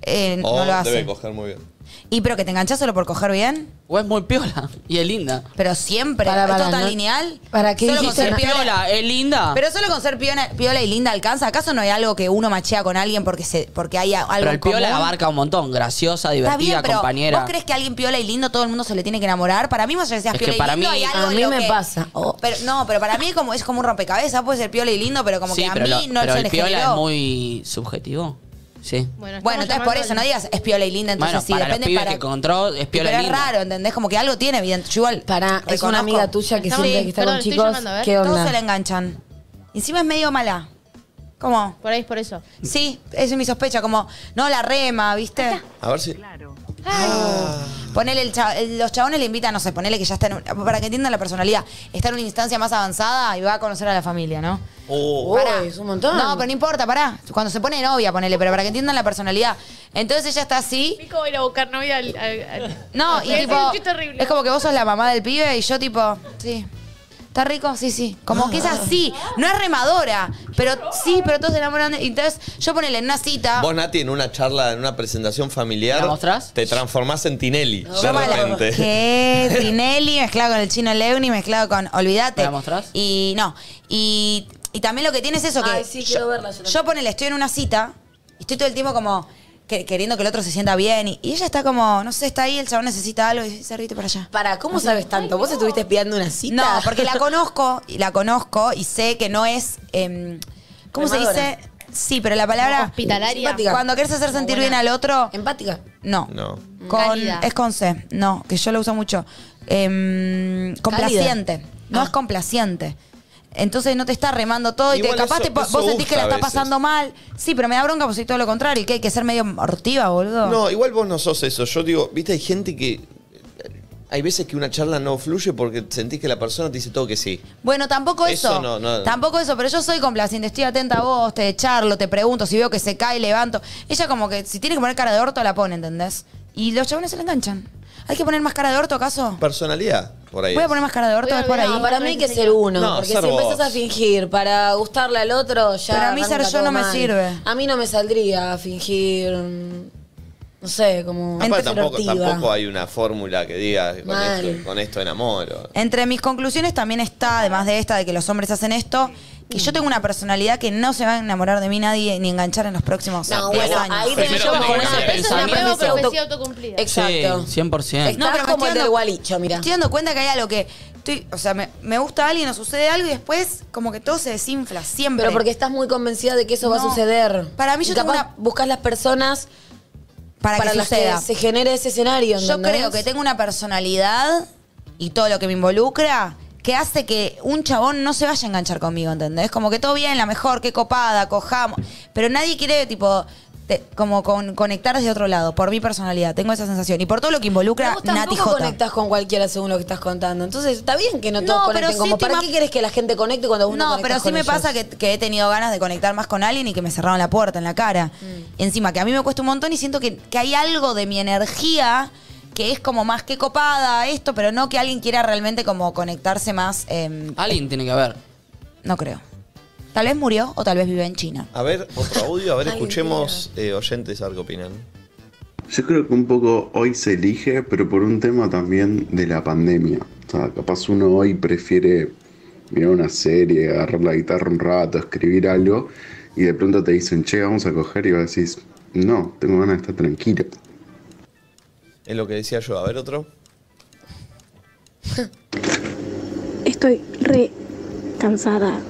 [SPEAKER 2] Eh,
[SPEAKER 5] Oh,
[SPEAKER 2] no lo hace.
[SPEAKER 5] debe coger muy bien.
[SPEAKER 2] Y pero que te enganchás solo por coger bien.
[SPEAKER 4] O es muy piola y es linda.
[SPEAKER 2] Pero siempre.
[SPEAKER 3] Para, para,
[SPEAKER 2] ¿Esto tan
[SPEAKER 3] ¿no?
[SPEAKER 2] lineal?
[SPEAKER 3] ¿Para qué
[SPEAKER 2] Solo con
[SPEAKER 3] dijiste?
[SPEAKER 2] ser
[SPEAKER 4] Es
[SPEAKER 2] piola.
[SPEAKER 4] piola, es linda.
[SPEAKER 2] Pero solo con ser piona- piola, y linda alcanza. ¿Acaso no hay algo que uno machea con alguien porque se porque hay a- algo
[SPEAKER 4] Pero
[SPEAKER 2] en
[SPEAKER 4] el piola
[SPEAKER 2] común?
[SPEAKER 4] abarca un montón. Graciosa,
[SPEAKER 2] Está
[SPEAKER 4] divertida,
[SPEAKER 2] bien, pero
[SPEAKER 4] compañera.
[SPEAKER 2] ¿vos crees que alguien piola y lindo todo el mundo se le tiene que enamorar? Para mí, más allá de que seas
[SPEAKER 4] Es que
[SPEAKER 2] piola
[SPEAKER 4] para
[SPEAKER 2] y lindo,
[SPEAKER 4] mí-
[SPEAKER 2] hay algo
[SPEAKER 3] A
[SPEAKER 2] en
[SPEAKER 3] mí
[SPEAKER 2] lo
[SPEAKER 3] me
[SPEAKER 2] que-
[SPEAKER 3] pasa. Oh.
[SPEAKER 2] Pero, no, pero para mí es como, es como un rompecabezas. Puede ser piola y lindo, pero como
[SPEAKER 4] sí,
[SPEAKER 2] que a
[SPEAKER 4] pero,
[SPEAKER 2] mí
[SPEAKER 4] lo-
[SPEAKER 2] no
[SPEAKER 4] pero
[SPEAKER 2] se
[SPEAKER 4] el
[SPEAKER 2] le
[SPEAKER 4] piola
[SPEAKER 2] generó.
[SPEAKER 4] es muy subjetivo. Sí.
[SPEAKER 7] estamos
[SPEAKER 2] Bueno, entonces por
[SPEAKER 7] llamando
[SPEAKER 2] eso,
[SPEAKER 7] al-
[SPEAKER 2] no digas es piola y linda, entonces
[SPEAKER 4] Bueno,
[SPEAKER 2] sí,
[SPEAKER 4] para los
[SPEAKER 2] depende
[SPEAKER 4] pibes
[SPEAKER 2] para...
[SPEAKER 4] que encontró, es
[SPEAKER 2] Sí,
[SPEAKER 4] piola y
[SPEAKER 2] Pero es
[SPEAKER 4] linda.
[SPEAKER 2] raro, ¿entendés? Como que algo tiene, evidente. Yo igual
[SPEAKER 3] Para, es una
[SPEAKER 2] reconozco.
[SPEAKER 3] amiga tuya que
[SPEAKER 7] Estamos-
[SPEAKER 3] siempre que está
[SPEAKER 7] Perdón,
[SPEAKER 3] con
[SPEAKER 7] estoy
[SPEAKER 3] chicos.
[SPEAKER 7] llamando, a ver.
[SPEAKER 3] ¿Qué
[SPEAKER 2] Todos se la
[SPEAKER 3] onda?
[SPEAKER 2] enganchan. Encima es medio mala. ¿Cómo?
[SPEAKER 7] Por ahí es por eso.
[SPEAKER 2] Sí, esa es mi sospecha, como, no, la rema, ¿viste?
[SPEAKER 5] A ver si.
[SPEAKER 2] Ponele, el cha- el- los chabones le invitan, no sé, ponele que ya está en un- para que entiendan la personalidad, está en una instancia más avanzada y va a conocer a la familia, ¿no?
[SPEAKER 5] Oh,
[SPEAKER 2] Pará.
[SPEAKER 3] Uy, es un
[SPEAKER 7] Ah.
[SPEAKER 3] montón.
[SPEAKER 2] No, pero no importa, pará. Cuando se pone de novia, ponele, pero para que entiendan la personalidad. Entonces ella está así.
[SPEAKER 7] Nico va a ir a buscar novia al. al- al-
[SPEAKER 2] No, y
[SPEAKER 7] Es
[SPEAKER 2] tipo.
[SPEAKER 7] un chiste horrible.
[SPEAKER 2] Es como que vos sos la mamá del pibe y yo, tipo, sí. ¿Está rico? Sí, sí. Como que es así. No es remadora. Pero sí, pero todos se enamoran. de- Entonces, yo ponele en una cita.
[SPEAKER 5] Vos, Nati, en una charla, en una presentación familiar,
[SPEAKER 4] ¿Me la mostrás?
[SPEAKER 5] te transformás en Tinelli. de
[SPEAKER 2] Yo me la-
[SPEAKER 5] repente.
[SPEAKER 2] ¿Qué? Tinelli mezclado con el chino Leuni, mezclado con Olvídate.
[SPEAKER 4] ¿Me la mostrás?
[SPEAKER 2] Y no. Y, y también lo que tiene es eso que.
[SPEAKER 3] Ay, sí, quiero verla, yo también.
[SPEAKER 2] yo ponele, estoy en una cita y estoy todo el tiempo como que- queriendo que el otro se sienta bien. Y, y ella está como, no sé, está ahí, el chabón necesita algo y se ríe para allá.
[SPEAKER 3] Para, ¿cómo sabes tanto? ¿Vos estuviste espiando una cita?
[SPEAKER 2] No, porque la conozco, y la conozco y sé que no es. em, ¿Cómo se
[SPEAKER 3] Remadora.
[SPEAKER 2] dice? Sí, pero la palabra.
[SPEAKER 7] Hospitalaria.
[SPEAKER 3] Simpática.
[SPEAKER 2] Cuando querés hacer sentir
[SPEAKER 7] buena.
[SPEAKER 2] bien al otro.
[SPEAKER 3] Empática.
[SPEAKER 2] No.
[SPEAKER 5] No.
[SPEAKER 2] Con,
[SPEAKER 7] Cálida.
[SPEAKER 2] es con C, no, que yo lo uso mucho. Em, complaciente. No
[SPEAKER 3] Ah.
[SPEAKER 2] es complaciente. Entonces no te está remando todo y
[SPEAKER 5] Igual
[SPEAKER 2] te, capaz
[SPEAKER 5] eso-
[SPEAKER 2] te po-
[SPEAKER 5] eso
[SPEAKER 2] vos sentís que la
[SPEAKER 5] gusta a
[SPEAKER 2] está
[SPEAKER 5] veces.
[SPEAKER 2] pasando mal. Sí, pero me da bronca porque soy todo lo contrario. ¿Y que hay que ser medio hortiva, boludo?
[SPEAKER 5] No, igual vos no sos eso. Yo digo, viste, hay gente que. Hay veces que una charla no fluye porque sentís que la persona te dice todo que sí.
[SPEAKER 2] Bueno, tampoco eso.
[SPEAKER 5] Eso no, no.
[SPEAKER 2] Tampoco eso, pero yo soy complaciente, estoy atenta a vos, te charlo, te pregunto, si veo que se cae, levanto. Ella como que si tiene que poner cara de orto, la pone, ¿entendés? Y los chabones se la enganchan. ¿Hay que poner más cara de orto acaso?
[SPEAKER 5] Personalidad, por ahí.
[SPEAKER 2] Voy a poner más cara de orto,
[SPEAKER 7] Voy a
[SPEAKER 2] es por ahí.
[SPEAKER 7] olvidar,
[SPEAKER 3] No, para mí hay que ser uno,
[SPEAKER 5] No,
[SPEAKER 3] porque
[SPEAKER 5] ser
[SPEAKER 3] si
[SPEAKER 5] vos.
[SPEAKER 3] empezás a fingir para gustarle al otro, ya.
[SPEAKER 2] Pero a mí
[SPEAKER 3] arranca
[SPEAKER 2] ser yo
[SPEAKER 3] todo
[SPEAKER 2] no me
[SPEAKER 3] mal.
[SPEAKER 2] sirve.
[SPEAKER 3] A mí no me saldría a fingir. mm, No sé, como.
[SPEAKER 5] Aparte,
[SPEAKER 3] ser
[SPEAKER 5] tampoco,
[SPEAKER 3] hortiva.
[SPEAKER 5] tampoco hay una fórmula que diga con
[SPEAKER 3] Mal.
[SPEAKER 5] esto, con esto enamoro.
[SPEAKER 2] Entre mis conclusiones también está, además de esta, de que los hombres hacen esto, que yo tengo una personalidad que no se va a enamorar de mí nadie ni enganchar en los próximos
[SPEAKER 3] No,
[SPEAKER 2] diez
[SPEAKER 3] bueno,
[SPEAKER 2] años.
[SPEAKER 3] ahí
[SPEAKER 5] Primero
[SPEAKER 3] yo
[SPEAKER 5] tenés que ver.
[SPEAKER 7] Eso es una
[SPEAKER 3] pensamiento.
[SPEAKER 7] nueva profecía
[SPEAKER 3] Auto-
[SPEAKER 7] autocumplida.
[SPEAKER 3] Exacto.
[SPEAKER 4] Sí, 100%.
[SPEAKER 3] Estás
[SPEAKER 2] pero me
[SPEAKER 3] como
[SPEAKER 2] estoy
[SPEAKER 3] el del
[SPEAKER 2] dando-
[SPEAKER 3] gualicho, mira.
[SPEAKER 2] Estoy dando cuenta que hay algo que. Estoy, o sea, me, me gusta alguien, nos sucede algo y después, como que todo se desinfla, siempre.
[SPEAKER 3] Pero porque estás muy convencida de que eso va a
[SPEAKER 2] No.
[SPEAKER 3] suceder.
[SPEAKER 2] Para mí yo
[SPEAKER 3] Y
[SPEAKER 2] tengo una-
[SPEAKER 3] capaz buscas las personas
[SPEAKER 2] para,
[SPEAKER 3] para,
[SPEAKER 2] que
[SPEAKER 3] las
[SPEAKER 2] suceda.
[SPEAKER 3] que se genere ese escenario.
[SPEAKER 2] Yo
[SPEAKER 3] ¿entendés?
[SPEAKER 2] creo que tengo una personalidad y todo lo que me involucra que hace que un chabón no se vaya a enganchar conmigo, ¿entendés? Como que todo bien, la mejor, qué copada, cojamos. Pero nadie quiere, tipo, te- como con, conectar desde otro lado, por mi personalidad. Tengo esa sensación. Y por todo lo que involucra
[SPEAKER 3] Pero vos
[SPEAKER 2] Nati
[SPEAKER 3] tampoco
[SPEAKER 2] J.
[SPEAKER 3] conectas con cualquiera según lo que estás contando. Entonces, está bien que no
[SPEAKER 2] No,
[SPEAKER 3] todos
[SPEAKER 2] pero
[SPEAKER 3] conecten.
[SPEAKER 2] sí
[SPEAKER 3] como,
[SPEAKER 2] te
[SPEAKER 3] ¿Para
[SPEAKER 2] ma-
[SPEAKER 3] qué querés que la gente conecte cuando uno
[SPEAKER 2] No, pero sí me pasa que, que he tenido ganas de conectar más con alguien y que me cerraron la puerta en la cara. Encima, que a mí me cuesta un montón y siento que, que hay algo de mi energía que es como más que copada esto, pero no que alguien quiera realmente como conectarse más. em,
[SPEAKER 4] Alguien tiene que ver.
[SPEAKER 2] no creo. Tal vez murió o tal vez vive en China.
[SPEAKER 5] A ver, otro audio, a ver, escuchemos eh, oyentes a ver qué opinan.
[SPEAKER 11] Yo creo que un poco hoy se elige, pero por un tema también de la pandemia. O sea, capaz uno hoy prefiere mirar una serie, agarrar la guitarra un rato, escribir algo, y de pronto te dicen, che, vamos a coger, y vos decís, no, tengo ganas de estar tranquilo.
[SPEAKER 5] Es lo que decía yo. A ver, otro.
[SPEAKER 9] Estoy re cansada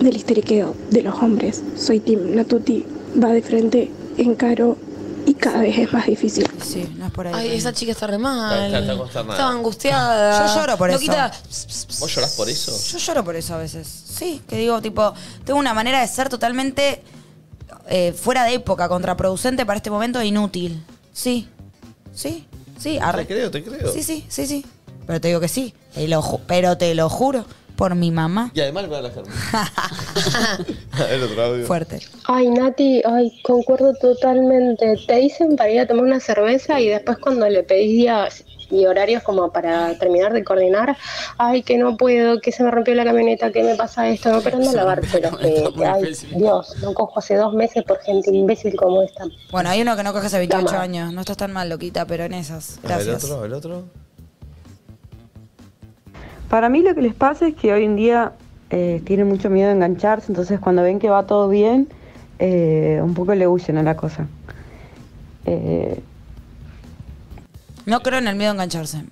[SPEAKER 9] del histeriqueo de los hombres. Soy Tim Natuti, va de frente, encaro y cada vez es más difícil.
[SPEAKER 2] Sí, no es por ahí.
[SPEAKER 3] Ay, esa chica está re mal.
[SPEAKER 5] Está- está- está consternada.
[SPEAKER 3] Estaba angustiada.
[SPEAKER 2] Yo lloro por eso.
[SPEAKER 3] Loquita.
[SPEAKER 5] ¿Vos llorás por eso?
[SPEAKER 2] Yo lloro por eso a veces. Sí, que digo, tipo, tengo una manera de ser totalmente eh, fuera de época, contraproducente para este momento e inútil. Sí, sí, sí.
[SPEAKER 5] Te
[SPEAKER 2] arre.
[SPEAKER 5] creo, te creo.
[SPEAKER 2] Sí, sí, sí, sí. Pero te digo que sí. Te lo ju- pero te lo juro, por mi mamá.
[SPEAKER 5] Y además le voy a la Germán. a ver, otro audio.
[SPEAKER 2] Fuerte.
[SPEAKER 9] Ay, Nati, ay, concuerdo totalmente. Te dicen para ir a tomar una cerveza y después cuando le pedís días y horarios como para terminar de coordinar, ay, que no puedo, que se me rompió la camioneta, que me pasa esto, no, pero anda a lavarte los
[SPEAKER 4] camioneta,
[SPEAKER 9] que,
[SPEAKER 4] muy
[SPEAKER 9] ay,
[SPEAKER 4] específico.
[SPEAKER 9] Dios, no cojo hace dos meses por gente imbécil como esta.
[SPEAKER 2] Bueno, hay uno que no coge hace 28
[SPEAKER 9] Toma.
[SPEAKER 2] años. No estás tan mal, loquita, pero en esas.
[SPEAKER 5] A ver,
[SPEAKER 2] Gracias.
[SPEAKER 5] otro, el otro.
[SPEAKER 9] Para mí lo que les pasa es que hoy en día eh, tienen mucho miedo de engancharse, entonces cuando ven que va todo bien, eh, un poco le huyen a la cosa. Eh,
[SPEAKER 2] No creo en el miedo a engancharse.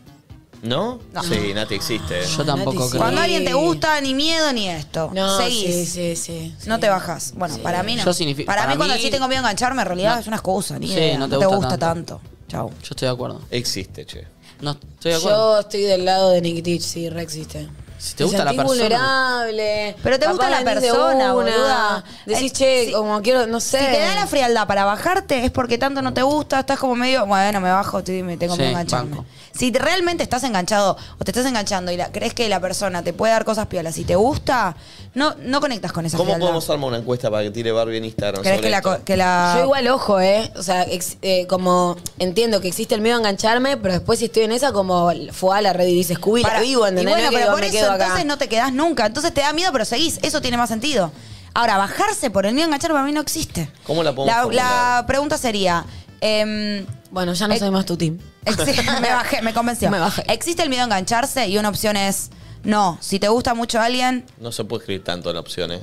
[SPEAKER 5] ¿No?
[SPEAKER 2] No.
[SPEAKER 5] Sí, Nati existe.
[SPEAKER 4] Yo tampoco
[SPEAKER 3] Nati, sí.
[SPEAKER 4] creo.
[SPEAKER 2] Cuando alguien te gusta, ni miedo ni esto.
[SPEAKER 3] No, sí,
[SPEAKER 2] Seguís.
[SPEAKER 3] sí, sí.
[SPEAKER 2] No te bajas. Bueno, para mí no.
[SPEAKER 4] Yo signifi-
[SPEAKER 2] para,
[SPEAKER 4] para
[SPEAKER 2] mí, cuando
[SPEAKER 4] mí-
[SPEAKER 2] sí tengo miedo a engancharme, en realidad
[SPEAKER 4] No.
[SPEAKER 2] es una excusa. Ni
[SPEAKER 4] Sí,
[SPEAKER 2] idea.
[SPEAKER 4] no
[SPEAKER 2] No,
[SPEAKER 4] te
[SPEAKER 2] te
[SPEAKER 4] gusta
[SPEAKER 2] gusta
[SPEAKER 4] tanto.
[SPEAKER 2] tanto. Chau.
[SPEAKER 4] Yo estoy de acuerdo.
[SPEAKER 5] Existe, che.
[SPEAKER 4] No, estoy de acuerdo.
[SPEAKER 3] Yo estoy del lado de Nick Ditch, sí, re existe.
[SPEAKER 4] Si te gusta la
[SPEAKER 3] sentís
[SPEAKER 4] persona.
[SPEAKER 3] vulnerable.
[SPEAKER 2] Pero te
[SPEAKER 3] capaz
[SPEAKER 2] gusta la
[SPEAKER 3] venís de
[SPEAKER 2] persona,
[SPEAKER 3] una,
[SPEAKER 2] boluda.
[SPEAKER 3] Decís,
[SPEAKER 2] Eh,
[SPEAKER 3] che,
[SPEAKER 2] si-
[SPEAKER 3] como quiero, no sé.
[SPEAKER 2] Si te da la frialdad para bajarte, es porque tanto no te gusta, estás como medio, bueno, me bajo, estoy- me tengo
[SPEAKER 4] Sí,
[SPEAKER 2] miedo a engancharme.
[SPEAKER 4] banco.
[SPEAKER 2] Si te- realmente estás enganchado o te estás enganchando y la- crees que la persona te puede dar cosas piolas y te gusta, no, no conectas con esa
[SPEAKER 5] ¿Cómo
[SPEAKER 2] frialdad.
[SPEAKER 5] podemos armar una encuesta para que tire Barbie en Instagram?
[SPEAKER 2] ¿Crees
[SPEAKER 5] sobre
[SPEAKER 2] que la,
[SPEAKER 5] esto?
[SPEAKER 2] co- que
[SPEAKER 4] Ah.
[SPEAKER 2] la-
[SPEAKER 3] Yo igual ojo, ¿eh? O sea, ex- eh, como entiendo que existe el miedo a engancharme, pero después si estoy en esa, como fue a la red y dices, Scooby, la
[SPEAKER 2] Para-
[SPEAKER 3] vivo,
[SPEAKER 2] y
[SPEAKER 3] ¿entendés?
[SPEAKER 2] bueno,
[SPEAKER 3] No que
[SPEAKER 2] pero
[SPEAKER 3] digo,
[SPEAKER 2] por
[SPEAKER 3] me
[SPEAKER 2] eso
[SPEAKER 3] quedo acá.
[SPEAKER 2] entonces no te quedás nunca. Entonces te da miedo, pero seguís. Eso tiene más sentido. Ahora, bajarse por el miedo a enganchar para mí no existe.
[SPEAKER 5] ¿Cómo la podemos
[SPEAKER 2] La,
[SPEAKER 5] formular?
[SPEAKER 2] la pregunta sería... em,
[SPEAKER 3] Bueno, ya no
[SPEAKER 2] Eh,
[SPEAKER 3] soy más tu team.
[SPEAKER 2] Ex- me bajé, me convenció.
[SPEAKER 3] Me bajé.
[SPEAKER 2] Existe el miedo a engancharse y una opción es no. Si te gusta mucho alguien,
[SPEAKER 5] No se puede escribir tanto en opciones.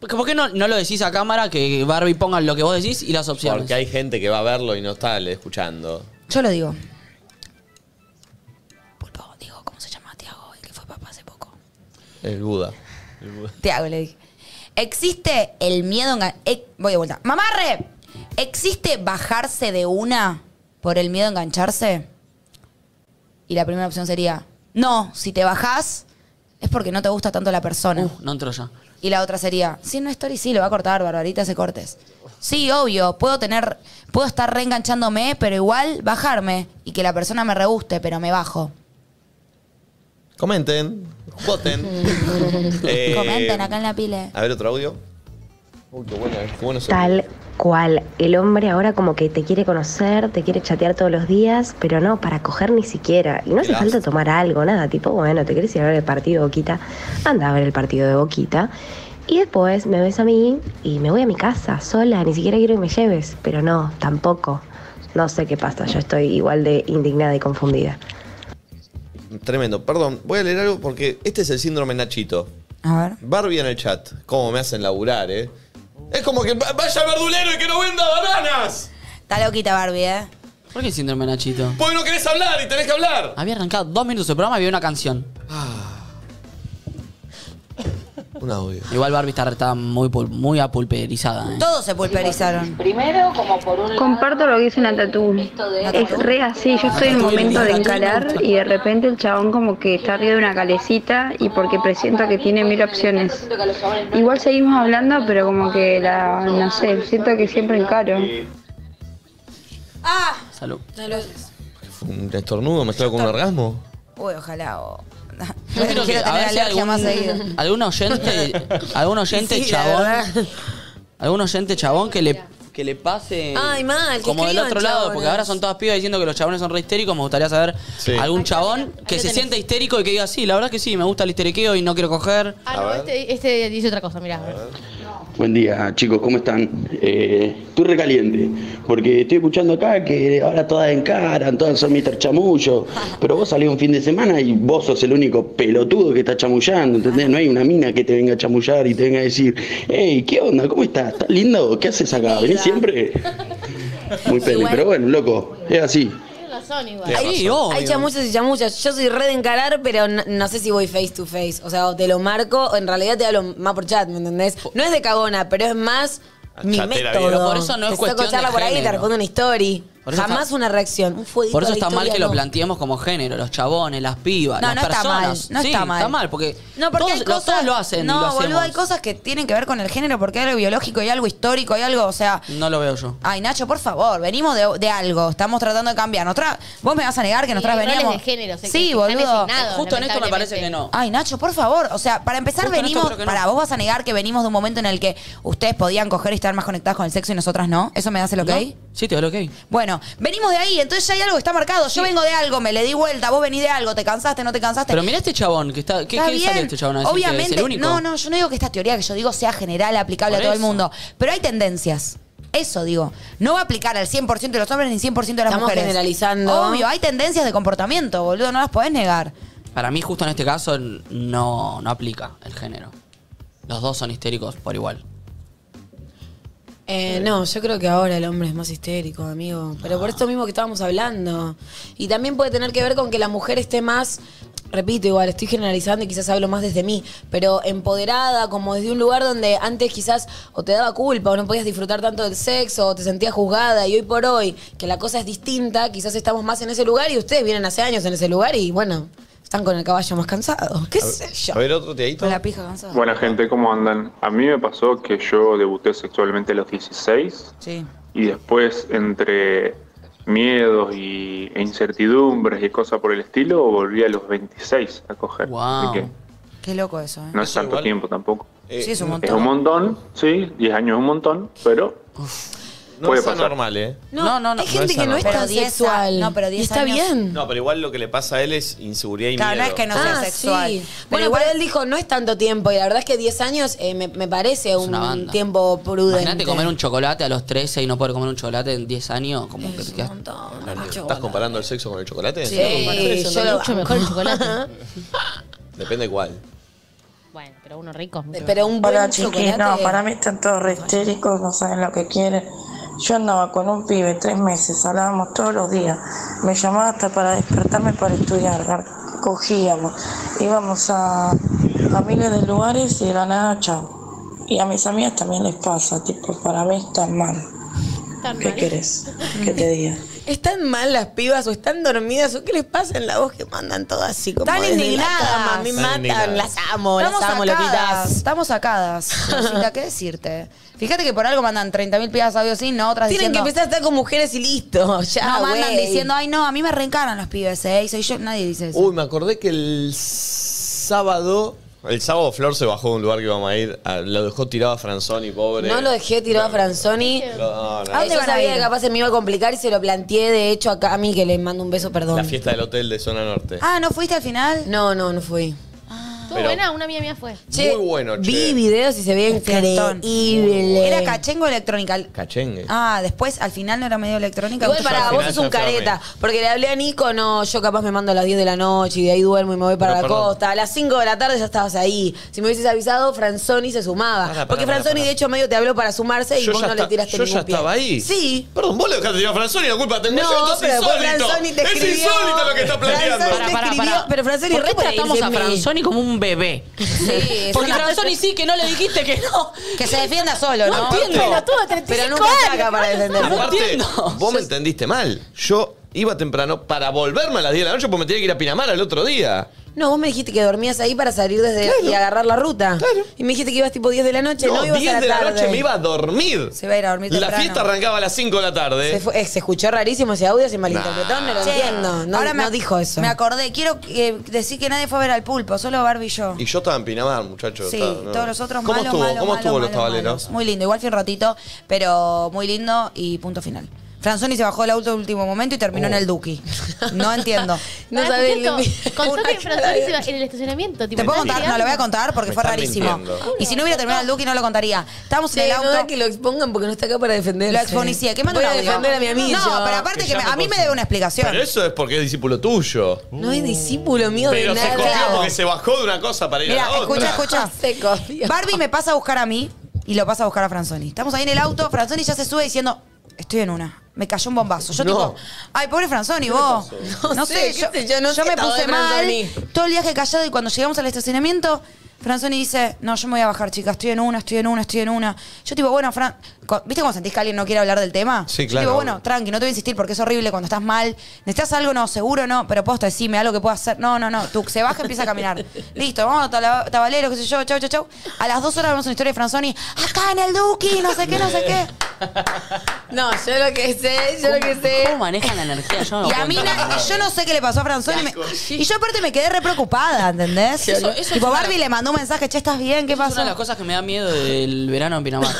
[SPEAKER 4] ¿Por qué no, no lo decís a cámara que Barbie ponga lo que vos decís y las opciones?
[SPEAKER 5] Porque hay gente que va a verlo y no está le- escuchando.
[SPEAKER 2] yo lo digo. Pulpo, digo, ¿cómo se llama Tiago? El que fue papá hace poco.
[SPEAKER 5] El Buda.
[SPEAKER 2] Tiago, le dije. Existe el miedo a engan- ex- Voy de vuelta. ¡Mamarre! ¿Existe bajarse de una por el miedo a engancharse? Y la primera opción sería, no, si te bajás es porque no te gusta tanto la persona.
[SPEAKER 4] Uh, no entro ya.
[SPEAKER 2] Y la otra sería, si no story sí, lo va a cortar, Barbarita hace cortes. Sí, obvio, puedo tener, puedo estar reenganchándome, pero igual bajarme y que la persona me reguste, pero me bajo.
[SPEAKER 5] Comenten, voten. Eh,
[SPEAKER 2] Comenten acá en la pile.
[SPEAKER 5] A ver otro audio. Uy, qué bueno, qué bueno se-
[SPEAKER 12] Tal cual. El hombre ahora como que te quiere conocer, te quiere chatear todos los días, pero no, para coger ni siquiera. Y no hace
[SPEAKER 5] Mirá.
[SPEAKER 12] falta tomar algo, nada. Tipo, bueno, te querés ir a ver el partido de Boquita, anda a ver el partido de Boquita. Y después me ves a mí y me voy a mi casa sola, ni siquiera quiero que me lleves, pero no, tampoco. No sé qué pasa, yo estoy igual de indignada y confundida.
[SPEAKER 5] Tremendo. Perdón, voy a leer algo porque este es el síndrome Nachito.
[SPEAKER 2] A ver.
[SPEAKER 5] Barbie en el chat. Cómo me hacen laburar, eh. Es como que va- vaya al verdulero y que no venda bananas.
[SPEAKER 2] Está loquita Barbie, ¿eh?
[SPEAKER 4] ¿Por qué síndrome Nachito?
[SPEAKER 5] Porque no querés hablar y tenés que hablar.
[SPEAKER 4] Había arrancado dos minutos el programa y había una canción.
[SPEAKER 5] Un audio.
[SPEAKER 4] Igual Barbie está, está muy, pul- muy apulperizada. ¿eh?
[SPEAKER 2] Todos se pulverizaron.
[SPEAKER 3] Primero, como por un
[SPEAKER 9] Comparto lo que dice Natatú. Es re así, yo estoy en el momento de encarar y de repente el chabón como que está arriba de una calecita y porque presiento que tiene mil opciones. Igual seguimos hablando, pero como que la, no sé, siento que siempre encaro.
[SPEAKER 2] ¡Ah!
[SPEAKER 4] Salud.
[SPEAKER 5] ¿Fue un estornudo mezclado con un orgasmo?
[SPEAKER 2] Uy, ojalá. o-
[SPEAKER 4] Yo creo que-
[SPEAKER 2] quiero
[SPEAKER 4] a
[SPEAKER 2] tener
[SPEAKER 4] ver si
[SPEAKER 2] alergia
[SPEAKER 4] algún-
[SPEAKER 2] más seguido.
[SPEAKER 4] Algún oyente, algún oyente
[SPEAKER 3] Sí, la
[SPEAKER 4] chabón.
[SPEAKER 3] verdad.
[SPEAKER 4] Algún oyente chabón que le, que le pase.
[SPEAKER 3] Ay, mal, que
[SPEAKER 4] Como del
[SPEAKER 3] escriban,
[SPEAKER 4] otro lado, porque
[SPEAKER 3] chabones.
[SPEAKER 4] ahora son todas pibas diciendo que los chabones son re histéricos. Me gustaría saber
[SPEAKER 5] Sí.
[SPEAKER 4] algún chabón que se sienta histérico y que diga, sí, la verdad que sí, me gusta el histeriqueo y no quiero coger.
[SPEAKER 7] Ah, no, este, este dice otra cosa, mirá.
[SPEAKER 10] Buen día, chicos, ¿cómo están? Eh, estoy recaliente, porque estoy escuchando acá que ahora todas encaran, todas son Mr. Chamullo, pero vos salís un fin de semana y vos sos el único pelotudo que está chamullando, ¿entendés? No hay una mina que te venga a chamullar y te venga a decir, hey, ¿qué onda? ¿Cómo estás? ¿Estás lindo? ¿Qué haces acá? ¿Venís siempre? Muy peli, pero bueno, loco, es así.
[SPEAKER 7] Tiene razón igual.
[SPEAKER 5] Tiene
[SPEAKER 4] Sí,
[SPEAKER 5] razón.
[SPEAKER 4] obvio.
[SPEAKER 3] Hay chamuchas y chamuchas. Yo soy re de encarar, pero no, no sé si voy face to face. O sea, o te lo marco, o en realidad te hablo más por chat, ¿me entendés? No es de cagona, pero es más mi
[SPEAKER 5] Chatera,
[SPEAKER 3] método.
[SPEAKER 5] bien. Pero
[SPEAKER 4] por eso no es
[SPEAKER 3] Te
[SPEAKER 4] cuestión
[SPEAKER 3] saco charla
[SPEAKER 4] de
[SPEAKER 3] por ahí y te
[SPEAKER 4] género.
[SPEAKER 3] respondo una story.
[SPEAKER 4] Por eso
[SPEAKER 3] Jamás
[SPEAKER 4] está-
[SPEAKER 3] una reacción, un fueguito
[SPEAKER 4] Por
[SPEAKER 3] a
[SPEAKER 4] eso
[SPEAKER 3] la
[SPEAKER 4] está mal
[SPEAKER 3] historia,
[SPEAKER 4] que lo
[SPEAKER 3] no.
[SPEAKER 4] planteemos como género, los chabones, las pibas,
[SPEAKER 2] No,
[SPEAKER 4] las
[SPEAKER 2] no está
[SPEAKER 4] personas.
[SPEAKER 2] mal, no
[SPEAKER 4] Sí,
[SPEAKER 2] está mal.
[SPEAKER 4] Está mal, porque,
[SPEAKER 2] No, porque
[SPEAKER 4] todos,
[SPEAKER 2] hay
[SPEAKER 4] lo-
[SPEAKER 2] cosas,
[SPEAKER 4] todos lo hacen. y
[SPEAKER 2] No,
[SPEAKER 4] lo
[SPEAKER 2] boludo,
[SPEAKER 4] hacemos.
[SPEAKER 2] hay cosas que tienen que ver con el género porque hay algo biológico y algo histórico y algo, o sea.
[SPEAKER 4] No lo veo yo.
[SPEAKER 2] Ay, Nacho, por favor, venimos de, de algo. Estamos tratando de cambiar. Nosotras- vos me vas a negar que nosotras
[SPEAKER 7] hay roles
[SPEAKER 2] veníamos.
[SPEAKER 7] de género, se- que
[SPEAKER 2] sí,
[SPEAKER 7] están
[SPEAKER 2] boludo.
[SPEAKER 7] designados. No,
[SPEAKER 4] Justo en esto me
[SPEAKER 7] lamentablemente.
[SPEAKER 4] parece que no.
[SPEAKER 2] Ay, Nacho, por favor. O sea, para empezar,
[SPEAKER 4] Justo en esto
[SPEAKER 2] venimos.
[SPEAKER 4] creo que no.
[SPEAKER 2] Para vos vas a negar que venimos de un momento en el que ustedes podían coger y estar más conectadas con el sexo y nosotras no. ¿Eso me das el Ah, ok?
[SPEAKER 4] ¿No? Sí, te doy el ok.
[SPEAKER 2] Bueno, venimos de ahí, entonces ya hay algo que está marcado. Yo vengo de algo, me le di vuelta, vos venís de algo, te cansaste, no te cansaste.
[SPEAKER 4] Pero mirá este chabón, que está, ¿qué,
[SPEAKER 2] Está
[SPEAKER 4] ¿qué sale
[SPEAKER 2] bien,
[SPEAKER 4] este chabón a decir que
[SPEAKER 2] Obviamente,
[SPEAKER 4] es el único?
[SPEAKER 2] no, no, yo no digo que esta teoría que yo digo sea general, aplicable
[SPEAKER 4] Por
[SPEAKER 2] a todo el
[SPEAKER 4] eso.
[SPEAKER 2] mundo. Pero hay tendencias. Eso digo. No va a aplicar al 100% de los hombres ni 100% de las
[SPEAKER 3] Estamos
[SPEAKER 2] mujeres.
[SPEAKER 3] generalizando.
[SPEAKER 2] Obvio, hay tendencias de comportamiento, boludo, no las podés negar.
[SPEAKER 4] Para mí, justo en este caso, no, no aplica el género. Los dos son histéricos por igual.
[SPEAKER 3] Eh, no, yo creo que ahora el hombre es más histérico, amigo. Pero
[SPEAKER 5] Ah.
[SPEAKER 3] por esto mismo que estábamos hablando. Y también puede tener que ver con que la mujer esté más, repito, igual estoy generalizando y quizás hablo más desde mí, pero empoderada, como desde un lugar donde antes quizás o te daba culpa o no podías disfrutar tanto del sexo o te sentías juzgada y hoy por hoy que la cosa es distinta, quizás estamos más en ese lugar y ustedes vienen hace años en ese lugar y bueno, están con el caballo más cansado. ¿Qué sé yo?
[SPEAKER 5] A ver otro teadito.
[SPEAKER 2] Con la pija cansada.
[SPEAKER 13] Buena gente, ¿cómo andan? A mí me pasó que yo debuté sexualmente a los 16
[SPEAKER 2] Sí.
[SPEAKER 13] y después entre miedos y, e incertidumbres y cosas por el estilo, volví a los 26 a coger.
[SPEAKER 2] Wow.
[SPEAKER 13] Así que
[SPEAKER 2] Qué loco eso, ¿eh?
[SPEAKER 13] no es tanto tiempo tampoco.
[SPEAKER 2] Sí, es un
[SPEAKER 13] Es
[SPEAKER 2] montón.
[SPEAKER 13] un montón, sí, 10 años es un montón, pero
[SPEAKER 5] No
[SPEAKER 13] puede
[SPEAKER 5] es
[SPEAKER 13] pasar.
[SPEAKER 5] anormal, ¿eh?
[SPEAKER 2] No,
[SPEAKER 5] no,
[SPEAKER 2] hay gente que no es tan
[SPEAKER 5] anormal.
[SPEAKER 2] sexual. No, pero 10 años-
[SPEAKER 5] No, pero igual lo que le pasa a él es inseguridad y
[SPEAKER 2] Claro, no
[SPEAKER 5] miedo.
[SPEAKER 2] es que no sea
[SPEAKER 3] Ah,
[SPEAKER 2] sexual.
[SPEAKER 3] sí.
[SPEAKER 2] Pero
[SPEAKER 3] bueno,
[SPEAKER 2] igual-
[SPEAKER 3] pero él dijo, no es tanto tiempo. Y la verdad es que 10 años eh, me, me parece
[SPEAKER 4] una
[SPEAKER 3] un
[SPEAKER 4] banda.
[SPEAKER 3] tiempo prudente.
[SPEAKER 4] Imagínate comer un chocolate a los 13 y no poder comer un chocolate en 10 años. Como que te quedas-
[SPEAKER 5] ¿Estás comparando el sexo con el chocolate?
[SPEAKER 3] Sí,
[SPEAKER 5] Sí,
[SPEAKER 3] yo lo-
[SPEAKER 7] Mucho mejor el chocolate.
[SPEAKER 5] Depende cuál.
[SPEAKER 7] bueno, pero uno rico. es mucho
[SPEAKER 3] Pero un
[SPEAKER 14] Hola
[SPEAKER 3] buen
[SPEAKER 14] chiquis, no,
[SPEAKER 3] chocolate.
[SPEAKER 14] para mí están todos re histéricos, no saben lo que quieren. Yo andaba con un pibe tres meses, hablábamos todos los días. Me llamaba hasta para despertarme para estudiar. Cogíamos, íbamos a, a miles de lugares y de la nada, chao. Y a mis amigas también les pasa, tipo, para mí están mal. ¿Qué querés? ¿Qué te diga?
[SPEAKER 3] ¿Están mal las pibas o están dormidas o qué les pasa en la voz que mandan todas así como
[SPEAKER 2] Están
[SPEAKER 3] desde la
[SPEAKER 2] indignadas.
[SPEAKER 3] cama? Me
[SPEAKER 2] Están
[SPEAKER 3] matan,
[SPEAKER 2] indignadas.
[SPEAKER 3] las amo, las amo,
[SPEAKER 2] sacadas,
[SPEAKER 3] loquitas.
[SPEAKER 2] Estamos sacadas. Rosita, ¿Qué decirte? Fíjate que por algo mandan 30.000 pibas audio sin, no otras
[SPEAKER 3] Tienen que
[SPEAKER 2] diciendo...
[SPEAKER 3] empezar a estar con mujeres y listo, ya,
[SPEAKER 2] no mandan
[SPEAKER 3] güey.
[SPEAKER 2] diciendo, ay no, a mí me reencaran los pibes, ¿eh? Y soy yo, nadie dice eso.
[SPEAKER 5] Uy, me acordé que el sábado. El sábado Flor se bajó de un lugar que íbamos a ir. a- Lo dejó tirado a Franzoni, pobre.
[SPEAKER 3] No lo dejé Ah. tirado a Franzoni.
[SPEAKER 5] No, no.
[SPEAKER 3] ¿A dónde
[SPEAKER 2] van a
[SPEAKER 3] sabía
[SPEAKER 2] ir?
[SPEAKER 3] que capaz se me iba a complicar y se lo planteé, de hecho, acá a mí que le mando un beso,
[SPEAKER 5] La
[SPEAKER 3] perdón.
[SPEAKER 5] fiesta del hotel de zona norte.
[SPEAKER 2] Ah, ¿no fuiste al final?
[SPEAKER 3] No, no, no fui.
[SPEAKER 7] ¿Estuvo
[SPEAKER 5] Pero-
[SPEAKER 7] buena? Una amiga mía fue.
[SPEAKER 5] Muy bueno, che.
[SPEAKER 3] Vi videos y se veía
[SPEAKER 2] Fiestón.
[SPEAKER 3] increíble.
[SPEAKER 2] Era cachengo electrónica.
[SPEAKER 5] Cachengue.
[SPEAKER 2] Ah, después al final no era medio electrónica.
[SPEAKER 3] Igual
[SPEAKER 2] Mucho
[SPEAKER 3] para
[SPEAKER 2] shopping.
[SPEAKER 3] vos es un careta, porque le hablé a Nico, no, yo capaz me mando a las 10 de la noche y de ahí duermo y me voy para
[SPEAKER 2] Pero
[SPEAKER 3] la
[SPEAKER 2] perdón.
[SPEAKER 3] costa. A las 5 de la tarde ya estabas ahí. Si me hubieses avisado, Franzoni se sumaba.
[SPEAKER 5] Pará, pará,
[SPEAKER 3] porque
[SPEAKER 5] pará,
[SPEAKER 3] Franzoni,
[SPEAKER 5] pará.
[SPEAKER 3] de hecho, medio te habló para sumarse Ah, y
[SPEAKER 5] Yo
[SPEAKER 3] vos
[SPEAKER 5] ya
[SPEAKER 3] no
[SPEAKER 5] esta-
[SPEAKER 3] le tiraste
[SPEAKER 5] yo
[SPEAKER 3] ningún
[SPEAKER 5] ya
[SPEAKER 3] pie.
[SPEAKER 5] estaba ahí.
[SPEAKER 3] Sí.
[SPEAKER 5] Perdón, vos lo dejaste tirado a Franzoni, la culpa tengo
[SPEAKER 3] No,
[SPEAKER 5] yo, esto
[SPEAKER 3] pero
[SPEAKER 5] es
[SPEAKER 3] después
[SPEAKER 5] insólito.
[SPEAKER 3] Franzoni te
[SPEAKER 5] es
[SPEAKER 3] escribió.
[SPEAKER 5] insólito lo que está planteando.
[SPEAKER 3] Franzoni
[SPEAKER 4] Pará, pará, pará.
[SPEAKER 3] Pero Franzoni
[SPEAKER 4] ¿Por qué
[SPEAKER 3] re para
[SPEAKER 4] tratamos a
[SPEAKER 3] irse en mí.
[SPEAKER 4] Franzoni como un bebé?
[SPEAKER 2] Sí,
[SPEAKER 4] Porque
[SPEAKER 2] es una-
[SPEAKER 4] Franzoni sí, que no le dijiste que no.
[SPEAKER 2] Que se defienda solo, ¿no?
[SPEAKER 4] No entiendo.
[SPEAKER 7] Pelotudo,
[SPEAKER 3] Pero
[SPEAKER 7] 35
[SPEAKER 3] nunca está acá para
[SPEAKER 7] años, ¿cuántos
[SPEAKER 3] defender.
[SPEAKER 7] años?
[SPEAKER 5] Aparte, vos me entendiste mal. Yo iba temprano para volverme a las 10 de la noche porque me tenía que ir a Pinamar el otro día.
[SPEAKER 3] No, vos me dijiste que dormías ahí para salir desde y agarrar la ruta. Y me dijiste que ibas tipo 10 de la noche, no,
[SPEAKER 5] no,
[SPEAKER 3] ibas
[SPEAKER 5] 10
[SPEAKER 3] a la
[SPEAKER 5] de
[SPEAKER 3] tarde.
[SPEAKER 5] la noche me iba a dormir.
[SPEAKER 2] Se va a ir a dormir
[SPEAKER 5] La
[SPEAKER 2] temprano.
[SPEAKER 5] fiesta arrancaba a las 5 de la tarde.
[SPEAKER 3] se, fue- eh, se escuchó rarísimo ese audio, se malinterpretó, no lo
[SPEAKER 2] Che,
[SPEAKER 3] entiendo. No,
[SPEAKER 2] ahora me-
[SPEAKER 3] no dijo eso.
[SPEAKER 2] Me acordé, quiero eh, decir que nadie fue a ver al pulpo, solo Barbie y yo.
[SPEAKER 5] Y yo estaba en Pinamar, muchachos.
[SPEAKER 2] Sí,
[SPEAKER 5] estaba, no.
[SPEAKER 2] todos los otros
[SPEAKER 5] ¿Cómo
[SPEAKER 2] malo,
[SPEAKER 5] estuvo?
[SPEAKER 2] malo,
[SPEAKER 5] ¿Cómo
[SPEAKER 2] malo,
[SPEAKER 5] estuvo los
[SPEAKER 2] malo,
[SPEAKER 5] tabaleros?
[SPEAKER 2] malos. Muy lindo, igual fui un ratito, pero muy lindo y punto final. Franzoni se bajó del auto al último momento y terminó en el Duki. No entiendo.
[SPEAKER 3] Uh. No
[SPEAKER 7] Pará,
[SPEAKER 3] sabés,
[SPEAKER 7] te
[SPEAKER 3] Lili.
[SPEAKER 7] cuento, Contó que
[SPEAKER 3] Una
[SPEAKER 7] Franzoni se iba en el estacionamiento.
[SPEAKER 2] Te
[SPEAKER 7] tipo,
[SPEAKER 2] puedo
[SPEAKER 7] ¿no?
[SPEAKER 2] contar, no lo voy a contar porque
[SPEAKER 5] Me
[SPEAKER 2] fue
[SPEAKER 5] estás
[SPEAKER 2] rarísimo.
[SPEAKER 5] mintiendo.
[SPEAKER 2] Y si no hubiera terminado el Duki no lo contaría. Estamos
[SPEAKER 3] Che,
[SPEAKER 2] en el
[SPEAKER 3] no da
[SPEAKER 2] auto.
[SPEAKER 3] que lo expongan porque no está acá para defender.
[SPEAKER 2] Lo exponicía, que manda
[SPEAKER 3] Voy
[SPEAKER 2] un
[SPEAKER 3] a
[SPEAKER 2] audio.
[SPEAKER 3] defender a mi amigo.
[SPEAKER 2] No, pero aparte
[SPEAKER 5] Que
[SPEAKER 2] que,
[SPEAKER 5] ya
[SPEAKER 2] me-
[SPEAKER 5] me
[SPEAKER 2] a mí me
[SPEAKER 5] consta.
[SPEAKER 2] debe una explicación.
[SPEAKER 5] Pero eso es porque es discípulo tuyo.
[SPEAKER 3] No es discípulo mío
[SPEAKER 5] Pero
[SPEAKER 3] de
[SPEAKER 5] se
[SPEAKER 3] nada.
[SPEAKER 5] copió porque se bajó de una cosa para ir
[SPEAKER 2] Mira,
[SPEAKER 5] a la
[SPEAKER 2] escucha,
[SPEAKER 5] otra.
[SPEAKER 2] escucha.
[SPEAKER 3] Se copió.
[SPEAKER 2] Barbie me pasa a buscar a mí y lo pasa a buscar a Franzoni. Estamos ahí en el auto, Franzoni ya se sube diciendo, estoy en una. Me cayó un bombazo. Yo
[SPEAKER 5] No.
[SPEAKER 2] tipo, ay, pobre Franzoni, vos.
[SPEAKER 3] No sé, qué sé yo, no sé
[SPEAKER 2] me
[SPEAKER 3] todo de
[SPEAKER 2] puse mal.
[SPEAKER 3] Franzoni.
[SPEAKER 2] Todo el viaje callado y cuando llegamos al estacionamiento, Franzoni dice, no, yo me voy a bajar, chicas, estoy en una, estoy en una, estoy en una. Yo tipo, bueno, Fran, co- ¿viste cómo sentís que alguien no quiere hablar del tema?
[SPEAKER 5] Sí,
[SPEAKER 2] Yo
[SPEAKER 5] claro,
[SPEAKER 2] Digo, bueno,
[SPEAKER 5] obvio.
[SPEAKER 2] tranqui, no te voy a insistir porque es horrible cuando estás mal. ¿Necesitas algo? No, seguro no, pero posta, decime algo que pueda hacer. No, no, no. Tú se baja y empieza a caminar. Listo, vamos, tala- tabalero, qué sé yo, chau, chau, chau. A las dos horas vemos una historia de Franzoni. Acá en el Duki, no sé qué, no sé qué.
[SPEAKER 3] No, yo lo que sé, yo lo que sé.
[SPEAKER 4] ¿Cómo manejan la energía? Yo no
[SPEAKER 2] Y
[SPEAKER 4] puedo
[SPEAKER 2] a mí,
[SPEAKER 4] entender
[SPEAKER 2] na-
[SPEAKER 4] nada.
[SPEAKER 2] yo no sé qué le pasó a Franzoni. me- y yo aparte me quedé re preocupada, ¿entendés?
[SPEAKER 4] Eso- eso
[SPEAKER 2] tipo,
[SPEAKER 4] es una-
[SPEAKER 2] Barbie le mandó un mensaje, che, ¿estás bien? ¿Qué
[SPEAKER 4] Es una
[SPEAKER 2] pasó?
[SPEAKER 4] de las cosas que me da miedo del verano en Pinamar.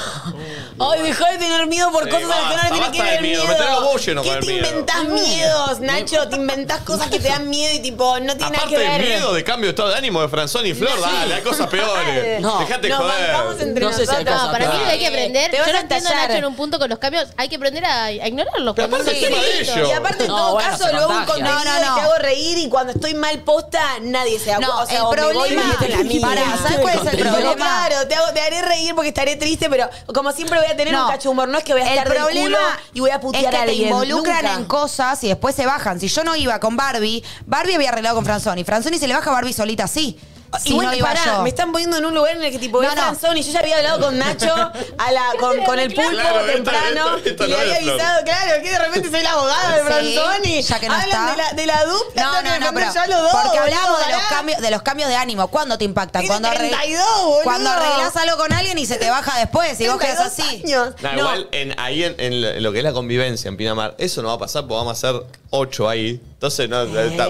[SPEAKER 3] Ay, dejá de tener miedo por
[SPEAKER 5] Sí,
[SPEAKER 3] cosas a las que no
[SPEAKER 5] basta,
[SPEAKER 3] le tenés que
[SPEAKER 5] basta de
[SPEAKER 3] tener
[SPEAKER 5] miedo,
[SPEAKER 3] miedo.
[SPEAKER 5] me tenés los huevos llenos
[SPEAKER 3] ¿Qué
[SPEAKER 5] con el
[SPEAKER 3] te
[SPEAKER 5] miedo.
[SPEAKER 3] inventás miedos, Nacho? Te inventás cosas que te dan miedo y tipo, no tiene nada que
[SPEAKER 5] Aparte
[SPEAKER 3] ver.
[SPEAKER 5] del miedo de cambio de estado de ánimo de Franzoni y Flor, dale, hay cosas peores.
[SPEAKER 4] No.
[SPEAKER 5] Dejate
[SPEAKER 3] Nos bancamos
[SPEAKER 5] joder.
[SPEAKER 3] entre
[SPEAKER 4] No sé si
[SPEAKER 3] nosotros.
[SPEAKER 4] hay cosas
[SPEAKER 7] No, Ah, para mí
[SPEAKER 4] Claro.
[SPEAKER 7] hay que aprender.
[SPEAKER 3] Te vas
[SPEAKER 7] Yo no
[SPEAKER 3] a
[SPEAKER 7] entiendo
[SPEAKER 3] estallar.
[SPEAKER 7] Nacho en un punto con los cambios. Hay que aprender a, a ignorarlos.
[SPEAKER 5] Pero
[SPEAKER 7] cuando
[SPEAKER 5] aparte
[SPEAKER 7] son
[SPEAKER 5] el tema de
[SPEAKER 7] chiquitos.
[SPEAKER 5] ellos.
[SPEAKER 3] Y aparte, en
[SPEAKER 4] No,
[SPEAKER 3] todo
[SPEAKER 4] bueno,
[SPEAKER 3] caso,
[SPEAKER 4] se
[SPEAKER 3] luego un
[SPEAKER 4] contagia.
[SPEAKER 3] contenido
[SPEAKER 2] No, no,
[SPEAKER 3] que
[SPEAKER 2] no.
[SPEAKER 3] hago reír y cuando estoy mal posta, nadie se da
[SPEAKER 2] No,
[SPEAKER 3] cuenta. O sea,
[SPEAKER 2] el
[SPEAKER 3] o me voy y me
[SPEAKER 2] problema-
[SPEAKER 3] meto en la mía.
[SPEAKER 2] Pará, ¿sabes cuál es el
[SPEAKER 3] Pero
[SPEAKER 2] problema?
[SPEAKER 3] Claro, te, hago- te haré reír porque estaré triste, pero como siempre voy a tener
[SPEAKER 2] No.
[SPEAKER 3] un cacho de humor. No es que voy a estar
[SPEAKER 2] el
[SPEAKER 3] del culo
[SPEAKER 2] problema
[SPEAKER 3] y voy a putear
[SPEAKER 2] es que
[SPEAKER 3] a alguien.
[SPEAKER 2] te involucran
[SPEAKER 3] Nunca.
[SPEAKER 2] en cosas y después se bajan. Si yo no iba con Barbie, Barbie había arreglado con Franzoni. Franzoni se le baja a Barbie solita así. Si
[SPEAKER 3] Ah, Igual,
[SPEAKER 2] no iba
[SPEAKER 3] pará,
[SPEAKER 2] yo.
[SPEAKER 3] me están poniendo en un lugar en el que tipo
[SPEAKER 2] No,
[SPEAKER 3] es
[SPEAKER 2] no.
[SPEAKER 3] Franzoni. Yo ya había hablado con Nacho a la, con, con el pulpo
[SPEAKER 2] Claro, esto,
[SPEAKER 3] temprano
[SPEAKER 2] esto, esto
[SPEAKER 3] y le
[SPEAKER 2] no
[SPEAKER 3] había
[SPEAKER 2] es, no.
[SPEAKER 3] avisado, claro, que de repente soy la abogada de
[SPEAKER 2] Sí,
[SPEAKER 3] Franzoni.
[SPEAKER 2] ya que no
[SPEAKER 3] Hablan
[SPEAKER 2] está.
[SPEAKER 3] de la, de la dupla,
[SPEAKER 2] No,
[SPEAKER 3] tengo
[SPEAKER 2] no,
[SPEAKER 3] que
[SPEAKER 2] no, pero
[SPEAKER 3] defender yo a los dos,
[SPEAKER 2] porque hablamos de
[SPEAKER 3] boludo,
[SPEAKER 2] los cambios de los cambios de ánimo. ¿Cuándo te impactan?
[SPEAKER 3] Tiene
[SPEAKER 2] Cuando arregl-
[SPEAKER 3] 32, boludo.
[SPEAKER 2] cuando arreglas algo con alguien y se te baja después y vos quedás así.
[SPEAKER 5] Nah, Igual en, ahí en, en lo- en lo que es la convivencia en Pinamar, eso no va a pasar porque vamos a hacer ocho ahí. Entonces, no. está-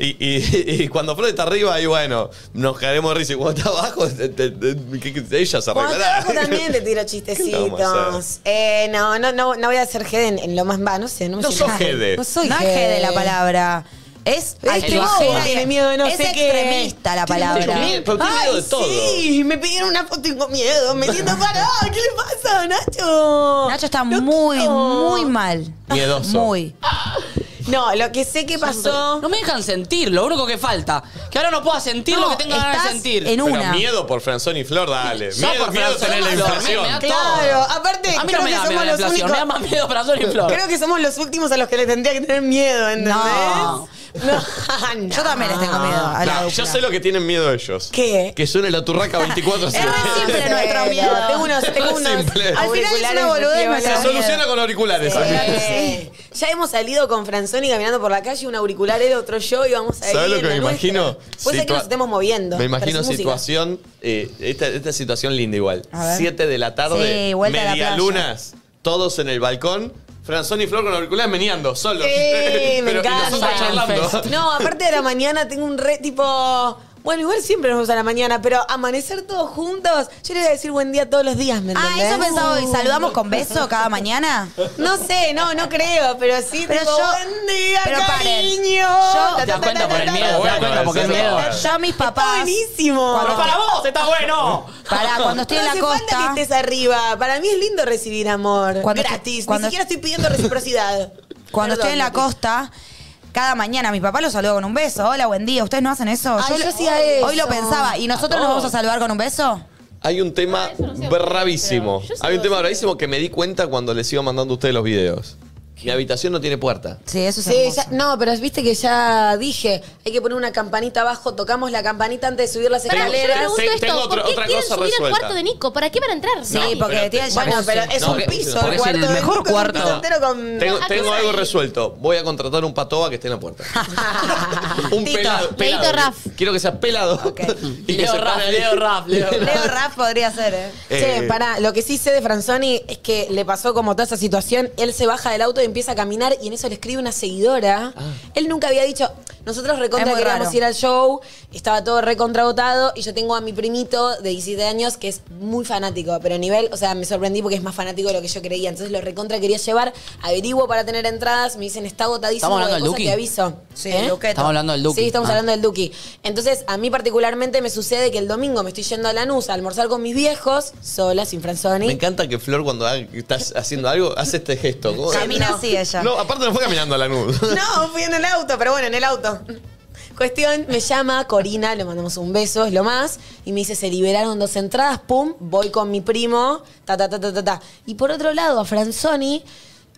[SPEAKER 5] y, y- y cuando Flor está arriba, ahí bueno, nos caeremos de risa. Y cuando está abajo, te- te- te- que- que ella se
[SPEAKER 3] Cuando
[SPEAKER 5] arreglará.
[SPEAKER 3] trabajo también te tiro
[SPEAKER 5] ¿Qué vamos a
[SPEAKER 3] chistecitos.
[SPEAKER 5] hacer?
[SPEAKER 3] Eh, no, no, no, no voy a ser jede en, en lo más va, no sé, no me
[SPEAKER 2] No
[SPEAKER 3] siento-
[SPEAKER 2] sos jede.
[SPEAKER 3] No soy
[SPEAKER 2] No es jede la palabra. Es
[SPEAKER 3] Es que vos
[SPEAKER 2] altibajera y-
[SPEAKER 3] tiene miedo de no
[SPEAKER 2] es
[SPEAKER 3] sé qué.
[SPEAKER 2] extremista la
[SPEAKER 3] Tiene mucho
[SPEAKER 2] palabra.
[SPEAKER 3] miedo, pero tiene miedo de todo. Sí, me pidieron una foto y tengo miedo. Me siento parado. ¿Qué le pasa, Nacho?
[SPEAKER 2] Nacho está muy, muy mal.
[SPEAKER 5] Miedoso.
[SPEAKER 2] Muy. Ah,
[SPEAKER 3] No, lo que sé que pasó.
[SPEAKER 4] No me dejan sentir, lo único que falta. Que ahora no pueda sentir lo que tengo ganas de sentir.
[SPEAKER 5] Pero miedo por Franzón y Flor, dale.
[SPEAKER 4] Yo
[SPEAKER 5] Miedo,
[SPEAKER 4] por
[SPEAKER 5] miedo
[SPEAKER 4] Franzón
[SPEAKER 5] tener la
[SPEAKER 4] y Flor,
[SPEAKER 5] inflación.
[SPEAKER 4] me da todo.
[SPEAKER 3] Claro, aparte,
[SPEAKER 4] A mí
[SPEAKER 3] creo
[SPEAKER 4] no me
[SPEAKER 3] que
[SPEAKER 4] da miedo
[SPEAKER 3] somos
[SPEAKER 4] la
[SPEAKER 3] los
[SPEAKER 4] inflación,
[SPEAKER 3] únicos.
[SPEAKER 4] me da más miedo Franzoni y Flor.
[SPEAKER 3] Creo que somos los últimos a los que le tendría que tener miedo, ¿entendés?
[SPEAKER 4] No.
[SPEAKER 3] No, Ah. no.
[SPEAKER 2] Yo también les tengo miedo. a la
[SPEAKER 5] Nah,
[SPEAKER 2] dupla.
[SPEAKER 5] yo sé lo que tienen miedo ellos.
[SPEAKER 3] ¿Qué?
[SPEAKER 5] Que suene la turraca 24
[SPEAKER 2] Es re simple nuestro miedo.
[SPEAKER 3] Tengo unos, tengo
[SPEAKER 5] Re
[SPEAKER 3] unos
[SPEAKER 5] simple.
[SPEAKER 2] Al final es una
[SPEAKER 3] auriculares
[SPEAKER 2] boludez
[SPEAKER 3] metidos
[SPEAKER 5] Se
[SPEAKER 3] acá.
[SPEAKER 5] soluciona con auriculares. amigo.
[SPEAKER 3] Eh, Ya hemos salido con Franzoni caminando por la calle, un auricular era otro yo y vamos a ir.
[SPEAKER 5] ¿Sabes lo
[SPEAKER 3] en
[SPEAKER 5] que
[SPEAKER 3] la
[SPEAKER 5] me
[SPEAKER 3] nuestra.
[SPEAKER 5] imagino?
[SPEAKER 3] Puede ser que
[SPEAKER 5] Situa-
[SPEAKER 3] nos estemos moviendo.
[SPEAKER 5] Me
[SPEAKER 3] pero
[SPEAKER 5] imagino
[SPEAKER 3] sin música.
[SPEAKER 5] situación, eh, esta, esta situación linda igual.
[SPEAKER 3] A ver.
[SPEAKER 5] 7 de la tarde,
[SPEAKER 3] Sí, vuelta a la playa.
[SPEAKER 5] medialunas, todos en el balcón, Franzón y Flor con auriculares meneando, solos.
[SPEAKER 3] Eh, me
[SPEAKER 5] Pero- y nosotros
[SPEAKER 3] encanta.
[SPEAKER 5] charlando.
[SPEAKER 3] No, aparte de la mañana tengo un re tipo. Bueno, igual siempre nos vemos a la mañana, pero amanecer todos juntos, yo le voy a decir buen día todos los días, ¿me
[SPEAKER 2] Ah,
[SPEAKER 3] entendés?
[SPEAKER 2] eso pensaba hoy.
[SPEAKER 3] Uh.
[SPEAKER 2] ¿Saludamos con beso cada mañana?
[SPEAKER 3] No sé, no, no creo, pero sí,
[SPEAKER 2] Pero
[SPEAKER 3] tipo,
[SPEAKER 2] yo-
[SPEAKER 3] buen día,
[SPEAKER 2] pero paren.
[SPEAKER 3] cariño.
[SPEAKER 2] Yo-
[SPEAKER 3] Ta, ta,
[SPEAKER 4] ¿Te das
[SPEAKER 3] ta,
[SPEAKER 4] cuenta por
[SPEAKER 3] ta,
[SPEAKER 4] el
[SPEAKER 3] ta,
[SPEAKER 4] miedo?
[SPEAKER 3] ta,
[SPEAKER 4] ¿Te das
[SPEAKER 3] ta,
[SPEAKER 4] cuenta
[SPEAKER 3] ta,
[SPEAKER 4] porque el
[SPEAKER 3] ta, ta,
[SPEAKER 4] miedo?
[SPEAKER 3] ta.
[SPEAKER 2] Yo a mis papás.
[SPEAKER 3] buenísimo.
[SPEAKER 2] Cuando-
[SPEAKER 4] Pero para vos está bueno.
[SPEAKER 2] Pará, cuando estoy en
[SPEAKER 3] no
[SPEAKER 2] la
[SPEAKER 3] hace
[SPEAKER 2] costa-
[SPEAKER 3] falta que estés arriba. Para mí es lindo recibir amor.
[SPEAKER 2] Cuando
[SPEAKER 3] gratis.
[SPEAKER 2] estoy- cuando-
[SPEAKER 3] Ni siquiera estoy pidiendo reciprocidad.
[SPEAKER 2] Cuando
[SPEAKER 3] Perdón,
[SPEAKER 2] estoy en la
[SPEAKER 3] Nati.
[SPEAKER 2] costa, cada mañana mi papá lo saludo con un beso. Hola, buen día. ¿Ustedes no hacen eso?
[SPEAKER 3] Ay, yo hacía
[SPEAKER 2] Hoy
[SPEAKER 3] eso.
[SPEAKER 2] lo pensaba. ¿Y nosotros nos vamos a saludar con un beso?
[SPEAKER 5] Hay un tema bravísimo. Hay un tema bravísimo que me di cuenta cuando les iba mandando a ustedes los videos. Mi habitación no tiene puerta.
[SPEAKER 2] Sí, eso
[SPEAKER 3] Sí, ya- no, pero viste que ya dije, hay que poner una campanita abajo, tocamos la campanita antes de subir las
[SPEAKER 7] Pará, yo le
[SPEAKER 3] escaleras.
[SPEAKER 7] pregunto
[SPEAKER 5] Te-
[SPEAKER 7] esto,
[SPEAKER 5] tengo
[SPEAKER 7] ¿por
[SPEAKER 5] otra-
[SPEAKER 7] qué
[SPEAKER 5] otra
[SPEAKER 7] quieren
[SPEAKER 5] cosa
[SPEAKER 7] subir al
[SPEAKER 5] resuelta.
[SPEAKER 7] cuarto de Nico? ¿Para qué van a entrar?
[SPEAKER 2] Sí, porque
[SPEAKER 5] pero
[SPEAKER 2] tiene
[SPEAKER 5] te-
[SPEAKER 2] ya-
[SPEAKER 3] Bueno, pero es
[SPEAKER 5] No,
[SPEAKER 3] un
[SPEAKER 5] que-
[SPEAKER 3] piso
[SPEAKER 5] porque
[SPEAKER 3] el
[SPEAKER 5] es el
[SPEAKER 3] cuarto de
[SPEAKER 5] mejor
[SPEAKER 3] Nico, es un
[SPEAKER 5] cuarto.
[SPEAKER 3] piso entero con-
[SPEAKER 5] Tengo,
[SPEAKER 3] Ah,
[SPEAKER 5] tengo
[SPEAKER 3] cosa
[SPEAKER 5] algo
[SPEAKER 3] ahí.
[SPEAKER 5] resuelto. Voy a contratar un patoba que esté en la puerta. un pelado. pelado.
[SPEAKER 7] Leito Raf.
[SPEAKER 5] Quiero que sea pelado. y que
[SPEAKER 4] Leo
[SPEAKER 5] se
[SPEAKER 4] Raf,
[SPEAKER 5] pare ahí.
[SPEAKER 4] Leo Raf, Leo Raf.
[SPEAKER 2] Leo Raf podría ser, ¿eh?
[SPEAKER 3] Che,
[SPEAKER 5] Eh,
[SPEAKER 3] pará, lo que sí sé de Franzoni es que le pasó como toda esa situación, él se baja del auto y empieza a caminar y en eso le escribe una seguidora. Él nunca había dicho, nosotros
[SPEAKER 2] Es
[SPEAKER 3] recontra
[SPEAKER 2] muy
[SPEAKER 3] queríamos
[SPEAKER 2] raro.
[SPEAKER 3] ir al show, estaba todo recontragotado y yo tengo a mi primito de 17 años que es muy fanático, pero a nivel, o sea, me sorprendí porque es más fanático de lo que yo creía, entonces lo recontra quería llevar, averiguo para tener entradas, me dicen, está agotadísimo,
[SPEAKER 4] ¿Estamos hablando
[SPEAKER 3] cualquier
[SPEAKER 4] del
[SPEAKER 3] cosa
[SPEAKER 4] Duki?
[SPEAKER 3] te aviso.
[SPEAKER 2] Sí,
[SPEAKER 3] ¿Eh?
[SPEAKER 2] Luqueto.
[SPEAKER 4] Estamos hablando del Duki.
[SPEAKER 3] Sí, estamos
[SPEAKER 4] Ah.
[SPEAKER 3] hablando del Duki. Entonces, a mí particularmente me sucede que el domingo me estoy yendo a Lanús a almorzar con mis viejos, sola, sin
[SPEAKER 5] Me
[SPEAKER 3] Franzoni.
[SPEAKER 5] encanta que Flor, cuando ha- estás haciendo algo, hace este gesto. ¿Cómo?
[SPEAKER 2] Camina así ella.
[SPEAKER 5] No, aparte no fue caminando a la nube.
[SPEAKER 3] No, fui en el auto, pero bueno, en el auto. Cuestión, me llama Corina, le mandamos un beso, es lo más, y me dice, se liberaron dos entradas, pum, voy con mi primo, ta, ta, ta, ta, ta, ta. Y por otro lado, a Franzoni,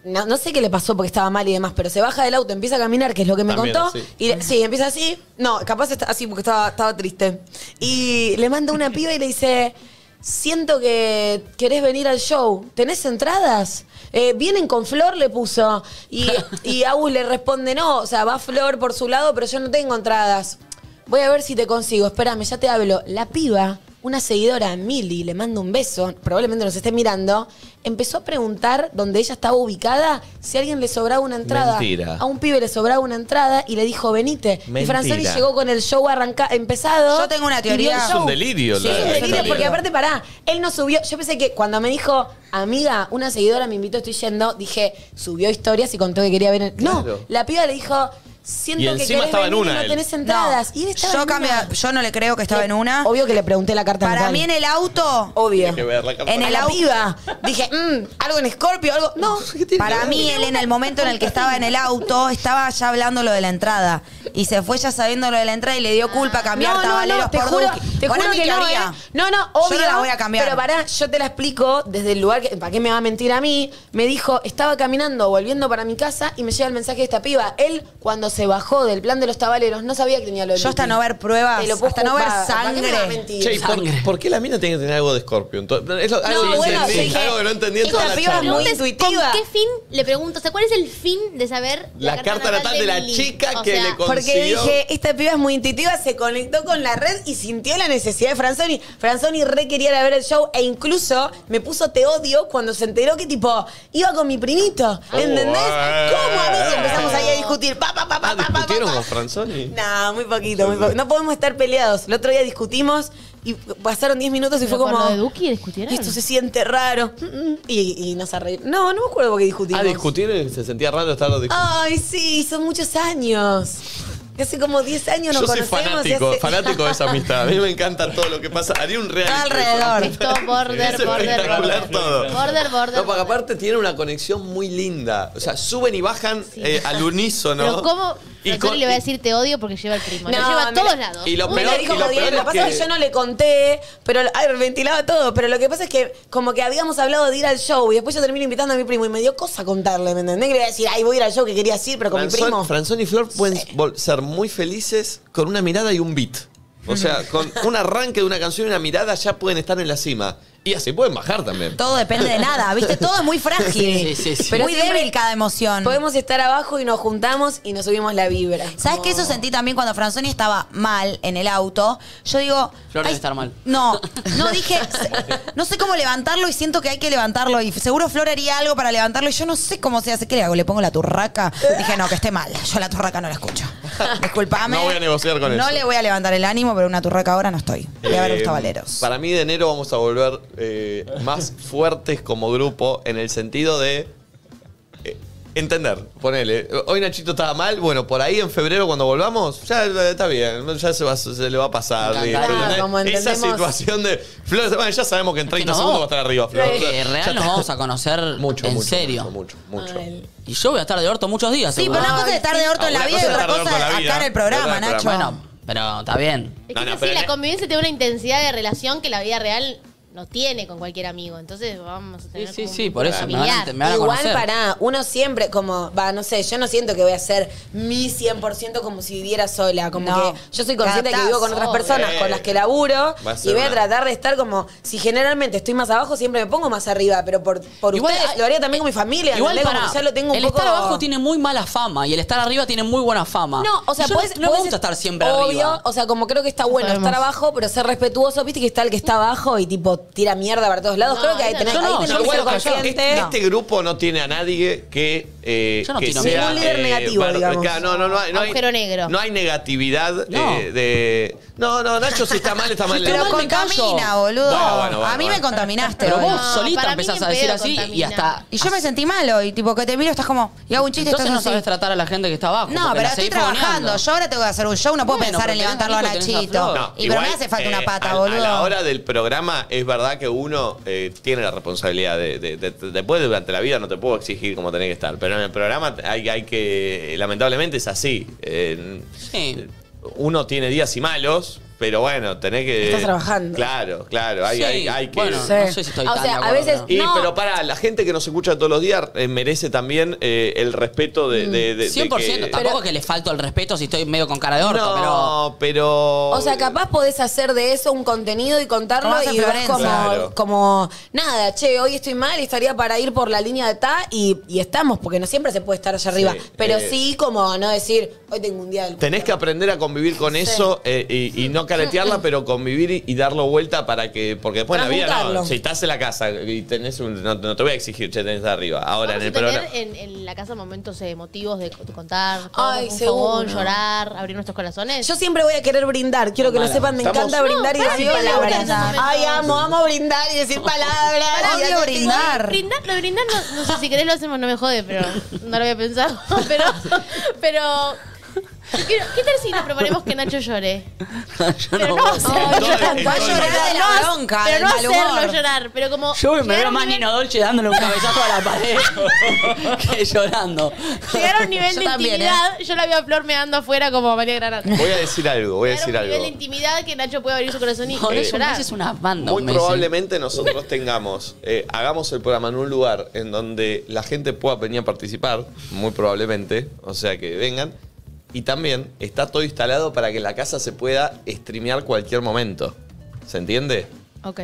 [SPEAKER 3] no, no sé qué le pasó porque estaba mal y demás, pero se baja del auto, empieza a caminar, que es lo que me
[SPEAKER 5] También
[SPEAKER 3] contó,
[SPEAKER 5] así.
[SPEAKER 3] y le- sí, empieza así, no, capaz está así porque estaba, estaba triste. Y le manda una piba y le dice, siento que querés venir al show, ¿tenés entradas? Eh, Vienen con Flor, le puso. Y, y Agus le responde, no, o sea, va Flor por su lado, pero yo no tengo entradas. Voy a ver si te consigo, espérame, ya te hablo. La piba, una seguidora, Mili, le mando un beso, probablemente nos esté mirando, empezó a preguntar donde ella estaba ubicada si a alguien le sobraba una entrada.
[SPEAKER 5] Mentira.
[SPEAKER 3] A un pibe le sobraba una entrada y le dijo, venite. Y
[SPEAKER 5] Mentira.
[SPEAKER 3] Franzoni llegó con el show arranca empezado.
[SPEAKER 2] Yo tengo una
[SPEAKER 3] y vio el
[SPEAKER 2] teoría. Es
[SPEAKER 5] un
[SPEAKER 3] show.
[SPEAKER 5] delirio,
[SPEAKER 3] Sí,
[SPEAKER 5] la-
[SPEAKER 3] es un
[SPEAKER 5] la
[SPEAKER 3] delirio,
[SPEAKER 5] historia.
[SPEAKER 3] porque aparte, pará, él no subió. Yo pensé que cuando me dijo, amiga, una seguidora me invitó, estoy yendo, dije, subió historias y contó que quería ver. el-".
[SPEAKER 5] Claro.
[SPEAKER 3] No, la piba le dijo, siento
[SPEAKER 5] Y
[SPEAKER 3] que
[SPEAKER 5] encima
[SPEAKER 3] querés
[SPEAKER 5] estaba en
[SPEAKER 3] venir y
[SPEAKER 5] una
[SPEAKER 3] no
[SPEAKER 5] él.
[SPEAKER 3] tenés entradas.
[SPEAKER 2] No,
[SPEAKER 3] y él estaba
[SPEAKER 2] yo,
[SPEAKER 3] en una.
[SPEAKER 2] cambia- yo no le creo que estaba en una.
[SPEAKER 3] Obvio que le pregunté la carta
[SPEAKER 2] Para
[SPEAKER 3] natal.
[SPEAKER 2] mí en el auto.
[SPEAKER 3] Obvio.
[SPEAKER 5] que ver la carta
[SPEAKER 2] En
[SPEAKER 3] En
[SPEAKER 2] el
[SPEAKER 3] el
[SPEAKER 2] au-
[SPEAKER 3] auto. Dije, "Mm, algo en Scorpio, algo. No,
[SPEAKER 2] Para mí, él en el momento en el que estaba en el auto, estaba ya hablando lo de la entrada. Y se fue ya sabiendo lo de la entrada y le dio culpa cambiar
[SPEAKER 3] No, no,
[SPEAKER 2] tabaleros
[SPEAKER 3] no, te
[SPEAKER 2] por
[SPEAKER 3] juro,
[SPEAKER 2] Duki.
[SPEAKER 3] Te
[SPEAKER 2] Bueno,
[SPEAKER 3] juro
[SPEAKER 2] mi
[SPEAKER 3] que no,
[SPEAKER 2] teoría.
[SPEAKER 3] ¿eh? No, no,
[SPEAKER 2] Yo
[SPEAKER 3] obvio.
[SPEAKER 2] no la voy a cambiar.
[SPEAKER 3] Pero pará, yo te la explico desde el lugar que, ¿para qué me va a mentir a mí? Me dijo, estaba caminando, volviendo para mi casa y me llega el mensaje de esta piba. Él, cuando se bajó del plan de los tabaleros, no sabía que tenía lo del
[SPEAKER 2] Yo hasta
[SPEAKER 3] pipí.
[SPEAKER 2] no ver pruebas,
[SPEAKER 3] Te lo puedo
[SPEAKER 2] hasta no ver
[SPEAKER 3] jurar. ¿Para qué me va a
[SPEAKER 2] sangre?
[SPEAKER 3] mentir?
[SPEAKER 5] Che, ¿y por,
[SPEAKER 3] Sangre.
[SPEAKER 5] por qué la mina tiene que tener algo de Scorpio? Entonces, es lo- algo, que
[SPEAKER 3] bueno,
[SPEAKER 5] entendí,
[SPEAKER 3] yo dije,
[SPEAKER 5] algo que no entendí en toda la
[SPEAKER 7] La
[SPEAKER 5] charla.
[SPEAKER 7] pregunta es, ¿Con qué fin? Le pregunto, o sea, ¿cuál es el fin de saber
[SPEAKER 5] La carta natal de la
[SPEAKER 7] Lili?
[SPEAKER 5] chica
[SPEAKER 7] O
[SPEAKER 5] que
[SPEAKER 7] sea,
[SPEAKER 5] le
[SPEAKER 3] Porque
[SPEAKER 5] consiguió.
[SPEAKER 3] dije, esta piba es muy intuitiva, se conectó con la red y sintió la necesidad de Franzoni. Franzoni re quería ir a ver el show e incluso me puso te odio cuando se enteró que tipo iba con mi primito.
[SPEAKER 5] Oh,
[SPEAKER 3] ¿Entendés? ¿Cómo a mí? Y empezamos ahí a discutir. Pa, pa, pa, pa, pa, pa,
[SPEAKER 5] eh. Ah, ¿Discutieron con Franzoni? Ah,
[SPEAKER 3] No, muy poquito, muy poco. No podemos estar peleados. El otro día discutimos y pasaron 10 minutos y
[SPEAKER 7] Pero
[SPEAKER 3] fue como.
[SPEAKER 7] con lo de Duki discutieron.
[SPEAKER 3] Esto se siente raro. Mm, mm. Y, y nos arreglamos. No, no me acuerdo por qué discutimos.
[SPEAKER 5] Ah, discutieron y se sentía raro estar
[SPEAKER 7] Ah,
[SPEAKER 5] discutiendo.
[SPEAKER 3] Ay, sí, son muchos años. Hace como 10 años nos
[SPEAKER 5] Yo soy
[SPEAKER 3] conocemos. y
[SPEAKER 5] fanático,
[SPEAKER 3] hace-
[SPEAKER 5] fanático de esa amistad. A mí me encanta todo lo que pasa. Haría un reality.
[SPEAKER 2] Alrededor.
[SPEAKER 5] Es
[SPEAKER 7] Esto, border, border,
[SPEAKER 5] espectacular
[SPEAKER 7] border.
[SPEAKER 5] todo.
[SPEAKER 7] Border, border.
[SPEAKER 5] No, porque aparte tiene una conexión muy linda. O sea, suben y bajan eh, al unísono.
[SPEAKER 7] Pero ¿cómo?
[SPEAKER 5] Y
[SPEAKER 7] Franzoni
[SPEAKER 5] con-
[SPEAKER 7] le voy a decir te odio porque lleva el primo. lo
[SPEAKER 3] No,
[SPEAKER 7] lleva a
[SPEAKER 3] me la-
[SPEAKER 7] todos lados.
[SPEAKER 5] Y lo
[SPEAKER 3] Me
[SPEAKER 5] peor-
[SPEAKER 3] la dijo
[SPEAKER 5] y lo
[SPEAKER 3] jodiendo.
[SPEAKER 5] peor
[SPEAKER 3] Lo
[SPEAKER 5] es
[SPEAKER 3] que pasa
[SPEAKER 5] que-
[SPEAKER 3] es que yo no le conté, pero ay, ventilaba todo. Pero lo que pasa es que como que habíamos hablado de ir al show y después yo termino invitando a mi primo y me dio cosa contarle, ¿me entendés? Que le iba a decir, ay, voy a ir al show que quería ir, pero con
[SPEAKER 5] Franzoni-
[SPEAKER 3] mi primo.
[SPEAKER 5] Franzoni y Flor pueden vol- ser muy felices con una mirada y un beat. O sea, con un arranque de una canción y una mirada ya pueden estar en la cima. Y así pueden bajar también.
[SPEAKER 2] Todo depende de nada, ¿viste? Todo es muy frágil.
[SPEAKER 5] Sí, sí, sí.
[SPEAKER 2] Pero muy
[SPEAKER 3] siempre
[SPEAKER 2] débil cada emoción.
[SPEAKER 3] Podemos estar abajo y nos juntamos y nos subimos la vibra.
[SPEAKER 2] ¿Sabes qué? Eso sentí también cuando Franzoni estaba mal en el auto. Yo digo,
[SPEAKER 4] Flor debe estar mal.
[SPEAKER 2] no, no dije, se- no sé cómo levantarlo y siento que hay que levantarlo. Y seguro Flor haría algo para levantarlo y yo no sé cómo se hace. ¿Qué le hago? ¿Le pongo la turraca? Dije, no, que esté mal. Yo la turraca no la escucho. Disculpame.
[SPEAKER 5] No voy a negociar con
[SPEAKER 2] No
[SPEAKER 5] eso.
[SPEAKER 2] le voy a levantar el ánimo, pero una turraca ahora no estoy. Voy a ver los
[SPEAKER 5] Eh,
[SPEAKER 2] tabaleros.
[SPEAKER 5] Para mí de enero vamos a volver eh, más fuertes como grupo en el sentido de eh, entender, ponele. Hoy Nachito estaba mal, bueno, por ahí en febrero cuando volvamos, ya eh, está bien, ya se, va- se le va a pasar.
[SPEAKER 3] Me
[SPEAKER 5] listo,
[SPEAKER 3] encanta.
[SPEAKER 5] ¿entendés?
[SPEAKER 3] Claro, como
[SPEAKER 5] Esa
[SPEAKER 3] entendemos-
[SPEAKER 5] situación de... Flor, bueno, ya sabemos que en 30
[SPEAKER 4] no.
[SPEAKER 5] segundos va a estar arriba, Flor.
[SPEAKER 4] Eh,
[SPEAKER 5] Ya
[SPEAKER 4] real
[SPEAKER 5] está.
[SPEAKER 4] nos vamos a conocer en
[SPEAKER 5] mucho,
[SPEAKER 4] serio.
[SPEAKER 5] Mucho, mucho,
[SPEAKER 4] Y yo voy a estar de orto muchos días.
[SPEAKER 2] Sí, pero
[SPEAKER 4] seguro.
[SPEAKER 2] una cosa es estar de orto en la
[SPEAKER 4] Una
[SPEAKER 2] vida y
[SPEAKER 4] cosa es
[SPEAKER 2] otra
[SPEAKER 4] estar de
[SPEAKER 2] cosa
[SPEAKER 4] orto en la
[SPEAKER 2] es
[SPEAKER 4] vida.
[SPEAKER 2] acá en el programa,
[SPEAKER 4] Otra en el
[SPEAKER 2] Nacho.
[SPEAKER 4] programa. Bueno, pero está bien.
[SPEAKER 7] Es que es así, la convivencia tiene una intensidad de relación que la vida real no tiene con cualquier amigo. Entonces vamos a tener
[SPEAKER 4] Sí,
[SPEAKER 7] como
[SPEAKER 4] sí,
[SPEAKER 7] un
[SPEAKER 4] por eso, me van a
[SPEAKER 7] familiar.
[SPEAKER 4] ent- me van a
[SPEAKER 3] Igual
[SPEAKER 4] conocer.
[SPEAKER 3] para uno siempre como, va, no sé, yo no siento que voy a ser mi 100% como si viviera sola, como
[SPEAKER 2] No.
[SPEAKER 3] que yo soy consciente que vivo con otras
[SPEAKER 2] Adaptás,
[SPEAKER 3] personas
[SPEAKER 5] obvio.
[SPEAKER 3] con las que laburo
[SPEAKER 5] Va a
[SPEAKER 3] y
[SPEAKER 5] ser
[SPEAKER 3] voy a
[SPEAKER 5] una-
[SPEAKER 3] tratar de estar como si generalmente estoy más abajo, siempre me pongo más arriba, pero por por
[SPEAKER 4] Igual,
[SPEAKER 3] ustedes
[SPEAKER 4] ah,
[SPEAKER 3] lo haría también con mi familia,
[SPEAKER 4] Igual
[SPEAKER 3] ¿entendés?
[SPEAKER 4] para,
[SPEAKER 3] como que ya lo tengo un
[SPEAKER 4] el
[SPEAKER 3] poco
[SPEAKER 4] estar abajo tiene muy mala fama y el estar arriba tiene muy buena fama.
[SPEAKER 3] No, o sea,
[SPEAKER 4] Y yo
[SPEAKER 3] podés-
[SPEAKER 4] no, no me
[SPEAKER 3] podés-
[SPEAKER 4] gusta estar siempre
[SPEAKER 3] obvio,
[SPEAKER 4] arriba.
[SPEAKER 3] o sea, como creo que está bueno
[SPEAKER 7] sabemos.
[SPEAKER 3] estar abajo, pero ser respetuoso, viste que está el que está abajo y tipo tira mierda para todos lados.
[SPEAKER 7] No,
[SPEAKER 3] creo que ahí
[SPEAKER 7] esa-
[SPEAKER 3] tenés,
[SPEAKER 7] yo
[SPEAKER 3] ahí
[SPEAKER 4] no,
[SPEAKER 3] tenés que
[SPEAKER 4] yo
[SPEAKER 3] ser
[SPEAKER 4] igual con- yo-
[SPEAKER 3] consciente.
[SPEAKER 5] Este, este grupo no tiene a nadie que, eh,
[SPEAKER 4] Yo no
[SPEAKER 5] que
[SPEAKER 4] tiro
[SPEAKER 5] sea
[SPEAKER 4] miedo.
[SPEAKER 3] Ningún líder negativo,
[SPEAKER 5] verde.
[SPEAKER 3] digamos.
[SPEAKER 5] Claro, No, no, no, hay- no hay-
[SPEAKER 7] Agujero negro.
[SPEAKER 5] No hay negatividad
[SPEAKER 4] No.
[SPEAKER 5] eh, de. No, no, Nacho, si está mal, está mal.
[SPEAKER 2] Pero
[SPEAKER 4] mal me
[SPEAKER 2] contamina,
[SPEAKER 4] callo.
[SPEAKER 2] boludo.
[SPEAKER 5] Bueno, bueno, bueno,
[SPEAKER 2] a mí
[SPEAKER 5] bueno.
[SPEAKER 2] me contaminaste.
[SPEAKER 4] Pero
[SPEAKER 2] hoy.
[SPEAKER 4] vos
[SPEAKER 7] No,
[SPEAKER 4] solita
[SPEAKER 7] para mí
[SPEAKER 4] empezás
[SPEAKER 7] ni
[SPEAKER 4] a
[SPEAKER 7] en
[SPEAKER 4] decir
[SPEAKER 7] pedo
[SPEAKER 4] así y
[SPEAKER 7] contamina.
[SPEAKER 4] hasta.
[SPEAKER 2] Y yo me sentí mal hoy, tipo que te miro, estás como, y hago un chiste y estás
[SPEAKER 4] Entonces no
[SPEAKER 2] así.
[SPEAKER 4] sabes tratar a la gente que está abajo.
[SPEAKER 2] No,
[SPEAKER 4] porque
[SPEAKER 2] pero
[SPEAKER 4] la
[SPEAKER 2] estoy
[SPEAKER 4] seguís
[SPEAKER 2] trabajando.
[SPEAKER 4] fogoneando.
[SPEAKER 2] Yo ahora tengo que hacer un show, no puedo
[SPEAKER 4] Bueno,
[SPEAKER 2] pensar
[SPEAKER 4] pero
[SPEAKER 2] en
[SPEAKER 4] tenés a
[SPEAKER 2] levantarlo a
[SPEAKER 4] Nico, tenés a
[SPEAKER 2] Nachito.
[SPEAKER 4] Flor.
[SPEAKER 5] No,
[SPEAKER 2] y pero
[SPEAKER 5] igual,
[SPEAKER 2] me hace falta
[SPEAKER 5] eh,
[SPEAKER 2] una pata,
[SPEAKER 5] a-
[SPEAKER 2] boludo.
[SPEAKER 5] A la hora del programa es verdad que uno eh, tiene la responsabilidad de, de- de- de- después durante la vida no te puedo exigir cómo tenés que estar, pero en el programa hay, hay que lamentablemente es así. Eh,
[SPEAKER 4] Sí.
[SPEAKER 5] Uno tiene días y malos, pero bueno, tenés que
[SPEAKER 3] Estás trabajando.
[SPEAKER 5] Claro, claro, hay,
[SPEAKER 4] Sí,
[SPEAKER 5] hay- hay que
[SPEAKER 4] Bueno, no sé si estoy
[SPEAKER 3] O
[SPEAKER 4] tan
[SPEAKER 3] sea,
[SPEAKER 4] de
[SPEAKER 3] a
[SPEAKER 4] acuerdo,
[SPEAKER 3] veces-
[SPEAKER 5] Y,
[SPEAKER 3] No.
[SPEAKER 5] pero para la gente que nos escucha todos los días eh, merece también eh, el respeto de,
[SPEAKER 3] Mm.
[SPEAKER 5] de- de- de
[SPEAKER 4] 100%,
[SPEAKER 5] que-
[SPEAKER 4] tampoco es que le falto el respeto si estoy medio con cara de orto, pero.
[SPEAKER 5] no, pero...
[SPEAKER 3] O sea, capaz podés hacer de eso un contenido y contarlo
[SPEAKER 2] Como hace
[SPEAKER 3] y ver
[SPEAKER 2] Florencia.
[SPEAKER 3] como,
[SPEAKER 5] Claro.
[SPEAKER 3] como, nada, che, hoy estoy mal y estaría para ir por la línea de ta y, y estamos, porque no siempre se puede estar allá arriba. pero
[SPEAKER 5] eh.
[SPEAKER 3] sí como no decir, hoy tengo un día del...
[SPEAKER 5] Tenés que aprender a convivir con eso eh, y, y no caretearla, pero convivir y, y darlo vuelta para que. Porque después en la vida, no,
[SPEAKER 3] Transmutarlo.
[SPEAKER 5] si estás en la casa y tenés un. No, no te voy a exigir, che, tenés arriba. Ahora en
[SPEAKER 7] Vamos
[SPEAKER 5] el
[SPEAKER 7] a tener
[SPEAKER 5] programa.
[SPEAKER 7] en, en la casa momentos eh, emotivos de co- contar,
[SPEAKER 3] Ay,
[SPEAKER 7] un
[SPEAKER 3] seguro.
[SPEAKER 7] fogón, llorar, abrir nuestros corazones.
[SPEAKER 3] Yo siempre voy a querer brindar, quiero que lo
[SPEAKER 4] Mala.
[SPEAKER 3] sepan, me
[SPEAKER 5] Estamos-
[SPEAKER 3] encanta brindar y
[SPEAKER 7] No,
[SPEAKER 3] decir
[SPEAKER 7] para mí
[SPEAKER 3] palabras.
[SPEAKER 7] brindar en esos
[SPEAKER 3] Ay,
[SPEAKER 7] momentos.
[SPEAKER 3] amo, amo brindar y decir palabras.
[SPEAKER 2] Pará,
[SPEAKER 3] y
[SPEAKER 2] odio
[SPEAKER 3] hacer-
[SPEAKER 2] brindar.
[SPEAKER 7] Brindar, lo de brindar, no, no sé si querés lo hacemos, no me jode, pero no lo había pensado. Pero, pero Quiero- ¿Qué tal si nos proponemos que Nacho llore?
[SPEAKER 4] Yo no voy a hacer-
[SPEAKER 7] pero no
[SPEAKER 2] del mal
[SPEAKER 7] hacerlo
[SPEAKER 2] humor.
[SPEAKER 7] llorar, pero como.
[SPEAKER 4] Yo me
[SPEAKER 7] llegar a
[SPEAKER 4] veo
[SPEAKER 7] un
[SPEAKER 4] más
[SPEAKER 7] nivel-
[SPEAKER 4] Nino Dolce dándole un cabezazo a la pared que llorando.
[SPEAKER 7] Llegar a un nivel
[SPEAKER 4] Yo
[SPEAKER 7] de
[SPEAKER 4] también,
[SPEAKER 7] intimidad, yo la veo a Flor meando afuera como María Granada. Llegar
[SPEAKER 5] Voy a decir algo, voy a
[SPEAKER 7] a un
[SPEAKER 5] decir
[SPEAKER 7] nivel de
[SPEAKER 5] algo.
[SPEAKER 7] intimidad que Nacho puede abrir su corazón y
[SPEAKER 5] Por
[SPEAKER 7] y
[SPEAKER 5] eso
[SPEAKER 7] llorar.
[SPEAKER 5] Messi es
[SPEAKER 4] una banda.
[SPEAKER 5] Muy probablemente nosotros tengamos, eh, hagamos el programa en un lugar en donde la gente pueda venir a participar, muy probablemente, o sea que vengan. Y también está todo instalado para que la casa se pueda streamear cualquier momento. ¿Se entiende?
[SPEAKER 7] Ok.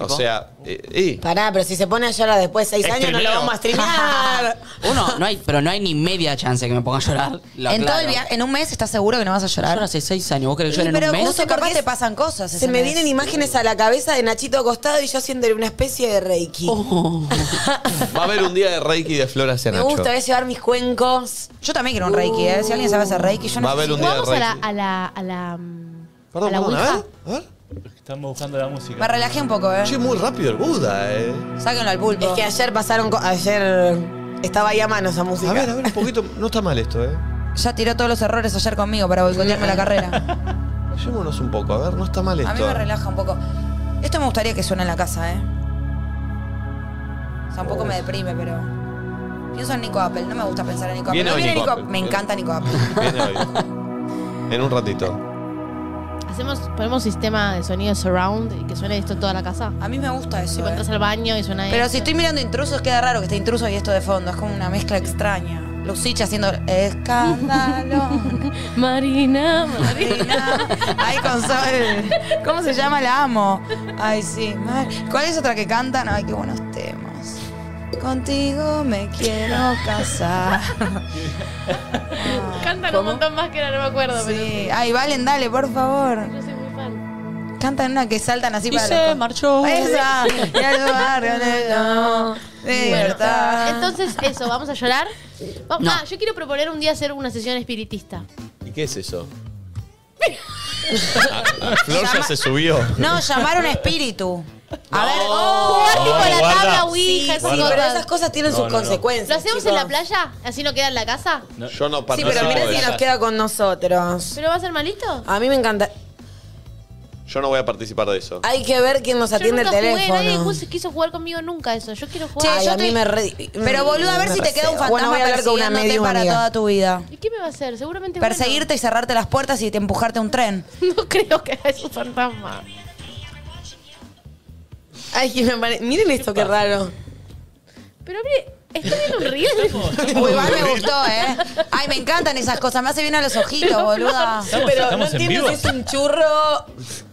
[SPEAKER 5] O sea, eh, y-
[SPEAKER 3] Pará, pero si se pone a llorar después de seis años, no lo
[SPEAKER 4] Streameo.
[SPEAKER 3] vamos a streamear.
[SPEAKER 4] Uno, no hay, pero no hay ni media chance que me ponga a llorar. Lo
[SPEAKER 2] En todo el
[SPEAKER 4] aclaro.
[SPEAKER 2] viaje, en un mes estás seguro que no vas a llorar.
[SPEAKER 4] Yo hace seis años, ¿vos crees que
[SPEAKER 2] Y
[SPEAKER 4] yo en
[SPEAKER 2] pero
[SPEAKER 4] un mes?
[SPEAKER 2] justo capaz te pasan cosas.
[SPEAKER 3] Se
[SPEAKER 2] ese
[SPEAKER 3] me
[SPEAKER 2] mes.
[SPEAKER 3] vienen imágenes a la cabeza de Nachito acostado y yo haciéndole una especie de reiki.
[SPEAKER 5] va a haber un día de Reiki de Flor hacia
[SPEAKER 3] me
[SPEAKER 5] Nacho.
[SPEAKER 3] gusta, eh. voy a llevar mis cuencos.
[SPEAKER 2] Yo también quiero un reiki, ¿eh? Si alguien sabe hacer reiki, yo
[SPEAKER 5] Va a haber un día de
[SPEAKER 7] Vamos a la,
[SPEAKER 5] Reiki.
[SPEAKER 7] a la, a la, mm,
[SPEAKER 5] Perdón,
[SPEAKER 7] a la
[SPEAKER 5] perdón, a
[SPEAKER 7] Ouija.
[SPEAKER 5] ver, a ver.
[SPEAKER 6] Estamos buscando la música.
[SPEAKER 2] Me relajé un poco, ¿eh?
[SPEAKER 5] Che, muy rápido el Buda, eh.
[SPEAKER 2] Sáquenlo al pulpo.
[SPEAKER 3] Es que ayer pasaron. co- Ayer estaba ahí a mano esa música.
[SPEAKER 5] A ver, a ver, un poquito. No está mal esto, eh.
[SPEAKER 2] Ya tiró todos los errores ayer conmigo para boicotearme la carrera.
[SPEAKER 5] Llevémonos un poco, a ver, no está mal esto.
[SPEAKER 2] A mí me relaja un poco. Esto me gustaría que suene en la casa, ¿eh? O sea, un poco me
[SPEAKER 5] Pues.
[SPEAKER 2] deprime, pero... Pienso en Nico Apple. No me gusta pensar en Nico Apple.
[SPEAKER 5] Viene
[SPEAKER 2] No
[SPEAKER 5] hoy
[SPEAKER 2] viene
[SPEAKER 5] Nico
[SPEAKER 2] Nico
[SPEAKER 5] Apple.
[SPEAKER 2] Apple. Me encanta Nico Apple.
[SPEAKER 5] Viene hoy. En un ratito.
[SPEAKER 7] Hacemos, ponemos sistema de sonido surround y que suene esto en toda la casa.
[SPEAKER 2] A mí me gusta eso.
[SPEAKER 7] Si
[SPEAKER 2] ¿eh?
[SPEAKER 7] entras al baño y suena
[SPEAKER 2] Pero
[SPEAKER 7] esto.
[SPEAKER 2] si estoy mirando intrusos, queda raro que esté intruso y esto de fondo. Es como una mezcla extraña. Lucich haciendo escándalo.
[SPEAKER 7] Marina,
[SPEAKER 2] Marina. Ay, con sol. ¿Cómo se llama? La amo. Ay, sí. Mar- ¿Cuál es otra que cantan? Ay, qué buenos temas. Contigo me quiero casar.
[SPEAKER 7] Cantan un montón más que ahora no me acuerdo, pero
[SPEAKER 2] Sí. Ay, Valen, dale, por favor.
[SPEAKER 7] yo soy muy fan.
[SPEAKER 2] Cantan una que saltan así
[SPEAKER 4] Y
[SPEAKER 2] para.
[SPEAKER 4] se
[SPEAKER 2] los-
[SPEAKER 4] marchó.
[SPEAKER 2] Esa. Y al barrio le- no, de
[SPEAKER 7] Bueno,
[SPEAKER 2] libertad.
[SPEAKER 7] entonces eso, ¿vamos a llorar? Vamos-
[SPEAKER 5] No.
[SPEAKER 7] Ah, yo quiero proponer un día hacer una sesión espiritista.
[SPEAKER 5] ¿Y qué es eso? Ah, Flor ya se subió.
[SPEAKER 2] No, llamar a un espíritu.
[SPEAKER 5] A ver,
[SPEAKER 7] oh, Jugar tipo a la tabla Ouija,
[SPEAKER 3] Sí,
[SPEAKER 7] esas
[SPEAKER 3] sí,
[SPEAKER 7] cosas.
[SPEAKER 3] pero esas cosas tienen
[SPEAKER 5] No,
[SPEAKER 3] sus
[SPEAKER 5] no, no.
[SPEAKER 3] consecuencias.
[SPEAKER 7] ¿Lo hacemos en
[SPEAKER 3] chicos.
[SPEAKER 7] la playa? ¿Así no queda en la casa?
[SPEAKER 5] Yo no
[SPEAKER 3] Sí,
[SPEAKER 5] participo
[SPEAKER 3] pero mirá
[SPEAKER 5] de
[SPEAKER 3] si
[SPEAKER 5] eso.
[SPEAKER 3] nos queda con nosotros.
[SPEAKER 7] ¿Pero va a ser malito?
[SPEAKER 3] A mí me encanta.
[SPEAKER 5] Yo no voy a participar de eso.
[SPEAKER 3] Hay que ver quién nos
[SPEAKER 7] Yo
[SPEAKER 3] atiende el
[SPEAKER 7] nunca jugué, nadie
[SPEAKER 3] teléfono.
[SPEAKER 7] ju- quiso jugar conmigo nunca eso. Yo quiero
[SPEAKER 3] Che,
[SPEAKER 7] jugar.
[SPEAKER 3] yo a mí me re-
[SPEAKER 2] Pero boludo, a ver
[SPEAKER 3] me
[SPEAKER 2] si te queda un
[SPEAKER 3] reseo.
[SPEAKER 2] fantasma
[SPEAKER 3] Bueno, voy a hablar con una
[SPEAKER 2] persiguiéndote
[SPEAKER 3] medium,
[SPEAKER 2] para
[SPEAKER 3] amiga.
[SPEAKER 2] toda tu vida.
[SPEAKER 7] ¿Y qué me va a hacer? Seguramente
[SPEAKER 2] Perseguirte y cerrarte las puertas y te empujarte a un tren.
[SPEAKER 7] bueno. No creo que haya un fantasma.
[SPEAKER 3] Ay, que me pare- Miren esto, qué raro.
[SPEAKER 7] Pero mire, estoy en un riesgo.
[SPEAKER 2] Uy, igual me gustó, ¿eh? Ay, me encantan esas cosas. Me hace bien a los ojitos, boluda.
[SPEAKER 6] Estamos-
[SPEAKER 3] pero
[SPEAKER 6] estamos
[SPEAKER 3] no
[SPEAKER 6] en
[SPEAKER 3] entiendo
[SPEAKER 6] vivo.
[SPEAKER 3] si es un churro.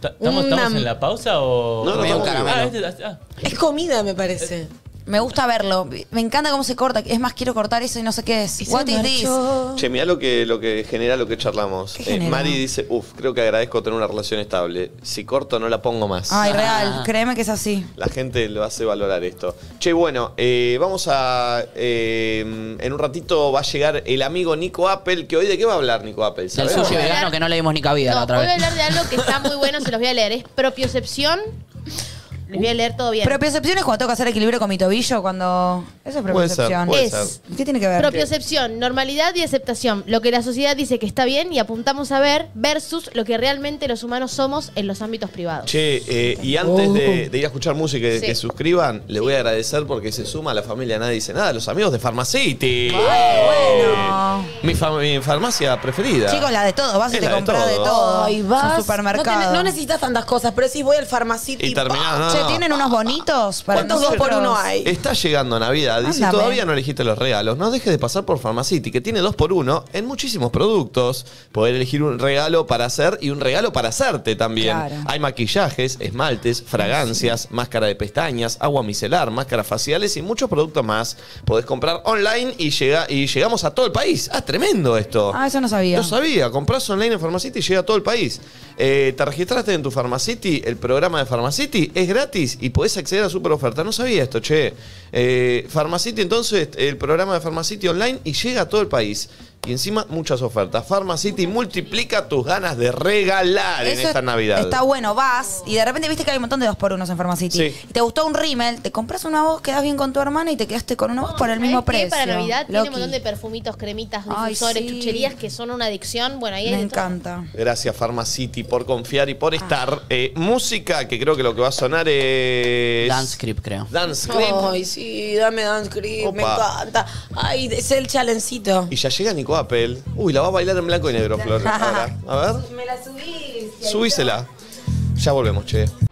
[SPEAKER 6] Ta- ¿Estamos, estamos
[SPEAKER 3] Una-
[SPEAKER 6] en la pausa o.?
[SPEAKER 5] No, no,
[SPEAKER 6] Ah,
[SPEAKER 5] estamos en vivo.
[SPEAKER 6] este- ah,
[SPEAKER 3] Es comida, me parece.
[SPEAKER 2] Me gusta verlo. Me encanta cómo se corta. Es más, quiero cortar eso y no sé qué es.
[SPEAKER 3] Y se
[SPEAKER 2] What is this?
[SPEAKER 3] marchó.
[SPEAKER 5] Che, mirá lo que, lo que genera lo que charlamos.
[SPEAKER 2] ¿Qué
[SPEAKER 5] Eh,
[SPEAKER 2] genera?
[SPEAKER 5] Mari dice, uff, creo que agradezco tener una relación estable. Si corto, no la pongo más.
[SPEAKER 2] Ay, real. Créeme que es así.
[SPEAKER 5] La gente lo hace valorar esto. Che, bueno, eh, vamos a... eh, en un ratito va a llegar el amigo Nico Apple, que hoy de qué va a hablar Nico Apple,
[SPEAKER 4] Del
[SPEAKER 5] ¿sabes?
[SPEAKER 4] sushi
[SPEAKER 7] Voy a
[SPEAKER 4] vegano
[SPEAKER 7] hablar-
[SPEAKER 4] que no le dimos ni cabida
[SPEAKER 7] No,
[SPEAKER 4] la
[SPEAKER 7] hoy
[SPEAKER 4] otra
[SPEAKER 7] voy
[SPEAKER 4] vez.
[SPEAKER 7] a hablar de algo que está muy bueno, se los voy a leer. Es propiocepción. Les voy a leer todo bien.
[SPEAKER 2] Propiocepción es cuando tengo que hacer equilibrio con mi tobillo, cuando... Eso es
[SPEAKER 5] Puede ser,
[SPEAKER 2] propiocepción.
[SPEAKER 5] puede
[SPEAKER 7] Es.
[SPEAKER 5] ser.
[SPEAKER 2] ¿Qué tiene que ver?
[SPEAKER 7] Propiocepción, normalidad y aceptación. Lo que la sociedad dice que está bien y apuntamos a ver versus lo que realmente los humanos somos en los ámbitos privados.
[SPEAKER 5] Che, eh, y antes de, de ir a escuchar música y de
[SPEAKER 7] Sí.
[SPEAKER 5] que suscriban, le voy a agradecer porque se suma a la familia Nadie Dice Nada, los amigos de Farmacity.
[SPEAKER 2] Bueno.
[SPEAKER 5] Mi, fa- mi farmacia preferida.
[SPEAKER 2] Chicos, la de todo. Vas y
[SPEAKER 5] Es
[SPEAKER 2] te
[SPEAKER 5] la de
[SPEAKER 2] compras de
[SPEAKER 5] todo.
[SPEAKER 2] todo.
[SPEAKER 3] Ay, vas.
[SPEAKER 2] Es un
[SPEAKER 3] No,
[SPEAKER 2] supermercado.
[SPEAKER 3] tenés- no necesitas tantas cosas, pero si voy al farmacito
[SPEAKER 5] Y terminás, no,
[SPEAKER 2] Che,
[SPEAKER 5] no.
[SPEAKER 2] ¿tienen unos bonitos? Para
[SPEAKER 3] ¿Cuántos dos por
[SPEAKER 2] nosotros?
[SPEAKER 3] uno hay?
[SPEAKER 5] Está llegando Navidad y si
[SPEAKER 2] Ándame.
[SPEAKER 5] todavía no elegiste los regalos, no dejes de pasar por Farmacity, que tiene 2x1 en muchísimos productos. Poder elegir un regalo para hacer y un regalo para hacerte también.
[SPEAKER 2] Claro.
[SPEAKER 5] Hay maquillajes, esmaltes, fragancias, máscara de pestañas, agua micelar, máscaras faciales y muchos productos más. Podés comprar online y, llega, y llegamos a todo el país. Ah, tremendo esto.
[SPEAKER 2] Ah, eso no sabía.
[SPEAKER 5] No sabía. Comprás online en Farmacity y llega a todo el país. Eh, te registraste en tu Farmacity, el programa de Farmacity es gratis y podés acceder a super oferta. No sabía esto, che. Eh, Farmacity, entonces, el programa de Farmacity online y llega a todo el país. Y encima muchas ofertas. Pharmacity multiplica tus ganas de regalar en
[SPEAKER 2] Eso
[SPEAKER 5] esta
[SPEAKER 2] es-
[SPEAKER 5] Navidad.
[SPEAKER 2] Está bueno, vas y de repente viste que hay un montón de dos por unos en Pharmacity.
[SPEAKER 5] Sí.
[SPEAKER 2] Y Te gustó un rímel, te compras una voz, quedas bien con tu hermana y te quedaste con una voz por el mismo
[SPEAKER 7] ¿Sabés
[SPEAKER 2] precio.
[SPEAKER 7] qué? Para Navidad tiene
[SPEAKER 2] Loki.
[SPEAKER 7] un montón de perfumitos, cremitas,
[SPEAKER 2] Ay,
[SPEAKER 7] difusores,
[SPEAKER 2] sí.
[SPEAKER 7] chucherías que son una adicción. Bueno, ahí hay
[SPEAKER 2] Me
[SPEAKER 7] de todo.
[SPEAKER 2] encanta.
[SPEAKER 5] Gracias Pharmacity por confiar y por estar. Eh, música, que creo que lo que va a sonar es... Dance
[SPEAKER 4] Script, creo.
[SPEAKER 5] Dance Script.
[SPEAKER 3] Ay, sí, dame dance cream, me
[SPEAKER 5] Opa.
[SPEAKER 3] encanta. Ay, es el chalencito.
[SPEAKER 5] Y ya llega Nico Apple. Uy, la va a bailar en blanco y negro, Flor. ahora. A ver,
[SPEAKER 3] Me la subí.
[SPEAKER 5] subísela. Ya volvemos, che.